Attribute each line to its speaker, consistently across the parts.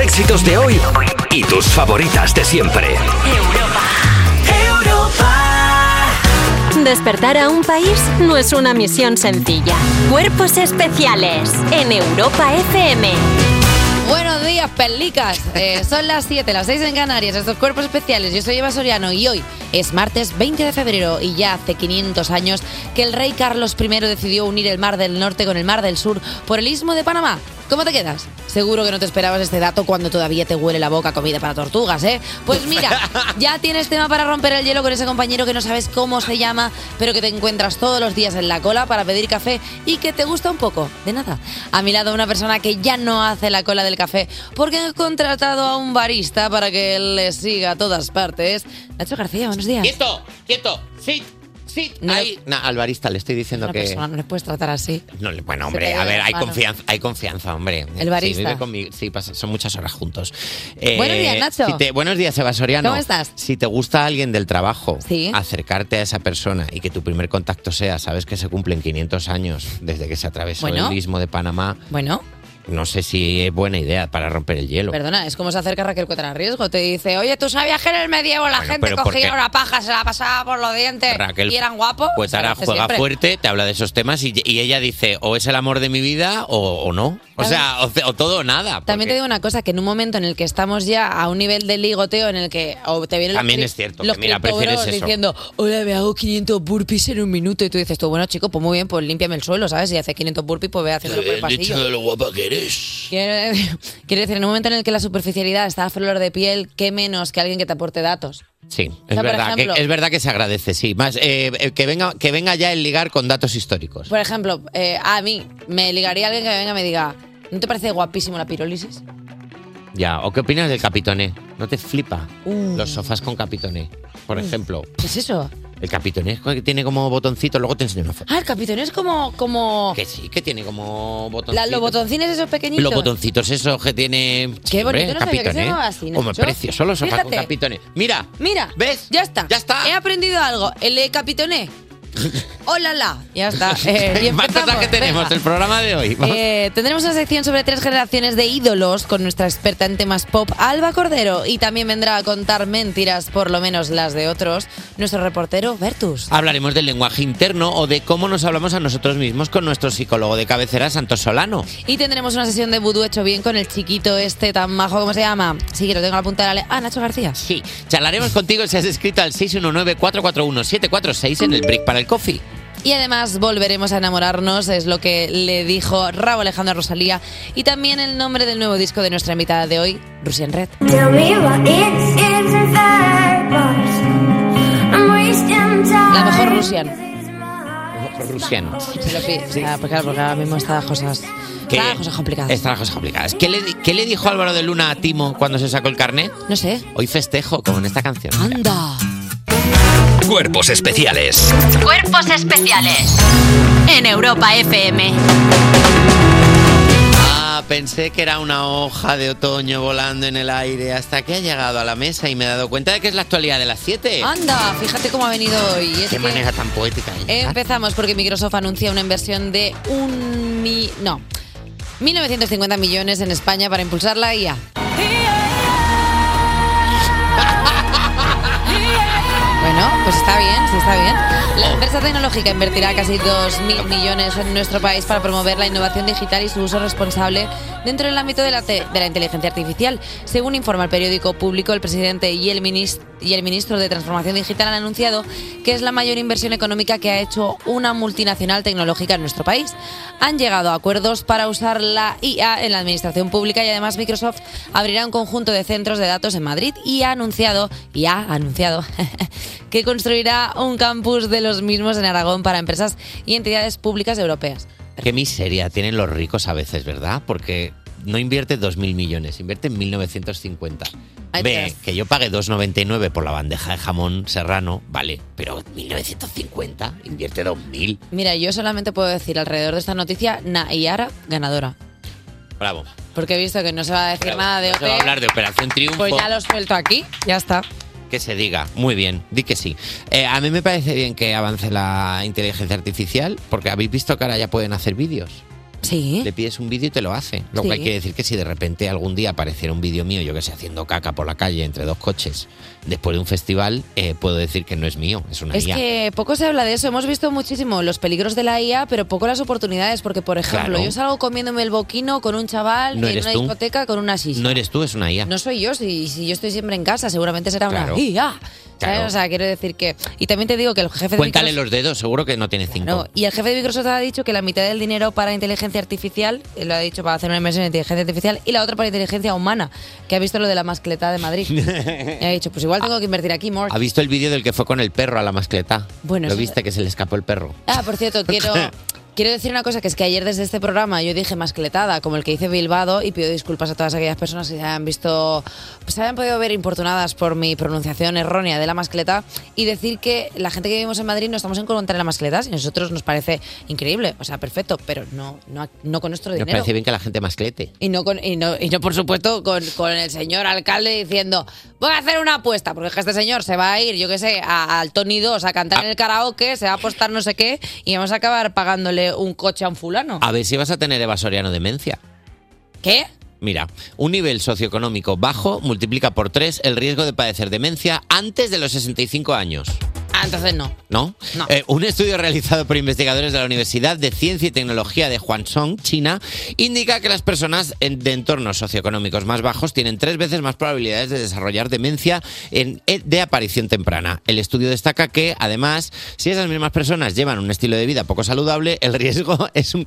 Speaker 1: éxitos de hoy y tus favoritas de siempre.
Speaker 2: Despertar a un país no es una misión sencilla. Cuerpos especiales en Europa FM.
Speaker 3: Buenos días, perlicas. Eh, son las 7, las 6 en Canarias. Estos cuerpos especiales. Yo soy Eva Soriano y hoy es martes 20 de febrero y ya hace 500 años que el rey Carlos I decidió unir el Mar del Norte con el Mar del Sur por el Istmo de Panamá. ¿Cómo te quedas? Seguro que no te esperabas este dato cuando todavía te huele la boca a comida para tortugas, ¿eh? Pues mira, ya tienes tema para romper el hielo con ese compañero que no sabes cómo se llama, pero que te encuentras todos los días en la cola para pedir café y que te gusta un poco. De nada. A mi lado una persona que ya no hace la cola del café porque ha contratado a un barista para que le siga a todas partes. Nacho García, buenos días.
Speaker 4: Quieto, quieto, sí, sí.
Speaker 3: No,
Speaker 4: Ahí. No, al barista le estoy diciendo
Speaker 3: Una
Speaker 4: que.
Speaker 3: persona no le puedes tratar así.
Speaker 4: No, le- bueno,
Speaker 3: Se
Speaker 4: hombre,
Speaker 3: te
Speaker 4: a
Speaker 3: ve
Speaker 4: ver,
Speaker 3: la
Speaker 4: hay
Speaker 3: mano.
Speaker 4: confianza, hay confianza, hombre.
Speaker 3: El barista.
Speaker 4: Sí, vive conmigo, sí, pasa- son muchas horas juntos. Eh,
Speaker 3: Buenos días, Nacho.
Speaker 4: si te- buenos días, Eva Soriano.
Speaker 3: ¿Cómo estás?
Speaker 4: Si te gusta alguien del trabajo,
Speaker 3: Sí.
Speaker 4: acercarte a esa persona y que tu primer contacto sea, sabes que se cumplen 500 años desde que se atravesó
Speaker 3: Bueno.
Speaker 4: el istmo de Panamá,
Speaker 3: Bueno,
Speaker 4: no sé si es buena idea para romper el hielo.
Speaker 3: perdona, es como se acerca Raquel Cuetra a riesgo. Te dice, oye, ¿tú sabías que en el medievo la
Speaker 4: Bueno,
Speaker 3: gente
Speaker 4: pero ¿por
Speaker 3: cogía
Speaker 4: qué?
Speaker 3: una paja, se la pasaba por los dientes
Speaker 4: Raquel
Speaker 3: y eran guapos?
Speaker 4: Pues
Speaker 3: Se
Speaker 4: ahora
Speaker 3: lo hace
Speaker 4: juega
Speaker 3: siempre.
Speaker 4: fuerte, te habla de esos temas y, y ella dice, o es el amor de mi vida o, o no. O
Speaker 3: También-
Speaker 4: sea, o, ce- o todo o nada.
Speaker 3: También te
Speaker 4: porque-
Speaker 3: digo una cosa, que en un momento en el que estamos ya a un nivel de ligoteo en el que o te vienen
Speaker 4: También
Speaker 3: los, cri-
Speaker 4: es cierto,
Speaker 3: los
Speaker 4: que mira, prefieres
Speaker 3: criptobros
Speaker 4: eso.
Speaker 3: diciendo, hola, me hago 500 burpees en un minuto y tú dices, tú, bueno, chico, pues muy bien, pues límpiame el suelo, ¿sabes? Si haces 500 burpees, pues ve haciéndolo por el pasillo.
Speaker 4: lo guapa que eres.
Speaker 3: Quiero quiero decir, en un momento en el que la superficialidad está a flor de piel, qué menos que alguien que te aporte datos.
Speaker 4: Sí,
Speaker 3: O
Speaker 4: es,
Speaker 3: sea, por
Speaker 4: verdad
Speaker 3: ejemplo-
Speaker 4: que, es verdad que se agradece, sí. Más, eh, eh, que, venga, que venga ya el ligar con datos históricos.
Speaker 3: Por ejemplo, eh, a mí me ligaría alguien que me venga y me diga, ¿no te parece guapísimo la pirólisis?
Speaker 4: Ya, ¿o qué opinas del capitoné? ¿No te flipa
Speaker 3: Uh.
Speaker 4: los sofás con capitoné? Por ejemplo,
Speaker 3: ¿Qué es eso?
Speaker 4: el capitoné es que tiene como botoncito, luego te enseño una foto.
Speaker 3: Ah, el capitón es como... como
Speaker 4: Que sí, que tiene como botoncito.
Speaker 3: la- los botoncines esos pequeñitos.
Speaker 4: Los botoncitos esos que tiene.
Speaker 3: Qué bonito, no sabía que se
Speaker 4: capitoné.
Speaker 3: llamaba así, Nacho.
Speaker 4: ¿eh? Hombre, precioso los sofás con
Speaker 3: Fíjate. Eh,
Speaker 4: capitoné. ¿eh? Mira,
Speaker 3: Mira,
Speaker 4: ¿ves?
Speaker 3: ya está.
Speaker 4: Ya está.
Speaker 3: He aprendido algo. El capitoné. Hola, la. Ya está. Eh, y
Speaker 4: más cosas
Speaker 3: empezamos.
Speaker 4: que tenemos
Speaker 3: Venga.
Speaker 4: el programa de hoy. Vamos.
Speaker 3: Eh, tendremos una sección sobre tres generaciones de ídolos con nuestra experta en temas pop, Alba Cordero. Y también vendrá a contar mentiras, por lo menos las de otros, nuestro reportero Bertus.
Speaker 4: Hablaremos del lenguaje interno o de cómo nos hablamos a nosotros mismos con nuestro psicólogo de cabecera, Santos Solano.
Speaker 3: Y tendremos una sesión de vudú hecho bien con el chiquito este tan majo, ¿cómo se llama? Sí, que lo tengo a la punta de la lengua. Ah, Nacho García.
Speaker 4: Sí, charlaremos contigo si has escrito al 619-441-746 en el Brick para el Coffee.
Speaker 3: Y además volveremos a enamorarnos, es lo que le dijo Raúl Alejandro Rosalía. Y también el nombre del nuevo disco de nuestra invitada de hoy, Rusian Red.
Speaker 5: Tell me what it is in fact, boys. I'm wasting time.
Speaker 3: La mejor Rusian.
Speaker 4: Rusiano.
Speaker 3: Se lo pide. Ah, pues claro, porque ahora mismo está cosas. Está cosas complicadas.
Speaker 4: Está las cosas complicadas. ¿Qué le, qué le dijo Álvaro de Luna a Timo cuando se sacó el carnet?
Speaker 3: No sé. Ah.
Speaker 4: Hoy festejo con esta canción.
Speaker 3: Anda.
Speaker 1: Cuerpos especiales
Speaker 2: Cuerpos especiales en Europa FM.
Speaker 4: Ah, pensé que era una hoja de otoño volando en el aire hasta que ha llegado a la mesa y me he dado cuenta de que es la actualidad de las 7.
Speaker 3: Anda, fíjate cómo ha venido hoy. Es
Speaker 4: Qué
Speaker 3: que
Speaker 4: manera tan poética. ¿eh? de llegar.
Speaker 3: Empezamos porque Microsoft anuncia una inversión de un mi- no. 1950 millones en España para impulsar la IA. Bueno, pues está bien, sí está bien. La empresa tecnológica invertirá casi 2.000 millones en nuestro país para promover la innovación digital y su uso responsable dentro del ámbito de la, te- de la inteligencia artificial. Según informa el periódico público, el presidente y el, minis- y el ministro de Transformación Digital han anunciado que es la mayor inversión económica que ha hecho una multinacional tecnológica en nuestro país. Han llegado a acuerdos para usar la IA en la administración pública y además Microsoft abrirá un conjunto de centros de datos en Madrid y ha anunciado, y ha anunciado, que construirá un campus de los mismos en Aragón para empresas y entidades públicas europeas.
Speaker 4: Qué miseria tienen los ricos a veces, ¿verdad? Porque no invierte 2.000 millones, invierte 1.950.
Speaker 3: Ahí
Speaker 4: Ve,
Speaker 3: tienes.
Speaker 4: que yo pagué 2.99 por la bandeja de jamón serrano, vale, pero 1.950 invierte 2.000.
Speaker 3: Mira, yo solamente puedo decir alrededor de esta noticia, Nayara ganadora.
Speaker 4: Bravo.
Speaker 3: Porque he visto que no se va a decir
Speaker 4: bravo.
Speaker 3: nada de
Speaker 4: No se va a
Speaker 3: OP,
Speaker 4: hablar de Operación Triunfo.
Speaker 3: pues ya lo suelto aquí, ya está.
Speaker 4: Que se diga, muy bien, di que sí. Eh, a mí me parece bien que avance la inteligencia artificial, porque habéis visto que ahora ya pueden hacer vídeos.
Speaker 3: Sí.
Speaker 4: Le pides un vídeo y te lo hace. Lo
Speaker 3: Sí.
Speaker 4: cual quiere decir que si de repente algún día apareciera un vídeo mío, yo que sé, haciendo caca por la calle entre dos coches, después de un festival, eh, puedo decir que no es mío, es una
Speaker 3: Es
Speaker 4: IA.
Speaker 3: que poco se habla de eso. Hemos visto muchísimo los peligros de la IA, pero poco las oportunidades. Porque, por ejemplo,
Speaker 4: Claro.
Speaker 3: yo salgo comiéndome el boquino con un chaval
Speaker 4: No
Speaker 3: en
Speaker 4: eres
Speaker 3: una
Speaker 4: tú.
Speaker 3: discoteca con una silla.
Speaker 4: No eres tú, es una IA.
Speaker 3: No soy yo, si, si yo estoy siempre en casa, seguramente será una
Speaker 4: Claro.
Speaker 3: IA. ¿sabes?
Speaker 4: Claro.
Speaker 3: O sea, quiero decir que. Y también te digo que el jefe de
Speaker 4: Cuéntale
Speaker 3: Microsoft-
Speaker 4: los dedos, seguro que no tiene cinco.
Speaker 3: No, y el jefe de Microsoft ha dicho que la mitad del dinero para inteligencia artificial, eh, lo ha dicho para hacer una inversión en inteligencia artificial, y la otra para inteligencia humana, que ha visto lo de la mascleta de Madrid. y ha dicho, pues igual tengo que invertir aquí, more.
Speaker 4: ¿Ha visto el vídeo del que fue con el perro a la mascleta?
Speaker 3: Bueno,
Speaker 4: ¿Lo
Speaker 3: eso-
Speaker 4: viste que se le escapó el perro?
Speaker 3: Ah, por cierto, quiero, quiero decir una cosa, que es que ayer desde este programa yo dije mascletada, como el que hice Bilbado, y pido disculpas a todas aquellas personas que se hayan visto, pues, se hayan podido ver importunadas por mi pronunciación errónea de la mascleta, y decir que la gente que vivimos en Madrid no estamos en contra de la mascleta, y nosotros nos parece increíble, o sea, perfecto, pero no, no, no con nuestro
Speaker 4: Nos
Speaker 3: dinero.
Speaker 4: parece bien que la gente masclete.
Speaker 3: Y no, con, y, no, y no, por supuesto, con, con el señor alcalde diciendo, voy a hacer una apuesta, porque es que este señor se va a ir, yo qué sé, a- al Tony 2 a cantar en el karaoke, se va a apostar no sé qué, y vamos a acabar pagándole un coche a un fulano.
Speaker 4: A ver si vas a tener evasoriano demencia.
Speaker 3: ¿Qué?
Speaker 4: Mira, un nivel socioeconómico bajo multiplica por tres el riesgo de padecer demencia antes de los 65 años.
Speaker 3: Ah, entonces no.
Speaker 4: ¿No? Eh, un estudio realizado por investigadores de la Universidad de Ciencia y Tecnología de Huangsong, China, indica que las personas en- de entornos socioeconómicos más bajos tienen tres veces más probabilidades de desarrollar demencia en- eh, de aparición temprana. El estudio destaca que, además, si esas mismas personas llevan un estilo de vida poco saludable, el riesgo es un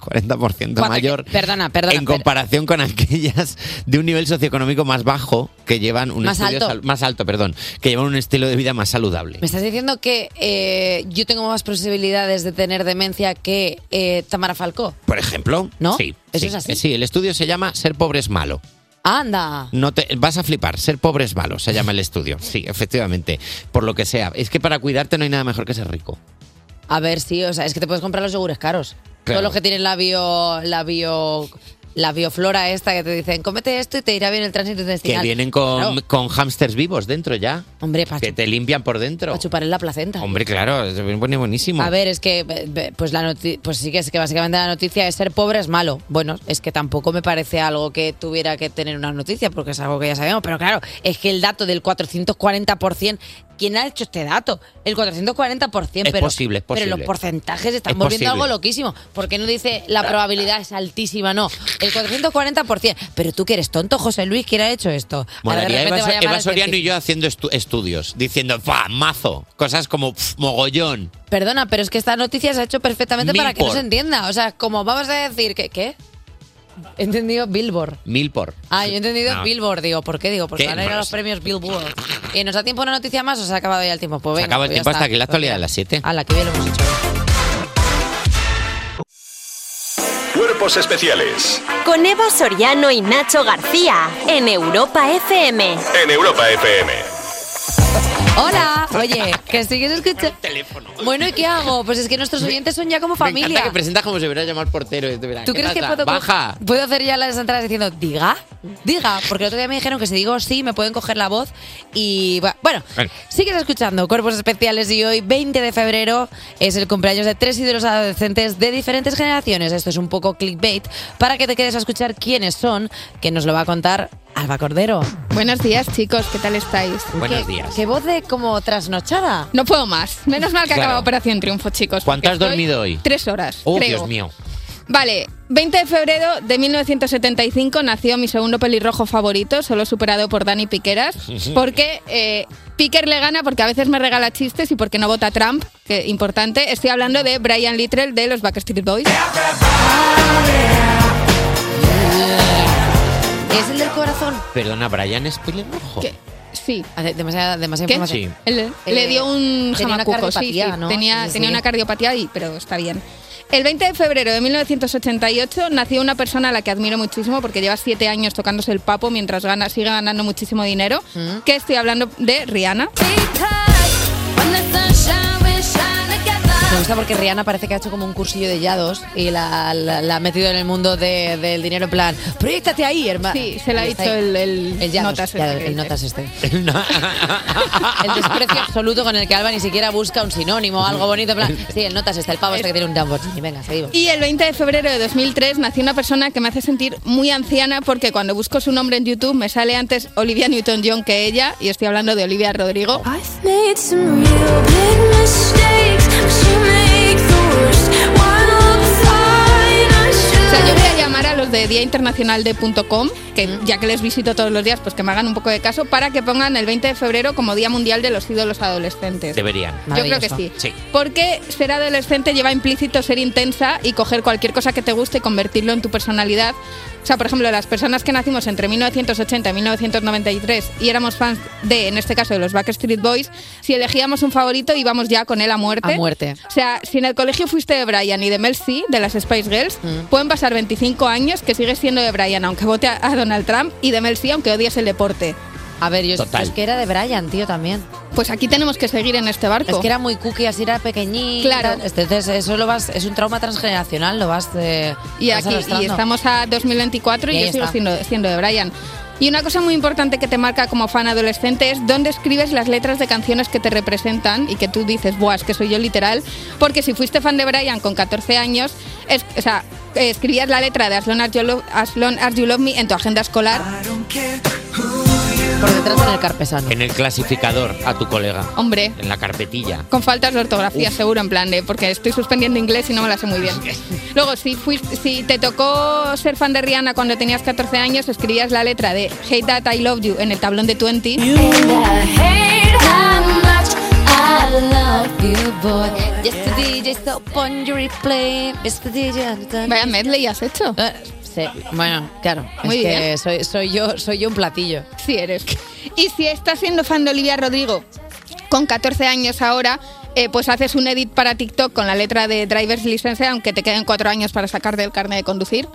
Speaker 4: 440% mayor
Speaker 3: eh, Perdona, perdona.
Speaker 4: en
Speaker 3: per-
Speaker 4: comparación con aquellas de un nivel socioeconómico más bajo que llevan un
Speaker 3: Más
Speaker 4: estudio
Speaker 3: alto.
Speaker 4: sal- más alto, perdón, que llevan un estilo de vida más saludable.
Speaker 3: ¿Me estás diciendo que eh, yo tengo más posibilidades de tener demencia que eh, Tamara Falcó?
Speaker 4: Por ejemplo,
Speaker 3: ¿No?
Speaker 4: Sí,
Speaker 3: ¿Eso
Speaker 4: sí,
Speaker 3: es así?
Speaker 4: eh, Sí, el estudio se llama Ser pobre es malo.
Speaker 3: ¡Anda!
Speaker 4: No te vas a flipar, ser pobre es malo, se llama el estudio. Sí, efectivamente, por lo que sea. Es que para cuidarte no hay nada mejor que ser rico.
Speaker 3: A ver, sí, o sea, es que te puedes comprar los yogures caros.
Speaker 4: Claro.
Speaker 3: Todos los que tienen la bio, la bio, la bioflora esta que te dicen, cómete esto y te irá bien el tránsito
Speaker 4: Que
Speaker 3: intestinal.
Speaker 4: vienen con,
Speaker 3: Claro.
Speaker 4: con hámsters vivos dentro ya.
Speaker 3: Hombre, para
Speaker 4: Que te limpian por dentro.
Speaker 3: chupar en la placenta.
Speaker 4: Hombre, claro, es buen- buenísimo.
Speaker 3: A ver, es que be- be- pues la noti- pues sí que es que básicamente la noticia es ser pobre es malo. Bueno, es que tampoco me parece algo que tuviera que tener una noticia porque es algo que ya sabemos, pero claro, es que el dato del 440%, ¿quién ha hecho este dato? El 440%,
Speaker 4: Es
Speaker 3: pero
Speaker 4: posible, es
Speaker 3: pero
Speaker 4: posible.
Speaker 3: los porcentajes están
Speaker 4: Es
Speaker 3: volviendo
Speaker 4: posible.
Speaker 3: algo loquísimo, porque no dice la probabilidad es altísima, no, el 440%, pero tú que eres tonto, José Luis, ¿quién ha hecho esto? Ahora de
Speaker 4: Molaría
Speaker 3: repente va
Speaker 4: Eva,
Speaker 3: a
Speaker 4: Eva
Speaker 3: llamar al
Speaker 4: Soriano y
Speaker 3: científico.
Speaker 4: yo haciendo estu- estudios, diciendo, ¡fa! Mazo. Cosas como pf, mogollón.
Speaker 3: Perdona, pero es que esta noticia se ha hecho perfectamente para que no
Speaker 4: Milpor.
Speaker 3: se entienda. O sea, como vamos a decir que. ¿Qué? He entendido Billboard.
Speaker 4: Mil por.
Speaker 3: Ah, yo he entendido
Speaker 4: No.
Speaker 3: Billboard, digo. ¿Por qué? Digo, porque
Speaker 4: ¿Qué?
Speaker 3: van a ir a los
Speaker 4: Pues-
Speaker 3: premios Billboard. ¿Y nos da tiempo una noticia más o se ha acabado ya el tiempo? Pues
Speaker 4: Se
Speaker 3: venga,
Speaker 4: acaba el
Speaker 3: pues ya
Speaker 4: tiempo hasta
Speaker 3: está.
Speaker 4: aquí la
Speaker 3: Pues
Speaker 4: actualidad
Speaker 3: mira.
Speaker 4: de las 7.
Speaker 3: Ala, qué bien lo hemos hecho.
Speaker 6: Cuerpos especiales
Speaker 2: Con Eva Soriano y Nacho García en Europa FM.
Speaker 6: en Europa FM.
Speaker 3: Hola, oye, que sigues escuchando. Bueno, ¿y qué hago? Pues es que nuestros oyentes son ya como
Speaker 4: Me encanta
Speaker 3: familia.
Speaker 4: que presentas como si hubiera llamado al portero. de verdad.
Speaker 3: ¿Tú
Speaker 4: ¿Qué
Speaker 3: crees que
Speaker 4: pasa?
Speaker 3: puedo,
Speaker 4: Baja.
Speaker 3: puedo hacer ya las entradas diciendo, diga, diga? Porque el otro día me dijeron que si digo sí, me pueden coger la voz. Y bu- bueno,
Speaker 4: Bueno.
Speaker 3: sigues escuchando Cuerpos Especiales y hoy, 20 de febrero, es el cumpleaños de tres ídolos adolescentes de diferentes generaciones. Esto es un poco clickbait para que te quedes a escuchar quiénes son, que nos lo va a contar Alba Cordero.
Speaker 7: Buenos días, chicos, ¿qué tal estáis?
Speaker 4: Buenos
Speaker 7: ¿Qué-
Speaker 4: días.
Speaker 3: Qué voz de como trasnochada.
Speaker 7: No puedo más. Menos mal que
Speaker 4: Claro.
Speaker 7: acaba Operación Triunfo, chicos.
Speaker 4: ¿Cuánto
Speaker 7: porque
Speaker 4: has
Speaker 7: estoy
Speaker 4: dormido hoy?
Speaker 7: Tres horas.
Speaker 4: Oh,
Speaker 7: creo.
Speaker 4: Dios mío.
Speaker 7: Vale, 20 de febrero de 1975 nació mi segundo pelirrojo favorito, solo superado por Dani Piqueras, porque eh, Piquer le gana porque a veces me regala chistes y porque no vota Trump, que importante. Estoy hablando de Brian Littrell de los Backstreet Boys.
Speaker 3: Es el del corazón.
Speaker 4: Perdona, Brian es pelirrojo.
Speaker 7: ¿Qué? Sí.
Speaker 3: Hace Demasiada, demasiada
Speaker 7: ¿Qué?
Speaker 3: información.
Speaker 7: Él
Speaker 3: Eh,
Speaker 7: le dio un
Speaker 3: tenía una
Speaker 7: jamacuco, sí,
Speaker 3: cardiopatía,
Speaker 7: sí,
Speaker 3: ¿no?
Speaker 7: Tenía,
Speaker 3: Sí, sí,
Speaker 7: tenía
Speaker 3: sí.
Speaker 7: una cardiopatía, y- pero está bien. El 20 de febrero de 1988 nació una persona a la que admiro muchísimo porque lleva siete años tocándose el papo mientras gana, sigue ganando muchísimo dinero,
Speaker 3: Mm.
Speaker 7: que estoy hablando de Rihanna.
Speaker 5: Because when the sun shines, we shine together.
Speaker 3: Me gusta porque Rihanna parece que ha hecho como un cursillo de yados y la, la- la ha metido en el mundo de- del dinero en plan, proyectate ahí, hermano.
Speaker 7: Sí, se la ha
Speaker 3: hecho
Speaker 7: dicho el-
Speaker 3: yados,
Speaker 7: notas
Speaker 3: ya,
Speaker 7: este que
Speaker 3: el
Speaker 7: dice.
Speaker 3: notas este. El desprecio absoluto con el que Alba ni siquiera busca un sinónimo, algo bonito. en plan, sí, el notas este, el pavo este que tiene un tambor. Y venga, seguimos.
Speaker 7: Y el 20 de febrero de 2003 nació una persona que me hace sentir muy anciana porque cuando busco su nombre en YouTube me sale antes Olivia Newton-John que ella y estoy hablando de Olivia Rodrigo.
Speaker 5: Made some real big mistakes. but you make the worst one look fine. I
Speaker 7: O sea, yo
Speaker 5: should.
Speaker 7: voy a llamar a los de Día Internacional de .com, que ya que les visito todos los días, pues que me hagan un poco de caso para que pongan el 20 de febrero como Día Mundial de los Ídolos Adolescentes.
Speaker 4: Deberían.
Speaker 7: Yo creo que sí.
Speaker 4: Sí.
Speaker 7: Porque ser adolescente lleva implícito ser intensa y coger cualquier cosa que te guste y convertirlo en tu personalidad. O sea, por ejemplo, las personas que nacimos entre 1980 y 1993 y éramos fans de, en este caso, de los Backstreet Boys, si elegíamos un favorito íbamos ya con él a muerte.
Speaker 3: A muerte.
Speaker 7: O sea, si en el colegio fuiste de Brian y de Mel C, de las Spice Girls,
Speaker 3: Mm.
Speaker 7: pueden pasar 25 años que sigues siendo de Brian, aunque vote a, a Donald Trump, y de Mel C, aunque odies el deporte.
Speaker 3: A ver, yo
Speaker 4: Total.
Speaker 3: es que era de Brian, tío, también.
Speaker 7: Pues aquí tenemos que seguir en este barco.
Speaker 3: Es que era muy cookie, así era pequeñito.
Speaker 7: Claro.
Speaker 3: Entonces, eso lo vas, Este, es un trauma transgeneracional, lo vas. eh,
Speaker 7: Y
Speaker 3: vas
Speaker 7: aquí y
Speaker 3: arrastrando.
Speaker 7: estamos a 2024 y,
Speaker 3: Y ahí
Speaker 7: yo sigo
Speaker 3: está.
Speaker 7: siendo, siendo de Brian. Y una cosa muy importante que te marca como fan adolescente es dónde escribes las letras de canciones que te representan y que tú dices, buah, es que soy yo literal. Porque si fuiste fan de Brian con 14 años, es, o sea, eh, escribías la letra de As Long As You Love, As Long As You Love Me en tu agenda escolar.
Speaker 3: Por detrás en el carpesano.
Speaker 4: En el clasificador a tu colega.
Speaker 7: Hombre,
Speaker 4: En la carpetilla.
Speaker 7: con faltas de ortografía seguro, en plan de, porque estoy suspendiendo inglés y no me la sé muy bien. Luego, si, fuiste, si te tocó ser fan de Rihanna cuando tenías 14 años, escribías la letra de Hate That I Love You en el tablón de 20.
Speaker 5: And I hate how much I love.
Speaker 3: You boy, just the DJ stop on your replay, just the DJ.
Speaker 7: Vaya medley has hecho.
Speaker 3: Eh, sí, bueno, claro.
Speaker 7: Muy
Speaker 3: es que
Speaker 7: bien.
Speaker 3: soy, soy yo, soy yo un platillo.
Speaker 7: Si eres. Y si estás siendo fan de Olivia Rodrigo con 14 años ahora, eh, pues haces un edit para TikTok con la letra de Driver's License, aunque te queden cuatro años para sacarte el carnet de conducir.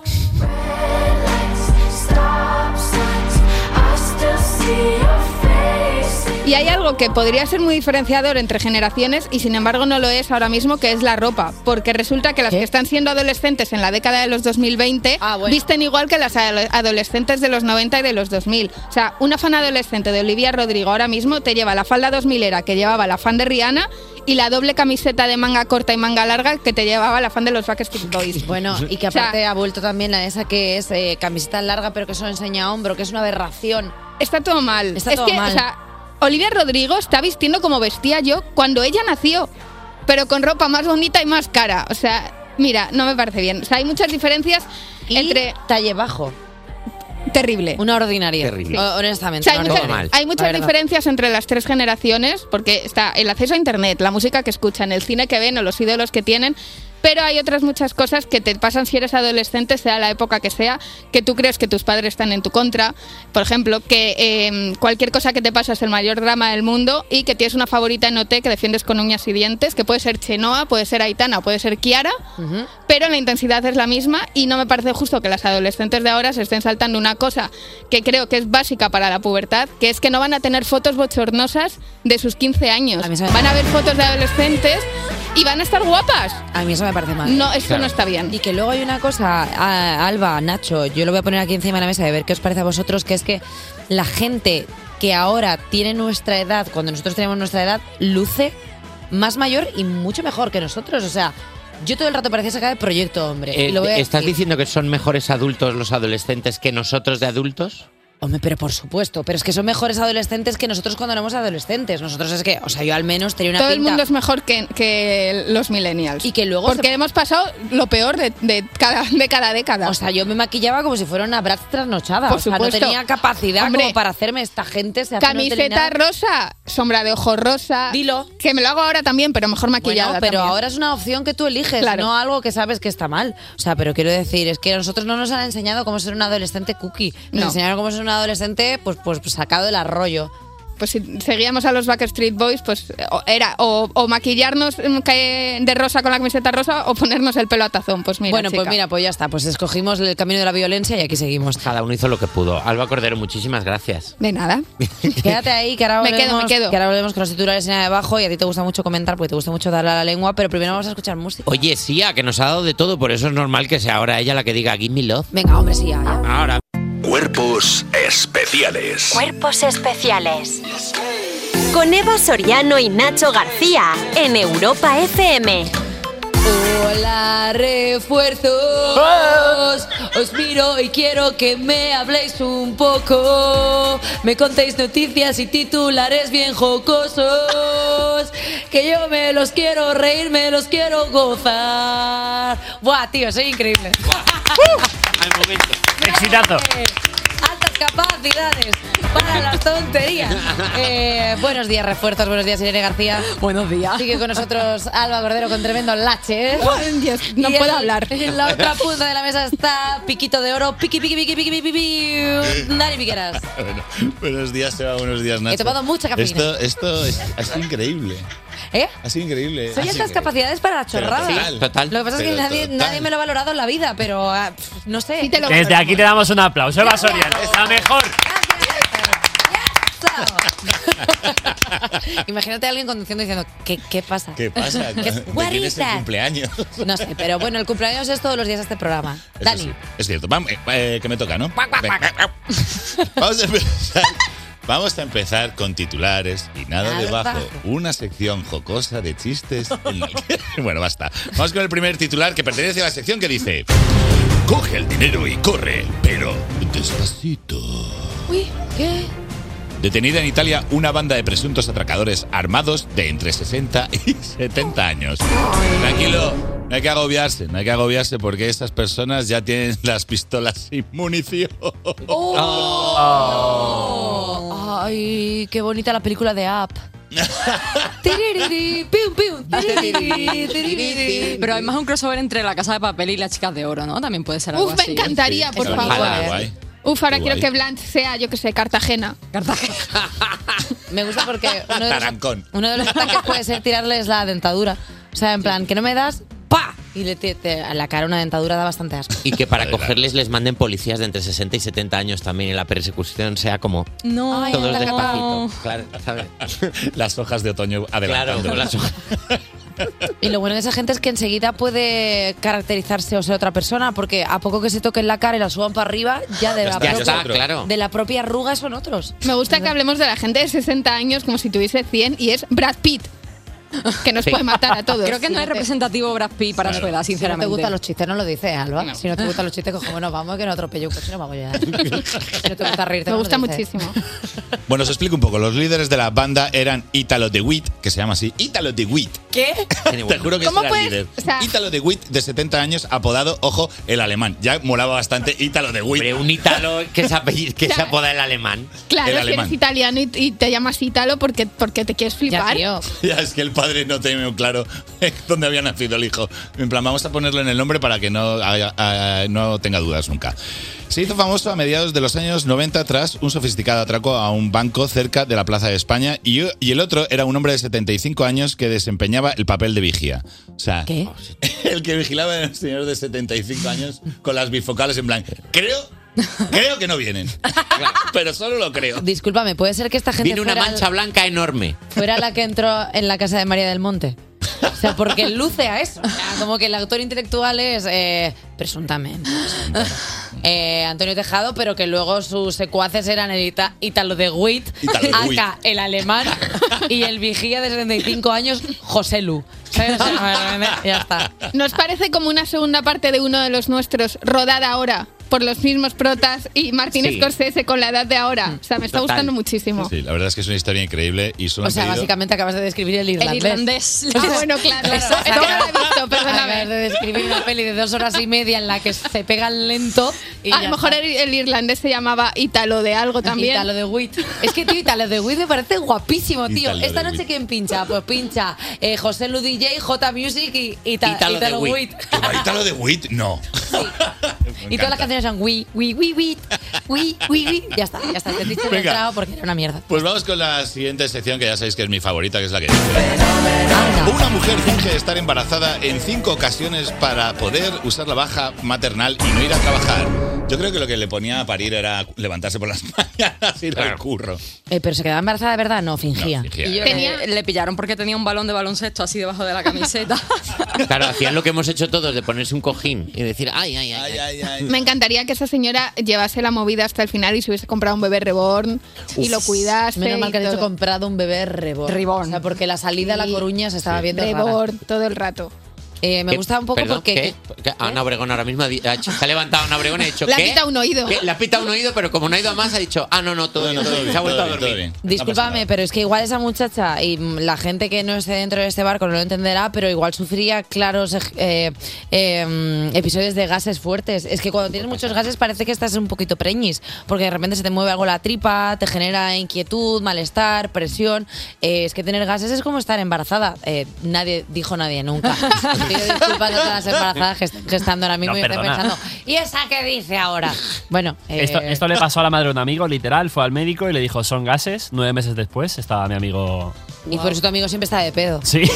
Speaker 5: Stop signs. I still see your face.
Speaker 7: Y hay algo que podría ser muy diferenciador entre generaciones y sin embargo no lo es ahora mismo, que es la ropa. Porque resulta que las
Speaker 3: ¿Qué?
Speaker 7: que están siendo adolescentes en la década de los 2020
Speaker 3: Ah, bueno.
Speaker 7: visten igual que las ado- adolescentes de los 90 y de los 2000. O sea, una fan adolescente de Olivia Rodrigo ahora mismo te lleva la falda 2000 era que llevaba la fan de Rihanna y la doble camiseta de manga corta y manga larga que te llevaba la fan de los Backstreet Boys.
Speaker 3: Bueno, y que
Speaker 7: O sea,
Speaker 3: aparte ha vuelto también a esa que es eh, camiseta larga, pero que eso enseña hombro, que es una aberración.
Speaker 7: Está todo mal.
Speaker 3: Está
Speaker 7: es
Speaker 3: todo
Speaker 7: que,
Speaker 3: mal.
Speaker 7: o sea, Olivia Rodrigo está vistiendo como vestía yo cuando ella nació, pero con ropa más bonita y más cara. O sea, mira, no me parece bien. O sea, hay muchas diferencias
Speaker 3: Y
Speaker 7: entre.
Speaker 3: talle bajo.
Speaker 7: Terrible.
Speaker 3: Una ordinaria.
Speaker 4: Terrible.
Speaker 3: O-
Speaker 7: O
Speaker 3: honestamente.
Speaker 7: sea, hay
Speaker 3: una
Speaker 7: muchas,
Speaker 4: todo mal.
Speaker 7: hay muchas
Speaker 3: La verdad.
Speaker 7: diferencias entre las tres generaciones, porque está el acceso a Internet, la música que escuchan, el cine que ven o los ídolos que tienen, pero hay otras muchas cosas que te pasan si eres adolescente, sea la época que sea, que tú crees que tus padres están en tu contra, por ejemplo, que eh, cualquier cosa que te pasa es el mayor drama del mundo y que tienes una favorita en OT que defiendes con uñas y dientes, que puede ser Chenoa, puede ser Aitana, puede ser Kiara,
Speaker 3: Ujú.
Speaker 7: pero la intensidad es la misma y no me parece justo que las adolescentes de ahora se estén saltando una cosa que creo que es básica para la pubertad, que es que no van a tener fotos bochornosas de sus 15 años.
Speaker 3: A mí se me-
Speaker 7: Van a ver fotos de adolescentes y van a estar guapas.
Speaker 3: A mí eso me parece mal.
Speaker 7: No, esto
Speaker 4: Claro.
Speaker 7: no está
Speaker 3: Y
Speaker 7: bien.
Speaker 3: que luego hay una cosa, a- Alba, Nacho, yo lo voy a poner aquí encima de la mesa de ver qué os parece a vosotros, que es que la gente que ahora tiene nuestra edad, cuando nosotros tenemos nuestra edad, luce más mayor y mucho mejor que nosotros. O sea, yo todo el rato parecía sacar el proyecto, hombre. y
Speaker 4: Eh,
Speaker 3: lo voy a
Speaker 4: ¿Estás
Speaker 3: decir.
Speaker 4: diciendo que son mejores adultos los adolescentes que nosotros de adultos?
Speaker 3: Hombre, pero por supuesto, pero es que son mejores adolescentes que nosotros cuando éramos adolescentes. Nosotros es que, o sea, yo al menos tenía una
Speaker 7: Todo el
Speaker 3: pinta-
Speaker 7: mundo es mejor que, que los millennials.
Speaker 3: Y que luego
Speaker 7: Porque hemos pasado lo peor de, de cada, de cada década.
Speaker 3: O sea, yo me maquillaba como si fuera una brat trasnochada.
Speaker 7: Por
Speaker 3: o sea,
Speaker 7: supuesto.
Speaker 3: no tenía capacidad
Speaker 7: Hombre.
Speaker 3: como para hacerme esta gente. se hace- no tenía
Speaker 7: Camiseta
Speaker 3: nada.
Speaker 7: rosa, sombra de ojo rosa.
Speaker 3: Dilo.
Speaker 7: Que me lo hago ahora también, pero mejor
Speaker 3: Bueno,
Speaker 7: maquillada.
Speaker 3: pero
Speaker 7: también.
Speaker 3: ahora es una opción que tú eliges,
Speaker 7: Claro.
Speaker 3: no algo que sabes que está mal. O sea, pero quiero decir, es que a nosotros no nos han enseñado cómo ser un adolescente cookie. Nos
Speaker 7: No.
Speaker 3: enseñaron cómo ser un adolescente pues, pues sacado pues, del arroyo.
Speaker 7: pues si seguíamos a los Backstreet Boys, pues o- era o, o maquillarnos mm, que- de rosa con la camiseta rosa o ponernos el pelo a tazón. Pues mira,
Speaker 3: bueno, pues
Speaker 7: chica.
Speaker 3: mira, pues ya está. Pues escogimos el camino de la violencia y aquí seguimos.
Speaker 4: Cada uno hizo lo que pudo. Alba Cordero, muchísimas gracias.
Speaker 7: De nada.
Speaker 3: Quédate ahí, que ahora
Speaker 7: Me
Speaker 3: volvemos,
Speaker 7: quedo, me quedo.
Speaker 3: Que ahora volvemos con los titulares en la de abajo y a ti te gusta mucho comentar porque te gusta mucho darle a la lengua, pero primero vamos a escuchar música.
Speaker 4: Oye, Sia, que nos ha dado de todo, por eso es normal que sea ahora ella la que diga Give me love.
Speaker 3: Venga, hombre, sí, ya, ya.
Speaker 4: Ahora.
Speaker 6: Cuerpos especiales.
Speaker 2: Cuerpos especiales. Con Eva Soriano y Nacho García en Europa FM.
Speaker 3: Hola, refuerzos. Os miro y quiero que me habléis un poco. Me contéis noticias y titulares bien jocosos. Que yo me los quiero reír, me los quiero gozar. Buah, tío, soy increíble.
Speaker 4: Al momento.
Speaker 8: Exitazo.
Speaker 3: Altas capacidades para las tonterías. Eh, buenos días, refuerzos. Buenos días, Irene García. Buenos días. Sigue con nosotros Alba Cordero con tremendo lache. ¿eh?
Speaker 7: Dios, no
Speaker 3: Y en-
Speaker 7: puedo hablar.
Speaker 3: En la otra punta de la mesa está Piquito de Oro. Piqui, piqui, piqui, piqui, piqui, piqui. Dani Piqueras.
Speaker 9: Bueno, buenos días, Eva, buenos días, Nacho.
Speaker 3: He tomado mucha cafeína.
Speaker 9: Esto, esto es, ha sido increíble.
Speaker 3: ¿Eh?
Speaker 9: Ha sido
Speaker 3: Soy
Speaker 9: increíble. Ha sido
Speaker 3: estas
Speaker 9: increíble.
Speaker 3: capacidades para la
Speaker 9: Pero
Speaker 3: chorrada.
Speaker 9: total.
Speaker 4: Total.
Speaker 3: Lo que pasa es que
Speaker 9: Pero
Speaker 3: nadie,
Speaker 9: total.
Speaker 3: nadie me lo ha valorado en la vida, pero ah, pf, no sé.
Speaker 7: Sí te lo
Speaker 8: Desde aquí te damos un aplauso, Eva Soriano. La mejor.
Speaker 3: Imagínate a alguien conduciendo diciendo, ¿qué, qué pasa?
Speaker 9: ¿Qué pasa?
Speaker 3: ¿Qué-
Speaker 9: ¿De
Speaker 3: what
Speaker 9: quién
Speaker 3: is
Speaker 9: es el
Speaker 3: that?
Speaker 9: cumpleaños?
Speaker 3: No sé, pero bueno, el cumpleaños es todos los días de este programa.
Speaker 9: Eso
Speaker 3: Dani.
Speaker 9: sí, es cierto. Vamos, eh, eh, que me toca, ¿no? Venga. Vamos a empezar. Vamos a empezar con titulares y nada,
Speaker 3: Nada
Speaker 9: debajo.
Speaker 3: debajo.
Speaker 9: Una sección jocosa de chistes. en la que- bueno, basta. Vamos con el primer titular que pertenece a la sección que dice: Coge el dinero y corre, pero despacito.
Speaker 3: Uy, ¿qué?
Speaker 9: Detenida en Italia una banda de presuntos atracadores armados de entre 60 y 70 años. Tranquilo, no hay que agobiarse, no hay que agobiarse porque estas personas ya tienen las pistolas sin munición.
Speaker 7: Oh.
Speaker 9: Ah,
Speaker 3: Ay, qué bonita la película de Up. Tiririri, pium, pium, tiririri, tiririri.
Speaker 10: Pero hay más un crossover entre la casa de papel y las chicas de oro, ¿no? También puede ser algo
Speaker 7: Uf, me
Speaker 10: así.
Speaker 7: encantaría, por
Speaker 3: Eso
Speaker 9: Ojalá,
Speaker 7: favor.
Speaker 9: guay.
Speaker 7: Uf, ahora
Speaker 9: Qué
Speaker 7: quiero
Speaker 9: guay.
Speaker 7: que Blanche sea, yo que sé, Cartagena.
Speaker 3: Me gusta porque uno de, los,
Speaker 9: Tarancón.
Speaker 3: uno de los ataques puede ser tirarles la dentadura. O sea, en plan, que no me das, ¡pa! Y le te- te- a la cara una dentadura da bastante asco.
Speaker 4: Y que para
Speaker 9: Adelante.
Speaker 4: cogerles les manden policías de entre 60 y 70 años también y la persecución sea como
Speaker 10: No,
Speaker 3: Ay,
Speaker 4: todos
Speaker 3: no.
Speaker 4: despacito. Claro, ¿sabes?
Speaker 9: Las hojas de otoño
Speaker 4: Claro,
Speaker 9: adelantando.
Speaker 4: con las hojas.
Speaker 3: Y lo bueno de esa gente es que enseguida puede caracterizarse o ser otra persona, porque a poco que se toquen la cara y la suban para arriba, ya de la,
Speaker 9: Ya
Speaker 4: Ya
Speaker 9: está,
Speaker 4: está,
Speaker 3: propia,
Speaker 9: otro.
Speaker 4: claro.
Speaker 3: de la propia arruga son otros.
Speaker 7: Me gusta que hablemos de la gente de 60 años como si tuviese 100 y es Brad Pitt, que nos
Speaker 4: Sí.
Speaker 7: puede matar a todos.
Speaker 10: Creo que no es representativo Brad Pitt para su edad,
Speaker 3: Si no
Speaker 10: sinceramente.
Speaker 3: te gustan los chistes, no lo dices, Alba. Si no te gustan los chistes, cojo, bueno, vamos, que no atropello un coche, no vamos ya. Si no te gusta reírte,
Speaker 7: Me
Speaker 3: no lo
Speaker 7: gusta
Speaker 3: dices.
Speaker 7: muchísimo.
Speaker 9: Bueno, os explico un poco. Los líderes de la banda eran Italo de Witt, que se llama así, Italo de Witt.
Speaker 10: ¿Qué?
Speaker 4: Tiene
Speaker 9: Te
Speaker 4: bueno.
Speaker 9: juro que
Speaker 7: ¿Cómo
Speaker 9: será
Speaker 7: puedes?
Speaker 9: líder.
Speaker 7: O sea-
Speaker 9: Ítalo de Witt, de 70 años, apodado, ojo, el alemán. Ya molaba bastante Ítalo de Witt.
Speaker 4: Hombre, un ítalo que se, apelliz- que se
Speaker 7: Claro.
Speaker 4: apoda el alemán.
Speaker 7: Claro,
Speaker 9: El
Speaker 7: si
Speaker 9: alemán.
Speaker 7: eres italiano y, y te llamas Italo porque, porque te quieres
Speaker 3: Ya,
Speaker 7: flipar.
Speaker 3: tío.
Speaker 9: Ya es que el padre no tenía muy claro dónde había nacido el hijo. En plan, vamos a ponerle en el nombre para que no, haya- ah, no tenga dudas nunca. Se hizo famoso a mediados de los años 90 tras un sofisticado atraco a un banco cerca de la Plaza de España y, y el otro era un hombre de 75 años que desempeñaba el papel de vigía. O sea,
Speaker 3: ¿Qué?
Speaker 9: el que vigilaba era un señor de 75 años con las bifocales en plan, creo, creo que no vienen. Pero solo lo creo.
Speaker 3: Discúlpame, puede ser que esta gente
Speaker 4: Tiene una
Speaker 3: fuera,
Speaker 4: mancha blanca enorme.
Speaker 3: fuera la que entró en la casa de María del Monte. O sea, porque luce a eso. O sea, como que el autor intelectual es, eh, presuntamente, eh, Antonio Tejado, pero que luego sus secuaces eran el Ita- Ítalo de Witt,
Speaker 9: Ítalo de Witt.
Speaker 3: acá el alemán y el vigía de 75 años, José Lu. ¿Sabes? O sea, ya está.
Speaker 7: ¿Nos parece como una segunda parte de uno de los nuestros, rodada ahora por los mismos protas y Martín
Speaker 4: Sí.
Speaker 7: Scorsese con la edad de
Speaker 3: Mm.
Speaker 7: ahora? O sea, me está
Speaker 4: Total.
Speaker 7: gustando muchísimo.
Speaker 9: Sí, la verdad es que es una historia increíble y solo
Speaker 3: O
Speaker 9: han
Speaker 3: sea,
Speaker 9: pedido-
Speaker 3: básicamente acabas de describir el irlandés.
Speaker 10: El irlandés.
Speaker 7: Ah, bueno, claro. eso es que no la he visto,
Speaker 3: Acabas de
Speaker 7: perdóname.
Speaker 3: describir una peli de dos horas y media en la que se pegan lento. Y
Speaker 7: Ah, A lo mejor el, el irlandés se llamaba Italo de algo también.
Speaker 3: Italo de Witt. Es que, tío, Italo de Witt me parece guapísimo, tío.
Speaker 9: Italo de
Speaker 3: Esta noche,
Speaker 9: Witt.
Speaker 3: ¿quién pincha? Pues pincha eh, José Lu DJ, J Music y Ita-
Speaker 9: Ah,
Speaker 4: Italo de
Speaker 3: Italo
Speaker 4: Witt.
Speaker 3: Witt.
Speaker 9: ¿Que va Ítalo de Witt? No.
Speaker 3: y todas las canciones son Wii, Wii, Wii, Wii, Wii, Wii, Wii. Ya está, ya está. Te he dicho que he
Speaker 9: Venga.
Speaker 3: entrado porque era una mierda.
Speaker 9: Pues vamos con la siguiente sección que ya sabéis que es mi favorita, que es la que dice. Una mujer finge estar embarazada en cinco ocasiones para poder usar la baja maternal y no ir a trabajar. Yo creo que lo que le ponía a parir era levantarse por las mañanas y ir al curro.
Speaker 3: Eh, pero se quedaba embarazada de verdad, no, fingía.
Speaker 9: fingía.
Speaker 10: Y yo, eh, le pillaron porque tenía un balón de baloncesto así debajo de la camiseta.
Speaker 4: Claro, hacían lo que hemos hecho todos, de ponerse un cojín y decir, ay, ay, ay.
Speaker 7: Me encantaría que esa señora llevase la movida hasta el final y se hubiese comprado un bebé reborn y
Speaker 3: Uf.
Speaker 7: lo cuidase.
Speaker 3: Menos mal que has
Speaker 7: hecho
Speaker 3: hecho comprado un bebé reborn. O sea, porque la salida a La Coruña se estaba viendo rara. Eh,
Speaker 7: Reborn todo el rato.
Speaker 3: me gusta un poco
Speaker 4: Perdón,
Speaker 3: porque... ¿Eh?
Speaker 4: ¿qué? ¿Qué? Ah, Ana Obregón ahora mismo ha di- ha hecho- se ha levantado Ana Obregón y ha dicho
Speaker 3: Le ha
Speaker 4: ¿qué?
Speaker 3: pitado un oído.
Speaker 4: ¿Qué? Le ha pitado un oído, pero como no ha ido a más, ha dicho, ah, no, no, todo, bien, todo bien, se ha vuelto a dormir.
Speaker 3: Discúlpame, pero es que igual esa muchacha y mm, la gente que no esté dentro de este barco no lo entenderá, pero igual sufría claros ej- eh, eh, episodios de gases fuertes. Es que cuando tienes muchos gases parece que estás un poquito preñis, porque de repente se te mueve algo la tripa, te genera inquietud, malestar, presión. Eh, es que tener gases es como estar embarazada. Eh, nadie dijo nadie nunca. Pido disculpas a todas las embarazadas gest- gestando ahora mismo
Speaker 8: No,
Speaker 3: y estoy
Speaker 8: perdona.
Speaker 3: pensando, ¿y esa qué dice ahora? Bueno, eh,
Speaker 8: Esto, esto le pasó a la madre de un amigo, literal, fue al médico y le dijo, son gases. Nueve meses después estaba mi amigo...
Speaker 3: y por eso tu amigo siempre está de pedo.
Speaker 8: Sí.
Speaker 3: Pues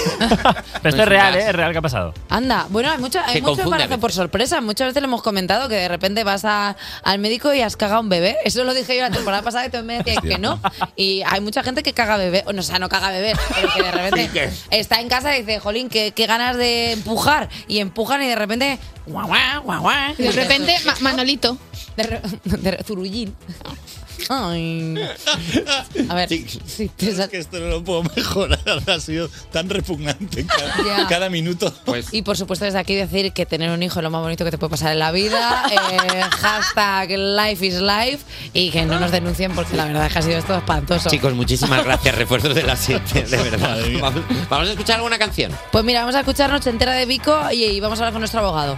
Speaker 8: Pero esto es real, ¿eh? Es real que ha pasado.
Speaker 3: Anda, bueno, hay mucho, hay
Speaker 8: Se
Speaker 3: mucho
Speaker 8: confunde a
Speaker 3: embarazo por sorpresa. Muchas veces lo hemos comentado que de repente vas a- al médico y has cagado un bebé. Eso lo dije yo la temporada pasada y tú me decías que no. Y hay mucha gente que caga bebé, o no, o sea, no caga bebé, pero que de repente está en casa y dice, jolín, qué, qué ganas de empujar. Y empujan y de repente, guau, guau, guau, guau.
Speaker 7: De repente, Ma- Manolito.
Speaker 3: De, re- de re- Zurullín. Ay. A ver,
Speaker 9: es que esto no lo puedo mejorar. Ha sido tan repugnante cada,
Speaker 3: Ya. Pues
Speaker 9: cada minuto.
Speaker 3: Y por supuesto desde aquí decir que tener un hijo es lo más bonito que te puede pasar en la vida. Eh, hashtag life is life. Y que no nos denuncien porque la verdad es que ha sido esto espantoso.
Speaker 4: Chicos, muchísimas gracias, refuerzos de la 7, de verdad. Vamos, vamos a escuchar alguna canción.
Speaker 3: Pues mira, vamos a escucharnos entera de Vico y, y vamos a hablar con nuestro abogado.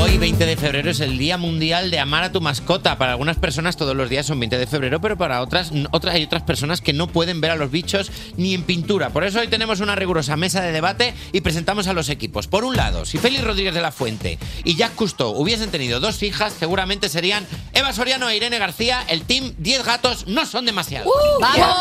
Speaker 4: Hoy, 20 de febrero, es el Día Mundial de Amar a tu mascota. Para algunas personas todos los días son 20 de febrero, pero para otras, n- otras hay otras personas que no pueden ver a los bichos ni en pintura. Por eso hoy tenemos una rigurosa mesa de debate y presentamos a los equipos. Por un lado, si Félix Rodríguez de la Fuente y Jack Cousteau hubiesen tenido dos hijas, seguramente serían Eva Soriano e Irene García. El team 10 gatos no son demasiados. Ahí estás.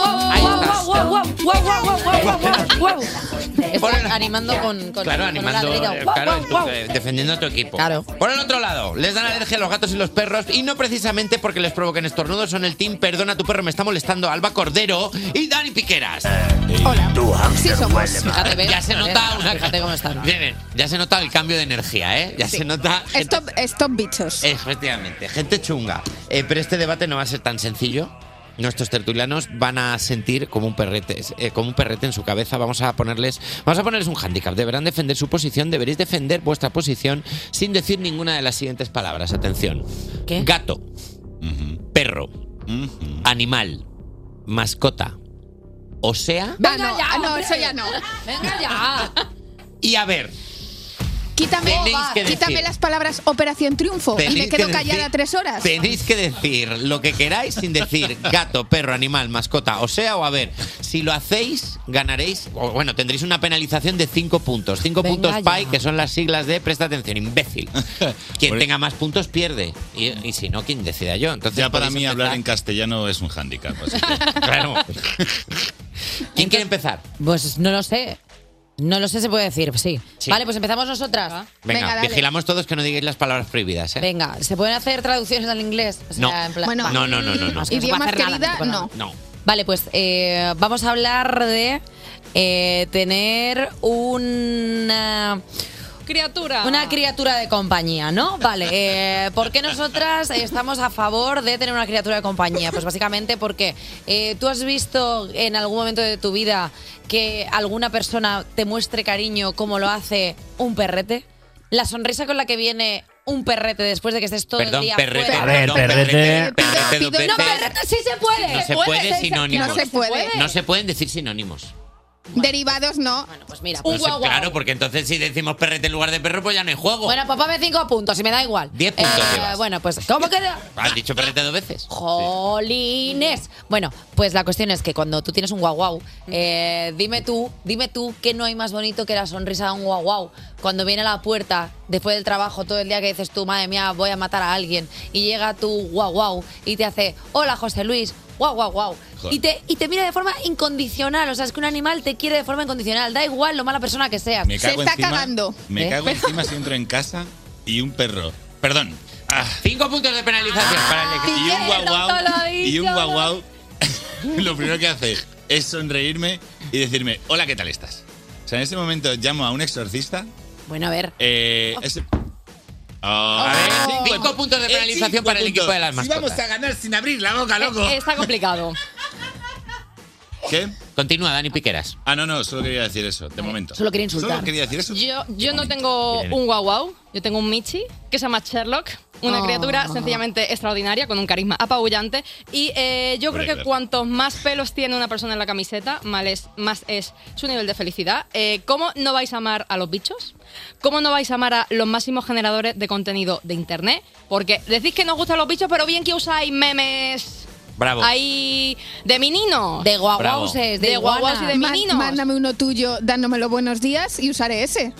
Speaker 3: Están animando con, con
Speaker 4: Claro,
Speaker 3: con un
Speaker 4: animando,
Speaker 3: ladrido.
Speaker 4: eh,
Speaker 3: Guau,
Speaker 4: claro,
Speaker 3: guau,
Speaker 4: en tu-
Speaker 3: guau.
Speaker 4: eh, defendiendo a tu equipo. Por el otro lado, les dan alergia a los gatos y los perros y no precisamente porque les provoquen estornudos, son el team Perdona, tu perro me está molestando, Alba Cordero y Dani Piqueras. Hola.
Speaker 3: Sí somos. Fíjate, ves,
Speaker 4: ya se
Speaker 3: ves,
Speaker 4: nota una...
Speaker 3: Fíjate cómo están.
Speaker 4: Bien, bien. Ya se nota el cambio de energía, ¿eh? Ya se nota...
Speaker 7: Stop, stop bichos.
Speaker 4: Efectivamente, gente chunga. Eh, pero este debate no va a ser tan sencillo. Nuestros tertulianos van a sentir como un perrete, eh, como un perrete en su cabeza. Vamos a ponerles, vamos a ponerles un hándicap. Deberán defender su posición, deberéis defender vuestra posición sin decir ninguna de las siguientes palabras. Atención. Gato, perro, animal, mascota, o sea
Speaker 7: Venga ya, no, eso ya no.
Speaker 3: Venga ya.
Speaker 4: y a ver.
Speaker 7: Quítame,
Speaker 4: Tenéis que decir.
Speaker 7: quítame las palabras Operación Triunfo y me
Speaker 4: Tenéis que
Speaker 7: quedo
Speaker 4: decir-
Speaker 7: callada tres horas.
Speaker 4: Tenéis que decir lo que queráis sin decir gato, perro, animal, mascota, o sea, o a ver, si lo hacéis, ganaréis, o bueno, tendréis una penalización de 5 puntos. 5
Speaker 11: Venga
Speaker 4: puntos
Speaker 11: ya.
Speaker 4: PAI, que son las siglas de presta atención, imbécil. Quien tenga más puntos pierde. Y, y si no, quien decida yo. Entonces,
Speaker 9: Ya para
Speaker 4: podéis
Speaker 9: mí
Speaker 4: empezar.
Speaker 9: hablar en castellano es un hándicap. así que-
Speaker 4: Claro. ¿Quién quiere empezar?
Speaker 3: Pues no lo sé. No lo sé, se puede decir, sí.
Speaker 4: Sí.
Speaker 3: Vale, pues empezamos nosotras.
Speaker 4: Venga,
Speaker 3: dale.
Speaker 4: vigilamos todos que no digáis las palabras prohibidas, ¿eh?
Speaker 3: Venga, ¿se pueden hacer traducciones al inglés? O sea,
Speaker 4: No.
Speaker 3: en plan-
Speaker 4: Bueno, No, no, no, no, no.
Speaker 3: Es que se
Speaker 4: idiomas
Speaker 3: puede hacer
Speaker 4: querida,
Speaker 3: nada, no. se puede
Speaker 4: No.
Speaker 3: nada. Vale, pues eh, vamos a hablar de eh, tener una...
Speaker 10: Criatura.
Speaker 3: Una criatura de compañía, ¿no? Vale. eh, ¿Por qué nosotras estamos a favor de tener una criatura de compañía? Pues básicamente porque eh, tú has visto en algún momento de tu vida que alguna persona te muestre cariño como lo hace un perrete. La sonrisa con la que viene un perrete después de que estés todo el
Speaker 4: Perdón,
Speaker 3: día
Speaker 4: perrete.
Speaker 3: fuera.
Speaker 8: A ver,
Speaker 4: perdón, perrete. Perrete, dos
Speaker 3: No,
Speaker 4: veces.
Speaker 3: perrete sí se puede.
Speaker 4: No se puede
Speaker 3: sí
Speaker 4: sinónimos.
Speaker 3: No se puede.
Speaker 4: No se pueden decir sinónimos.
Speaker 7: Derivados no. Bueno,
Speaker 3: pues mira,
Speaker 4: No sé, Claro, porque entonces si decimos perrete en lugar de perro, pues ya no hay juego.
Speaker 3: Bueno, pues ponme cinco puntos y me da igual.
Speaker 4: Diez puntos
Speaker 3: Eh,
Speaker 4: llevas.
Speaker 3: bueno, pues ¿cómo queda?
Speaker 4: Has dicho perrete dos veces.
Speaker 3: Jolines. Bueno, pues la cuestión es que cuando tú tienes un guau guau, eh, dime tú, dime tú que no hay más bonito que la sonrisa de un guau guau. Cuando viene a la puerta, después del trabajo, todo el día que dices tú, madre mía, voy a matar a alguien, y llega tu guau guau y te hace, hola José Luis, guau guau guau.
Speaker 11: Joder.
Speaker 3: Y te, y te mira de forma incondicional, o sea, es que un animal te quiere de forma incondicional, da igual lo mala persona que seas. ¿Eh?
Speaker 9: Me cago encima- Me
Speaker 4: ¿Eh?
Speaker 9: cago encima si entro en casa y un perro. Perdón.
Speaker 4: Cinco puntos de penalización
Speaker 9: para el Y un
Speaker 5: Miguel,
Speaker 9: guau
Speaker 5: no te lo he
Speaker 9: Y un
Speaker 5: dicho,
Speaker 9: guau lo primero que hace es sonreírme y decirme, hola, ¿qué tal estás? O sea, en ese momento llamo a un exorcista.
Speaker 3: Bueno, a ver.
Speaker 9: eh,
Speaker 5: Oh.
Speaker 9: es- Ah,
Speaker 4: cinco, puntos de
Speaker 9: Eh,
Speaker 4: penalización
Speaker 9: cinco
Speaker 4: para el
Speaker 9: puntos.
Speaker 4: equipo de las
Speaker 9: Si
Speaker 4: mascotas.
Speaker 9: vamos a ganar sin abrir la boca, loco.
Speaker 10: Eh, Está complicado.
Speaker 9: ¿Qué?
Speaker 4: Continúa, Dani Piqueras.
Speaker 9: Ah, no, no, solo quería decir eso, de momento.
Speaker 3: Solo quería insultar.
Speaker 9: Solo quería decir eso.
Speaker 11: Yo, yo no tengo
Speaker 9: Bien.
Speaker 11: un guau guau, yo tengo un Michi que se llama Sherlock, una
Speaker 3: Ah,
Speaker 10: Oh.
Speaker 11: criatura sencillamente extraordinaria con un carisma apabullante y eh, yo
Speaker 10: Hombre,
Speaker 11: creo que
Speaker 10: claro.
Speaker 11: cuantos más pelos tiene una persona en la camiseta, más es, más es su nivel de felicidad. Eh, ¿Cómo no vais a amar a los bichos? ¿Cómo no vais a amar a los máximos generadores de contenido de internet? Porque decís que no os gustan los bichos, pero bien que usáis memes.
Speaker 4: Bravo.
Speaker 11: Ahí de meninos. De
Speaker 7: guaguauses,
Speaker 11: de guaguas y de
Speaker 7: Man-
Speaker 11: meninos.
Speaker 7: Mándame uno tuyo dándomelo buenos días y usaré ese.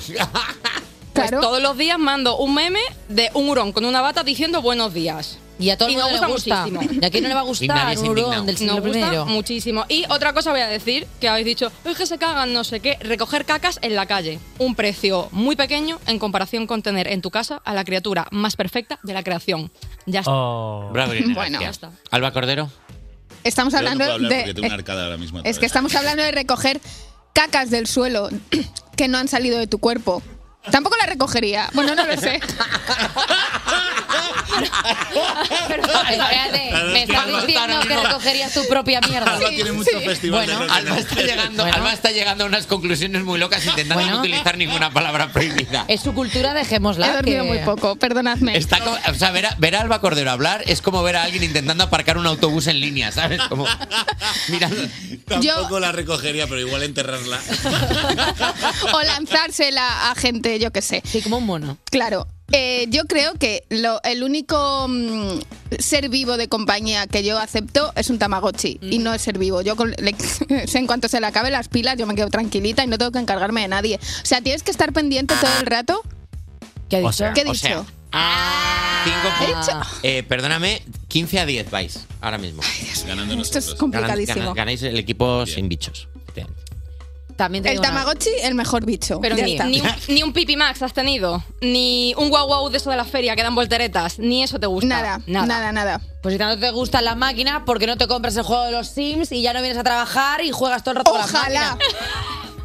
Speaker 11: Pues todos los días mando un meme de un hurón con una bata diciendo buenos días.
Speaker 3: Y a todo el
Speaker 11: nos
Speaker 3: mundo le gusta.
Speaker 11: muchísimo.
Speaker 3: Y aquí no le va a gustar Y nadie se un hurón indigna. del siglo
Speaker 11: Nos gusta
Speaker 3: primero.
Speaker 11: muchísimo. Y otra cosa voy a decir, que habéis dicho, es que se cagan no sé qué, recoger cacas en la calle. Un precio muy pequeño en comparación con tener en tu casa a la criatura más perfecta de la creación. Ya está.
Speaker 4: Bravo, Irene
Speaker 7: Bueno.
Speaker 4: García. Alba Cordero.
Speaker 7: Estamos
Speaker 9: Yo no
Speaker 7: hablando
Speaker 9: puedo hablar
Speaker 7: de. eh,
Speaker 9: porque tengo una arcada ahora mismo.
Speaker 7: Es que estamos hablando de recoger cacas del suelo que no han salido de tu cuerpo. Tampoco la recogería. Bueno, no lo sé.
Speaker 3: Espérate, me estás diciendo que recogerías tu propia mierda.
Speaker 4: Alba tiene mucho festival
Speaker 3: Bueno,
Speaker 4: Alba, está llegando, Alba está llegando a unas conclusiones muy locas intentando no utilizar ninguna palabra prohibida.
Speaker 7: Eh,
Speaker 3: es su cultura, dejémosla.
Speaker 7: He dormido
Speaker 3: que-
Speaker 7: muy poco, perdonadme.
Speaker 4: Está como- o sea, ver a, ver a Alba Cordero hablar es como ver a alguien intentando aparcar un autobús en línea, ¿sabes? Como, mira,
Speaker 9: Tampoco la recogería, pero igual enterrarla.
Speaker 7: o lanzársela a gente, yo qué sé.
Speaker 3: Sí, como un mono.
Speaker 7: Claro. Eh, yo creo que lo- el único mm, ser vivo de compañía que yo acepto es un Tamagotchi
Speaker 3: Mm.
Speaker 7: y no es ser vivo. Yo con- le- en cuanto se le acabe las pilas, yo me quedo tranquilita y no tengo que encargarme de nadie. O sea, tienes que estar pendiente todo el rato.
Speaker 3: ¿Qué ha
Speaker 4: O sea,
Speaker 7: ¿Qué he
Speaker 4: o sea, ah,
Speaker 7: dicho?
Speaker 4: cinco
Speaker 7: He
Speaker 4: puntos.
Speaker 7: dicho-
Speaker 4: Eh, perdóname, 15 a 10 vais ahora mismo.
Speaker 9: Ganando
Speaker 7: Esto es complicadísimo.
Speaker 4: ganáis el equipo sin bichos.
Speaker 3: También
Speaker 7: El Tamagotchi, el mejor bicho.
Speaker 11: Pero
Speaker 7: Ya
Speaker 11: ni,
Speaker 7: está.
Speaker 11: ni un, ni un pipi max has tenido, ni un guau guau de eso de la feria que dan volteretas, ni eso te gusta. Nada,
Speaker 3: nada.
Speaker 7: nada,
Speaker 3: Pues si tanto te gustan las máquinas, ¿por qué no te compras el juego de los Sims y ya no vienes a trabajar y juegas todo el rato con las máquinas?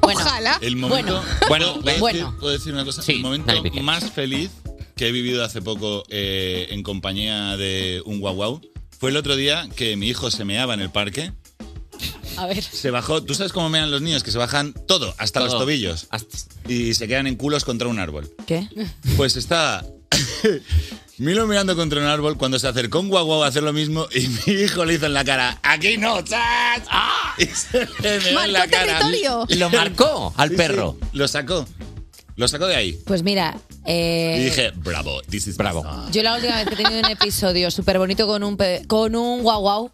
Speaker 7: Ojalá.
Speaker 9: El momento. Bueno, ¿puedo, Decir, puedo decir una cosa. el momento
Speaker 12: dale, Piqué.
Speaker 9: más feliz que he vivido hace poco eh, en compañía de un guau guau fue el otro día que mi hijo se meaba en el parque.
Speaker 11: A ver.
Speaker 9: Se bajó. ¿Tú sabes cómo mean los niños? Que se bajan todo, hasta
Speaker 4: Todo.
Speaker 9: los tobillos. Y se quedan en culos contra un árbol.
Speaker 3: ¿Qué?
Speaker 9: Pues estaba Milo mirando contra un árbol cuando se acercó un guau guau a hacer lo mismo y mi hijo le hizo en la cara, aquí no, chas.
Speaker 3: ¡Ah!
Speaker 9: Y se le meó en la
Speaker 4: Marcó
Speaker 9: cara.
Speaker 4: territorio. Lo marcó al
Speaker 9: Sí, sí,
Speaker 4: perro.
Speaker 9: lo sacó. Lo sacó de ahí.
Speaker 3: Pues mira, eh,
Speaker 9: Y dije, bravo, this is bravo.
Speaker 3: yo la última vez que he tenido un episodio súper bonito con un, pe- con un guau guau.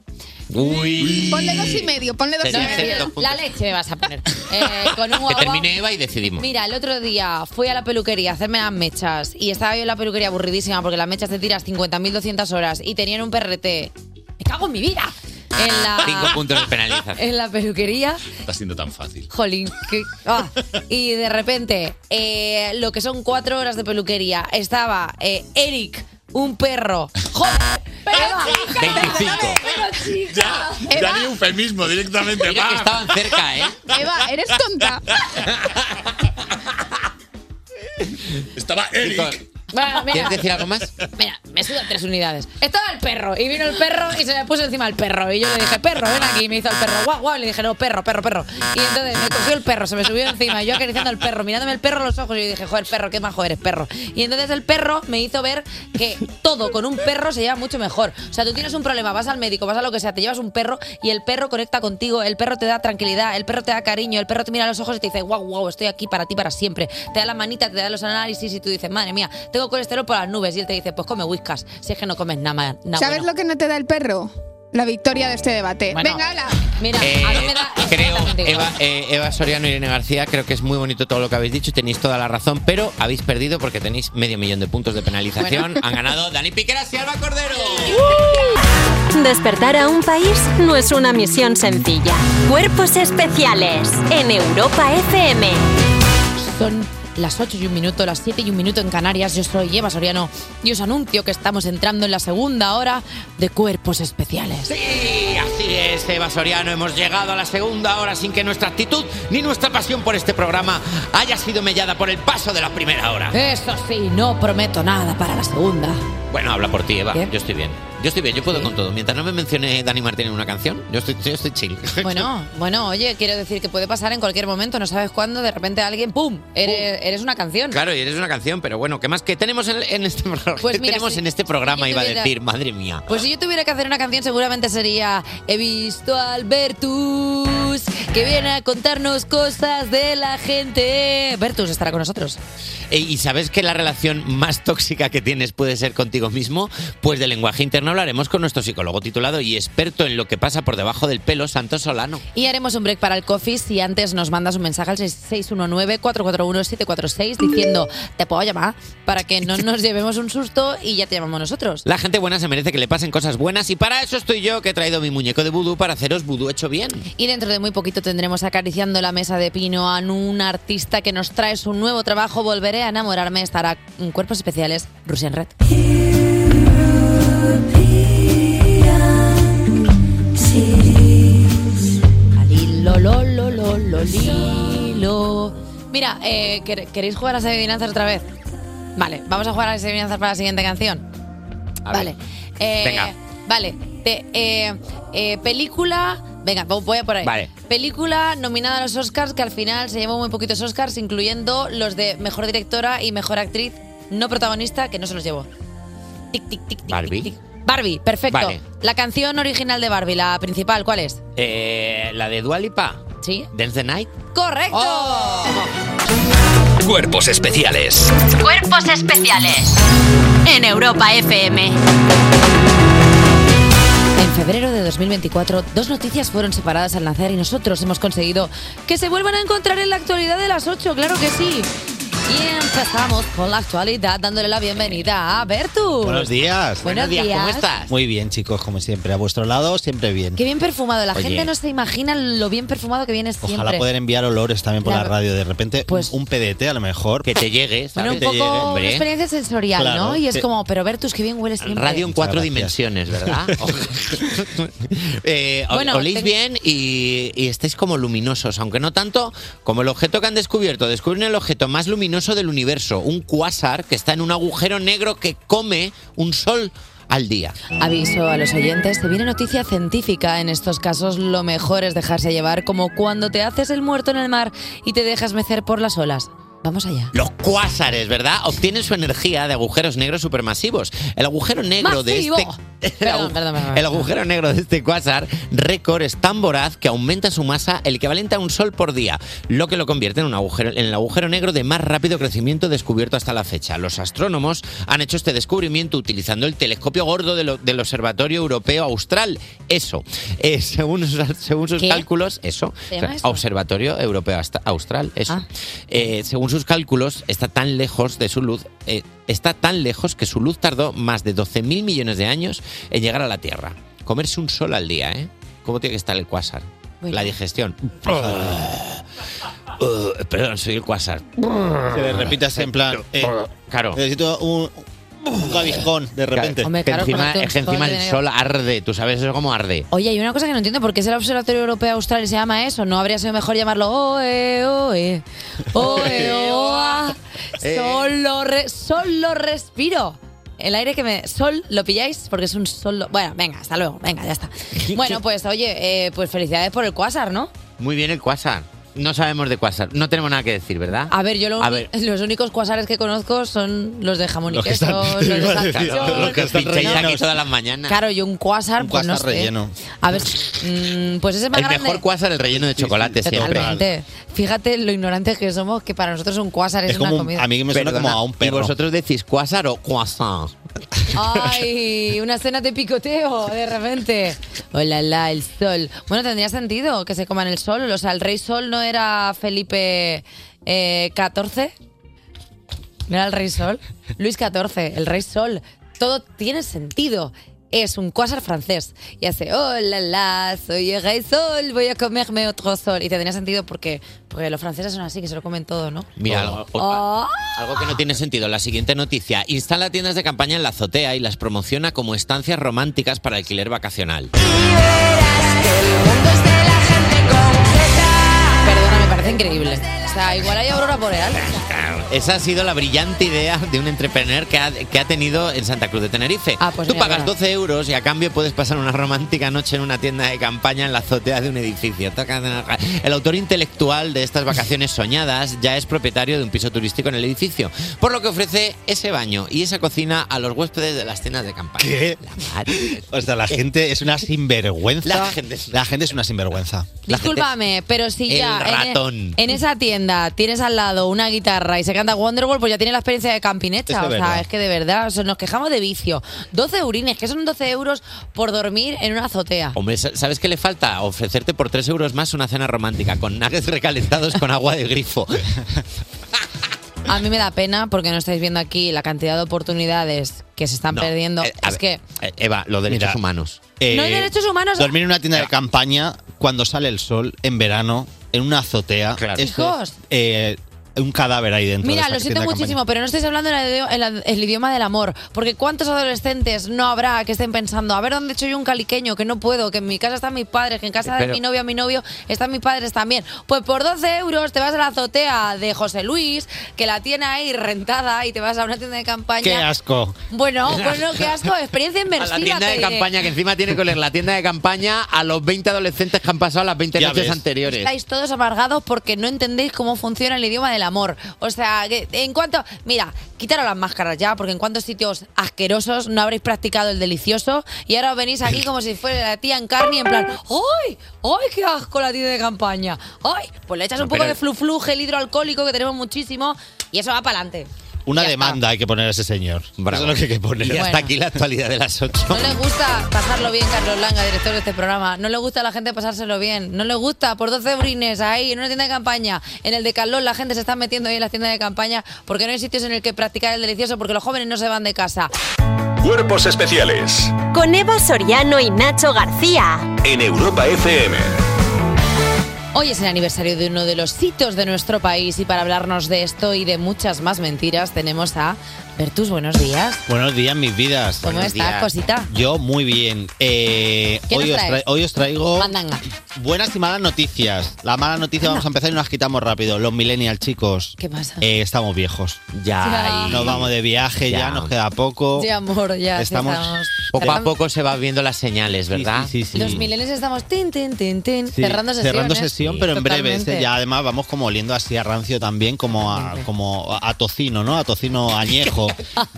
Speaker 4: Uy.
Speaker 7: Ponle dos y medio, ponle dos y
Speaker 4: Sería
Speaker 7: medio.
Speaker 4: hacer dos puntos.
Speaker 3: La leche me vas a poner. Eh, con un guau
Speaker 4: Que
Speaker 3: guau.
Speaker 4: termine Eva y decidimos.
Speaker 3: Mira, el otro día fui a la peluquería a hacerme las mechas y estaba yo en la peluquería aburridísima porque las mechas te tiras 50.200 horas y tenían un perrete. ¡Me cago en mi vida! En
Speaker 9: Cinco
Speaker 3: la,
Speaker 4: puntos de penalización.
Speaker 3: en la peluquería
Speaker 9: Está siendo tan fácil.
Speaker 3: Jolín, qué- ah. Y de repente, eh, lo que son cuatro horas de peluquería, estaba eh, Eric, un perro. ¡Joder! Eva,
Speaker 4: 25.
Speaker 9: Ya, ya ni eufemismo directamente.
Speaker 4: Mira que
Speaker 9: ¡pam!
Speaker 4: estaban cerca, ¿eh?
Speaker 7: Eva, eres tonta.
Speaker 9: Estaba Eric.
Speaker 3: Bueno, mira.
Speaker 4: ¿Quieres decir algo más?
Speaker 3: Mira, me sudan tres unidades. Estaba el perro y vino el perro y se me puso encima el perro. Y yo le dije, perro, ven aquí. Y me hizo el perro, guau, guau. Y le dije, no, perro, perro, perro. Y entonces me cogió el perro, se me subió encima. Yo acariciando al perro, mirándome el perro a los ojos. Y yo dije, joder, perro, qué majo eres, perro. Y entonces el perro me hizo ver que todo con un perro se lleva mucho mejor. O sea, tú tienes un problema, vas al médico, vas a lo que sea, te llevas un perro y el perro conecta contigo, el perro te da tranquilidad, el perro te da cariño, el perro te mira a los ojos y te dice, guau, guau, estoy aquí para ti para siempre. Te da la manita, te da los análisis y tú dices, madre mía, tengo colesterol por las nubes. Y él te dice, pues come whiskas, si es que no comes nada más. nada
Speaker 12: ¿Sabes
Speaker 3: bueno".
Speaker 12: lo que no te da el perro? La victoria de este debate.
Speaker 3: Bueno,
Speaker 12: Venga, ala.
Speaker 3: Mira, a mí me da
Speaker 4: Creo, Eva, eh, Eva Soriano y Irene García, creo que es muy bonito todo lo que habéis dicho, y tenéis toda la razón, pero habéis perdido porque tenéis medio millón de puntos de penalización.
Speaker 2: Bueno.
Speaker 4: Han ganado Dani Piqueras y Alba Cordero.
Speaker 2: ¡Uh! Despertar a un país no es una misión sencilla. Cuerpos especiales en Europa FM.
Speaker 3: Son las 8 y un minuto, las 7 y un minuto en Canarias. Yo soy Eva Soriano y os anuncio que estamos entrando en la segunda hora de Cuerpos Especiales.
Speaker 4: Sí, así es, Eva Soriano. Hemos llegado a la segunda hora sin que nuestra actitud ni nuestra pasión por este programa haya sido mellada por el paso de la primera hora.
Speaker 3: Eso sí, no prometo nada para la segunda.
Speaker 4: Bueno, habla por ti, Eva. Yo estoy bien. Yo estoy bien, yo puedo con todo. Mientras no me mencione Dani Martín en una canción, yo estoy, yo estoy chill.
Speaker 3: Bueno, bueno, oye, quiero decir que puede pasar en cualquier momento, no sabes cuándo, de repente alguien, ¡pum! Eres, eres una canción.
Speaker 4: Claro, y eres una canción, pero bueno, ¿qué más que tenemos en, en este programa?
Speaker 3: Pues mira,
Speaker 4: tenemos
Speaker 3: si-
Speaker 4: en este programa,
Speaker 3: si yo
Speaker 4: iba a
Speaker 3: tuviera-
Speaker 4: decir, madre mía.
Speaker 3: Pues si yo tuviera que hacer una canción, seguramente sería He visto a Albertus, que viene a contarnos cosas de la gente. Bertus estará con nosotros.
Speaker 4: Eh, ¿Y sabes que la relación más tóxica que tienes puede ser contigo mismo? Pues del lenguaje interno hablaremos con nuestro psicólogo titulado y experto en lo que pasa por debajo del pelo, Santos Solano.
Speaker 3: Y haremos un break para el coffee si antes nos mandas un mensaje al 619-441-746 diciendo te puedo llamar para que no nos llevemos un susto y ya te llamamos nosotros.
Speaker 4: La gente buena se merece que le pasen cosas buenas y para eso estoy yo que he traído mi muñeco de vudú para haceros vudú hecho bien.
Speaker 3: Y dentro de muy poquito tendremos acariciando la mesa de pino a un artista que nos trae su nuevo trabajo. Volveré a enamorarme. Estará en Cuerpos Especiales, Russian Red. Lo, lo, lo, lo, lo, li, lo. Mira, eh, ¿quer- ¿queréis jugar a las adivinanzas otra vez? Vale, vamos a jugar a las adivinanzas para la siguiente canción. vale. Eh,
Speaker 5: Venga.
Speaker 3: Vale. te- eh, eh, película. Venga, vo- voy a por ahí.
Speaker 5: Vale.
Speaker 3: Película nominada a los Oscars, que al final se llevó muy poquitos Oscars, incluyendo los de mejor directora y mejor actriz no protagonista, que no se los llevó.
Speaker 4: Barbie.
Speaker 3: Barbie, perfecto.
Speaker 4: Vale.
Speaker 3: La canción original de Barbie, la principal, ¿cuál es?
Speaker 4: Eh, la de Dualipa.
Speaker 3: Sí.
Speaker 4: Dance the Night.
Speaker 3: ¡Correcto!
Speaker 2: Oh.
Speaker 1: Cuerpos especiales.
Speaker 2: Cuerpos especiales en Europa FM.
Speaker 3: En febrero de 2024, dos noticias fueron separadas al nacer y nosotros hemos conseguido que se vuelvan a encontrar en la actualidad de las 8, claro que sí. Y empezamos con la actualidad dándole la bienvenida a Bertu.
Speaker 13: Buenos días.
Speaker 3: Buenos días, ¿cómo estás?
Speaker 13: Muy bien, chicos, como siempre. A vuestro lado, siempre bien.
Speaker 3: Qué bien perfumado, la
Speaker 13: Oye.
Speaker 3: gente no se imagina lo bien perfumado que vienes siempre. Pues-
Speaker 13: Ojalá poder enviar olores también por
Speaker 3: La
Speaker 13: la,
Speaker 3: ver-
Speaker 13: radio de repente. un PDT a lo mejor. Que
Speaker 4: te llegue,
Speaker 3: Bueno, un poco una experiencia sensorial, ¿no?
Speaker 13: Claro,
Speaker 3: Y es
Speaker 13: que-
Speaker 3: como, pero Bertus, qué bien hueles siempre.
Speaker 4: Radio en cuatro
Speaker 13: gracias.
Speaker 4: dimensiones, ¿verdad? Eh, o-
Speaker 3: Bueno,
Speaker 4: oléis
Speaker 3: tengo-
Speaker 4: bien y, y estáis como luminosos, aunque no tanto como el objeto que han descubierto. Descubren el objeto más luminoso del universo, un cuásar que está en un agujero negro que come un sol al día.
Speaker 3: Aviso a los oyentes, te viene noticia científica. En estos casos lo mejor es dejarse llevar como cuando te haces el muerto en el mar y te dejas mecer por las olas. Vamos allá.
Speaker 4: Los cuásares, ¿verdad? Obtienen su energía de agujeros negros supermasivos. El agujero negro
Speaker 3: Masivo.
Speaker 4: de este
Speaker 3: Perdón, perdón, perdón.
Speaker 4: El agujero negro de este cuásar récord es tan voraz que aumenta su masa el equivalente a un sol por día, lo que lo convierte en, un agujero, en el agujero negro de más rápido crecimiento descubierto hasta la fecha. Los astrónomos han hecho este descubrimiento utilizando el telescopio gordo de lo- del Observatorio Europeo Austral. Eso. Eh, según, sus- según sus cálculos, eso.
Speaker 13: ¿Se llama eso?
Speaker 4: Observatorio Europeo Ast- Austral, eso.
Speaker 3: Ah.
Speaker 4: Eh, según sus cálculos, está tan lejos de su luz, eh, está tan lejos que su luz tardó más de 12.000 millones de años en llegar a la Tierra. Comerse un sol al día, ¿eh? ¿Cómo tiene que estar el cuásar?
Speaker 13: Bueno.
Speaker 4: La digestión. Uh, perdón, soy el cuásar.
Speaker 13: Que de repente así en plan, eh,
Speaker 4: claro.
Speaker 13: Necesito un. un gaviscón de repente.
Speaker 3: Hombre, claro, eh.
Speaker 4: que encima,
Speaker 3: conecta un
Speaker 4: es que
Speaker 3: sol de
Speaker 4: encima el
Speaker 3: enero.
Speaker 4: sol arde, tú sabes eso cómo arde.
Speaker 3: Oye, hay una cosa que no entiendo, ¿por qué es el Observatorio Europeo Austral y se llama eso? ¿No habría sido mejor llamarlo OE, OE, OE, OA?
Speaker 4: Eh.
Speaker 3: Solo, re- solo respiro. El aire que me... Sol, ¿lo pilláis? Porque es un solo... Bueno, venga, hasta luego, venga, ya está. Bueno, pues oye, eh, pues felicidades por el Quasar, ¿no?
Speaker 4: Muy bien el Quasar. No sabemos de Quasar. No tenemos nada que decir, ¿verdad?
Speaker 3: A ver, yo lo
Speaker 4: A
Speaker 3: uni-
Speaker 4: ver.
Speaker 3: los únicos Quasares que conozco son los de jamón y
Speaker 4: Los que
Speaker 3: queso,
Speaker 4: están-
Speaker 3: los de
Speaker 4: Iba a decir,
Speaker 3: salchichón.
Speaker 4: los que están
Speaker 3: No,
Speaker 4: rellenos.
Speaker 3: no, no.
Speaker 4: todas las mañanas.
Speaker 3: Claro, yo un Quasar,
Speaker 4: Un
Speaker 3: pues no
Speaker 4: cuásar
Speaker 3: sé.
Speaker 4: relleno.
Speaker 3: A ver, mm, pues ese más
Speaker 4: El
Speaker 3: grande.
Speaker 4: mejor Quasar, el relleno de chocolate siempre.
Speaker 3: Totalmente. Fíjate lo ignorantes que somos, que para nosotros un cuásar es, una comida.
Speaker 4: Perdona, Y vosotros decís Quasar o Quasar.
Speaker 3: Ay, una cena de picoteo, de repente. Hola, la, el sol. Bueno, tendría sentido que se coman el sol. O sea, el rey sol no era Felipe eh, XIV. No era el rey sol. Luis XIV, el rey sol. Todo tiene sentido. Es un cuásar francés. Y hace, hola, la, soy el rey sol, voy a comerme otro sol. Y tendría sentido porque, porque los franceses son así, que se lo comen todo, ¿no?
Speaker 4: Mira, algo,
Speaker 3: Oh.
Speaker 4: algo que no tiene sentido. La siguiente noticia. Instala tiendas de campaña en la azotea y las promociona como estancias románticas para alquiler vacacional.
Speaker 3: Perdona, me parece increíble. O sea, igual hay aurora boreal.
Speaker 4: Esa ha sido la brillante idea de un entrepreneur que ha, que ha tenido en Santa Cruz de Tenerife. Tú
Speaker 3: Ah, pues mira,
Speaker 4: pagas
Speaker 3: claro.
Speaker 4: 12 euros y a cambio puedes pasar una romántica noche en una tienda de campaña en la azotea de un edificio. El autor intelectual de estas vacaciones soñadas ya es propietario de un piso turístico en el edificio, por lo que ofrece ese baño y esa cocina a los huéspedes de las tiendas de campaña.
Speaker 13: ¿Qué? O sea, la gente es una sinvergüenza.
Speaker 4: La
Speaker 13: gente es, una sinvergüenza.
Speaker 3: Discúlpame, pero si
Speaker 13: El
Speaker 3: ya en- e-
Speaker 13: ratón.
Speaker 3: En, esa tienda tienes al lado una guitarra y se canta Wonderwall, pues ya tienes la experiencia de campineta.
Speaker 13: Es de
Speaker 3: o sea,
Speaker 13: verdad.
Speaker 3: es que de verdad, o sea, nos quejamos de vicio. 12 urines, que son 12 euros por dormir en una azotea.
Speaker 4: Hombre, sa- ¿sabes qué le falta? Ofrecerte por 3 euros más una cena romántica con nuggets recalentados con agua de grifo.
Speaker 3: A mí me da pena porque no estáis viendo aquí la cantidad de oportunidades que se están
Speaker 4: No,
Speaker 3: perdiendo.
Speaker 4: eh, a
Speaker 3: es
Speaker 4: ver,
Speaker 3: que
Speaker 4: eh, Eva, lo de derechos humanos.
Speaker 3: no hay derechos humanos.
Speaker 13: Eh, Dormir en una tienda de campaña cuando sale el sol, en verano, en una azotea. Eso es,
Speaker 3: Chicos.
Speaker 13: eh, un cadáver ahí dentro. de
Speaker 3: Mira,
Speaker 13: esa
Speaker 3: lo siento
Speaker 13: tienda de campaña.
Speaker 3: muchísimo, pero no estáis hablando en el, idi- en la- el idioma del amor. Porque ¿cuántos adolescentes no habrá que estén pensando, a ver dónde echo yo un caliqueño, que no puedo, que en mi casa están mis padres, que en casa de
Speaker 14: Pero-
Speaker 3: mi novia, mi novio, están mis padres también? Pues por 12 euros te vas a la azotea de José Luis, que la tiene ahí rentada, y te vas a una tienda de campaña.
Speaker 4: ¡Qué asco!
Speaker 3: Bueno, bueno, qué asco, experiencia
Speaker 4: A
Speaker 3: inmersiva.
Speaker 4: la tienda
Speaker 3: te
Speaker 4: de
Speaker 3: diré.
Speaker 4: campaña, que encima tiene que oler la tienda de campaña a los 20 adolescentes que han pasado las 20 noches anteriores.
Speaker 3: Estáis todos amargados porque no entendéis cómo funciona el idioma del amor. O sea, que en cuanto. Mira, quitaros las máscaras ya, porque en cuantos sitios asquerosos no habréis practicado el delicioso y ahora os venís aquí como si fuera la tía en carne y en plan. ¡Ay! ¡Ay, qué asco la tienda de campaña! ¡Ay! Pues le echas
Speaker 13: No,
Speaker 3: un poco
Speaker 13: pero-
Speaker 3: de fluflu, gel hidroalcohólico que tenemos muchísimo y eso va para adelante.
Speaker 13: Una demanda hay que poner a ese señor. Eso es lo que hay que poner.
Speaker 4: Y hasta Bueno. aquí la actualidad de las 8.
Speaker 3: No le gusta pasarlo bien, Carlos Langa, director de este programa. No le gusta a la gente pasárselo bien. No le gusta por 12 brines ahí en una tienda de campaña. En el de Carlos la gente se está metiendo ahí en las tiendas de campaña porque no hay sitios en el que practicar el delicioso porque los jóvenes no se van de casa.
Speaker 6: Cuerpos especiales
Speaker 2: Con Eva Soriano y Nacho García.
Speaker 6: en Europa FM.
Speaker 3: Hoy es el aniversario de uno de los hitos de nuestro país y para hablarnos de esto y de muchas más mentiras tenemos a Bertus. Buenos días.
Speaker 13: Buenos días, mis vidas.
Speaker 3: ¿Cómo
Speaker 13: Buenos
Speaker 3: estás,
Speaker 13: días.
Speaker 3: cosita?
Speaker 13: Yo muy bien. Eh,
Speaker 3: ¿Qué
Speaker 13: hoy,
Speaker 3: nos
Speaker 13: os
Speaker 3: traes?
Speaker 13: tra- hoy os traigo
Speaker 3: Mandanga.
Speaker 13: buenas y malas noticias. La mala noticia vamos a empezar y nos quitamos rápido. Los millennials, chicos.
Speaker 3: ¿Qué pasa?
Speaker 13: Eh, estamos viejos.
Speaker 3: Ya.
Speaker 13: Nos vamos de viaje, ya,
Speaker 4: Ya.
Speaker 13: nos queda poco.
Speaker 3: Sí, amor, ya sí,
Speaker 13: Estamos-
Speaker 4: Poco a poco se va viendo las señales, ¿verdad?
Speaker 13: Sí, sí,
Speaker 3: Los milenios estamos tin, tin, tin, tin,
Speaker 13: Sí,
Speaker 3: cerrando sesión.
Speaker 13: cerrando sesión, pero en breve. este,
Speaker 3: breves
Speaker 13: Ya además vamos como oliendo así a rancio también, como a, como a tocino, ¿no? A tocino añejo,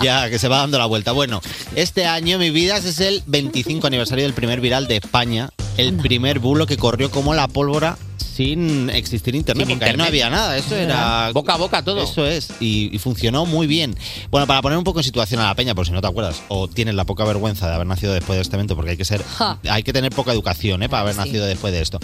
Speaker 13: ya que se va dando la vuelta. Bueno, este año, mi vida, es el 25 aniversario del primer viral de España. El primer bulo que corrió como la pólvora sin existir internet,
Speaker 4: Sin
Speaker 13: porque ahí no
Speaker 4: internet.
Speaker 13: había nada. Eso
Speaker 4: Es
Speaker 13: era...
Speaker 4: verdad. Boca a boca todo.
Speaker 13: Eso es, y, y funcionó muy bien. Bueno, para poner un poco en situación a la peña, por si no te acuerdas, o tienes la poca vergüenza de haber nacido después de este evento, porque hay que ser
Speaker 15: Ja.
Speaker 13: hay que tener poca educación ¿eh? para haber
Speaker 15: Sí.
Speaker 13: nacido después de esto.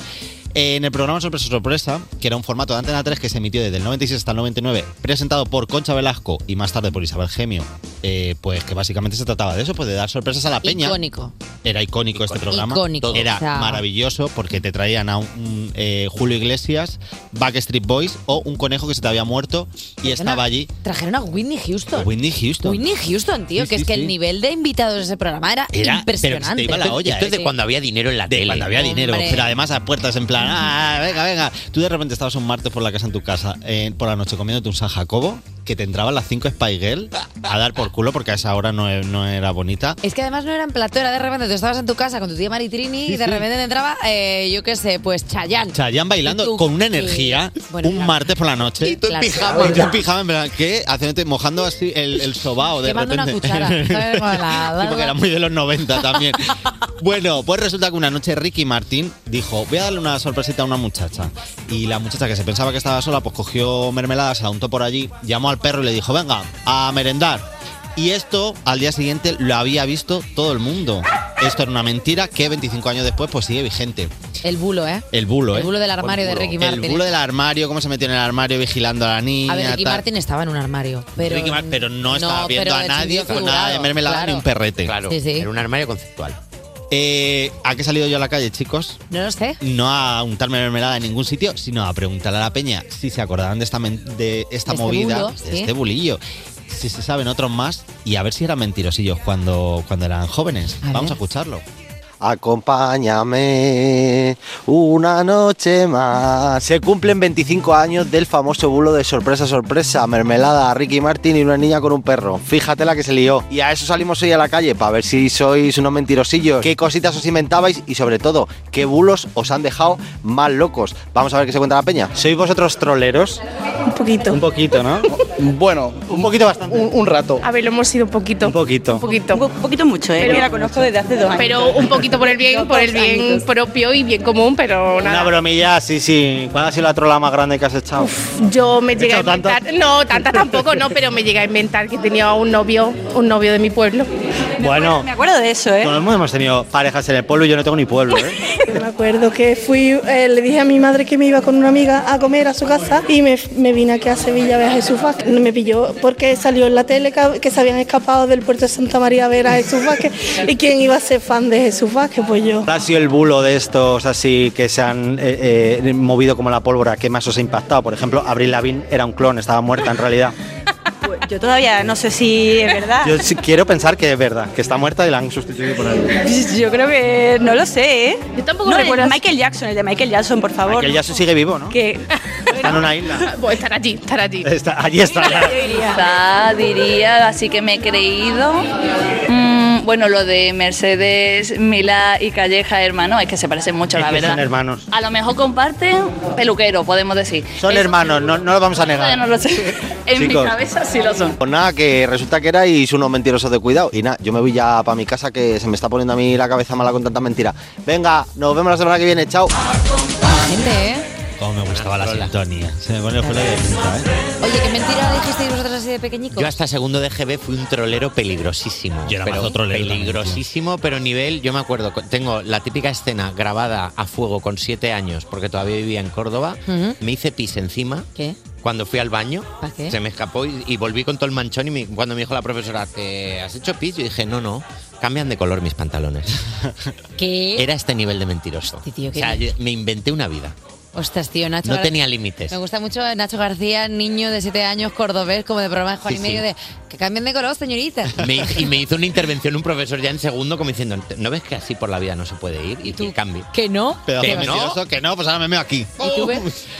Speaker 13: En el programa Sorpresa Sorpresa, que era un formato de Antena 3 que se emitió desde el 96 hasta el 99, presentado por Concha Velasco y más tarde por Isabel Gemio, eh, pues que básicamente se trataba de eso, pues de dar sorpresas a la peña.
Speaker 3: Icónico.
Speaker 13: Era icónico, este programa.
Speaker 3: Icónico.
Speaker 13: Era
Speaker 3: O sea-
Speaker 13: maravilloso porque te traían a un, un, eh, Julio Iglesias, Backstreet Boys o un conejo que se te había muerto y estaba allí.
Speaker 3: Trajeron a Whitney Houston.
Speaker 13: Whitney Houston.
Speaker 3: Whitney Houston, tío,
Speaker 13: Sí,
Speaker 3: que es
Speaker 13: sí,
Speaker 3: que
Speaker 13: sí.
Speaker 3: el nivel de invitados de ese programa era,
Speaker 13: Era- pero se te iba
Speaker 3: impresionante.
Speaker 13: la olla,
Speaker 4: Esto es de
Speaker 13: ¿eh?
Speaker 4: cuando había dinero en la
Speaker 13: De
Speaker 4: tele.
Speaker 13: cuando había dinero,
Speaker 4: Hombre.
Speaker 13: pero además a puertas en plan, ah, venga, venga. Tú de repente estabas un martes por la casa en tu casa, eh, por la noche comiéndote un San Jacobo, que te entraban las 5 Spy Girl a dar por culo porque a esa hora no, e- no era bonita.
Speaker 3: Es que además no era en plató, era de repente tú estabas en tu casa con tu tía Maritrini y de repente te entraba, eh, yo qué sé, pues Chayanne.
Speaker 13: Chayanne bailando
Speaker 3: Y tú,
Speaker 13: con una
Speaker 3: ¿qué?
Speaker 13: energía
Speaker 3: Bueno,
Speaker 13: un
Speaker 3: claro.
Speaker 13: martes por la noche. Y
Speaker 3: tú en Claro. pijama.
Speaker 13: yo en pijama, en plan, ¿qué? Haciéndote, mojando así el, el sobao de
Speaker 3: Quemando una
Speaker 13: repente.
Speaker 3: cuchara. ¿sabes? Con la-
Speaker 13: pues, Sí, porque era muy de los 90 también. bueno, pues resulta que una noche Ricky Martín dijo, voy a darle una sorpresita a una muchacha. Y la muchacha que se pensaba que estaba sola, pues cogió mermelada, se la untó por allí, llamó al perro y le dijo, venga, a merendar. Y esto al día siguiente lo había visto todo el mundo. Esto era una mentira que 25 años después pues sigue vigente.
Speaker 3: El bulo, ¿eh?
Speaker 13: El bulo, ¿eh?
Speaker 3: El bulo del armario de Ricky Martin.
Speaker 13: El bulo del armario, cómo se metió en el armario vigilando a la
Speaker 3: A
Speaker 13: niña.
Speaker 3: ver, Ricky
Speaker 13: tal.
Speaker 3: Martin estaba en un armario. Pero,
Speaker 13: Ricky Mar- pero no estaba
Speaker 3: No,
Speaker 13: viendo
Speaker 3: pero
Speaker 13: a
Speaker 3: de
Speaker 13: nadie
Speaker 3: sentido
Speaker 13: con nada de
Speaker 3: figurado,
Speaker 13: mermelada
Speaker 3: claro.
Speaker 13: ni un perrete.
Speaker 4: Claro,
Speaker 3: Sí, sí.
Speaker 4: era un armario conceptual.
Speaker 13: Eh, ¿A qué he salido yo a la calle, chicos?
Speaker 3: No lo sé.
Speaker 13: No a untarme mermelada en ningún sitio, sino a preguntar a la peña si se acordaban de esta, men- de esta
Speaker 3: De este
Speaker 13: movida,
Speaker 3: bulo,
Speaker 13: de
Speaker 3: sí.
Speaker 13: este bulillo. Si se saben otros más y a ver si eran mentirosillos cuando, cuando eran jóvenes. Vamos a escucharlo.
Speaker 14: Acompáñame una noche más. Se cumplen 25 años del famoso bulo de sorpresa, sorpresa, mermelada, Ricky Martin y una niña con un perro. Fíjate la que se lió. Y a eso salimos hoy a la calle, para ver si sois unos mentirosillos, qué cositas os inventabais y sobre todo, qué bulos os han dejado más locos. Vamos a ver qué se cuenta la peña. ¿Sois vosotros troleros? Un poquito. Un poquito, ¿no? bueno, un poquito bastante. Un, rato.
Speaker 15: A ver, lo hemos sido un poquito.
Speaker 14: Un poquito.
Speaker 15: poquito. Un poquito mucho,
Speaker 16: ¿eh? Yo la
Speaker 15: conozco desde hace
Speaker 16: dos años.
Speaker 15: Pero un poquito por el bien, por el bien propio y bien común, pero
Speaker 14: Una
Speaker 15: nada.
Speaker 14: bromilla, sí, sí. ¿Cuál ha sido la trola más grande que has echado?
Speaker 15: Yo me llegué a
Speaker 14: ¿He echado
Speaker 15: inventar, no, tanta tampoco, no, pero me llegué a inventar que tenía un novio, un novio de mi pueblo.
Speaker 14: Bueno,
Speaker 15: acuerdo de
Speaker 7: ¿eh?
Speaker 15: eso, ¿eh?
Speaker 14: todo el mundo hemos tenido parejas en el pueblo y yo no tengo ni pueblo, ¿eh?
Speaker 17: Yo me acuerdo que fui, eh, le dije a mi madre que me iba con una amiga a comer a su casa y me, me vine aquí a Sevilla a ver a Jesús Vázquez. Me pilló porque salió en la tele que, que se habían escapado del puerto de Santa María a ver a Jesús Vázquez. ¿Y quién iba a ser fan de Jesús Vázquez? Pues yo.
Speaker 14: ¿Cuál ha sido el bulo de estos así que se han eh, eh, movido como la pólvora? ¿Qué más os ha impactado? Por ejemplo, Abril Lavigne era un clon, estaba muerta en realidad.
Speaker 16: Yo todavía no sé si es verdad.
Speaker 14: Yo sí quiero pensar que es verdad, que está muerta y la han sustituido por él.
Speaker 16: Yo creo que no lo sé, ¿eh? Yo tampoco no,
Speaker 15: recuerdo
Speaker 16: El
Speaker 15: así.
Speaker 16: Michael Jackson, el de Michael Jackson, por favor.
Speaker 14: Que él ya se sigue vivo, ¿no?
Speaker 16: Que
Speaker 14: Está en una isla.
Speaker 15: Pues estar allí, estar allí.
Speaker 14: Está- allí está.
Speaker 18: Quizá diría, así que me he creído. Mm, bueno, lo de Mercedes, Milá y Calleja, hermano, es que se parecen mucho,
Speaker 14: Es
Speaker 18: la
Speaker 14: que
Speaker 18: verdad.
Speaker 14: son hermanos.
Speaker 18: A lo mejor comparten peluquero, podemos decir.
Speaker 14: Son hermanos, no, no lo vamos a
Speaker 18: Todavía
Speaker 14: negar.
Speaker 18: no lo sé. En
Speaker 14: Chicos.
Speaker 18: mi cabeza sí lo son.
Speaker 14: Pues nada, que resulta que erais unos mentirosos de cuidado. Y nada, yo me voy ya para mi casa que se me está poniendo a mí la cabeza mala con tanta mentira. Venga, nos vemos la semana que viene, chao.
Speaker 3: Gente, ¿eh?
Speaker 13: Cómo me gustaba la sintonía. Se me pone el pelo de punta, ¿eh?
Speaker 3: Oye, ¿qué mentira dijisteis vosotros así de pequeñico?
Speaker 4: Yo hasta segundo de GB fui un trolero peligrosísimo. Yo
Speaker 13: era mazo trolero
Speaker 4: Peligrosísimo, pero nivel, yo me acuerdo, co- tengo la típica escena grabada a fuego con siete años, porque todavía vivía en Córdoba.
Speaker 3: Ujú.
Speaker 4: Me hice pis encima.
Speaker 3: ¿Qué?
Speaker 4: Cuando fui al baño,
Speaker 3: ¿Pa qué?
Speaker 4: se me escapó y, y volví con todo el manchón. Y mi- cuando me dijo la profesora, "¿Te ¿has hecho pis? Yo dije, no, no, cambian de color mis pantalones.
Speaker 3: ¿Qué?
Speaker 4: Era este nivel de mentiroso.
Speaker 3: tío,
Speaker 4: o
Speaker 3: qué
Speaker 4: sea,
Speaker 3: bien.
Speaker 4: yo- me inventé una vida.
Speaker 3: Ostras, tío, Nacho.
Speaker 4: No
Speaker 3: Gar-
Speaker 4: tenía límites.
Speaker 3: Me gusta mucho Nacho García, niño de 7 años, cordobés, como de programa de Juan
Speaker 4: Sí,
Speaker 3: y medio,
Speaker 4: sí.
Speaker 3: de que cambien de color, señorita.
Speaker 4: Me- y me hizo una intervención un profesor ya en segundo como diciendo, ¿no ves que así por la vida no se puede ir? Y que cambie.
Speaker 3: ¿Que no?
Speaker 4: ¿Que
Speaker 13: Pedazo
Speaker 4: no?
Speaker 13: mentiroso, que no, pues ahora me meo aquí.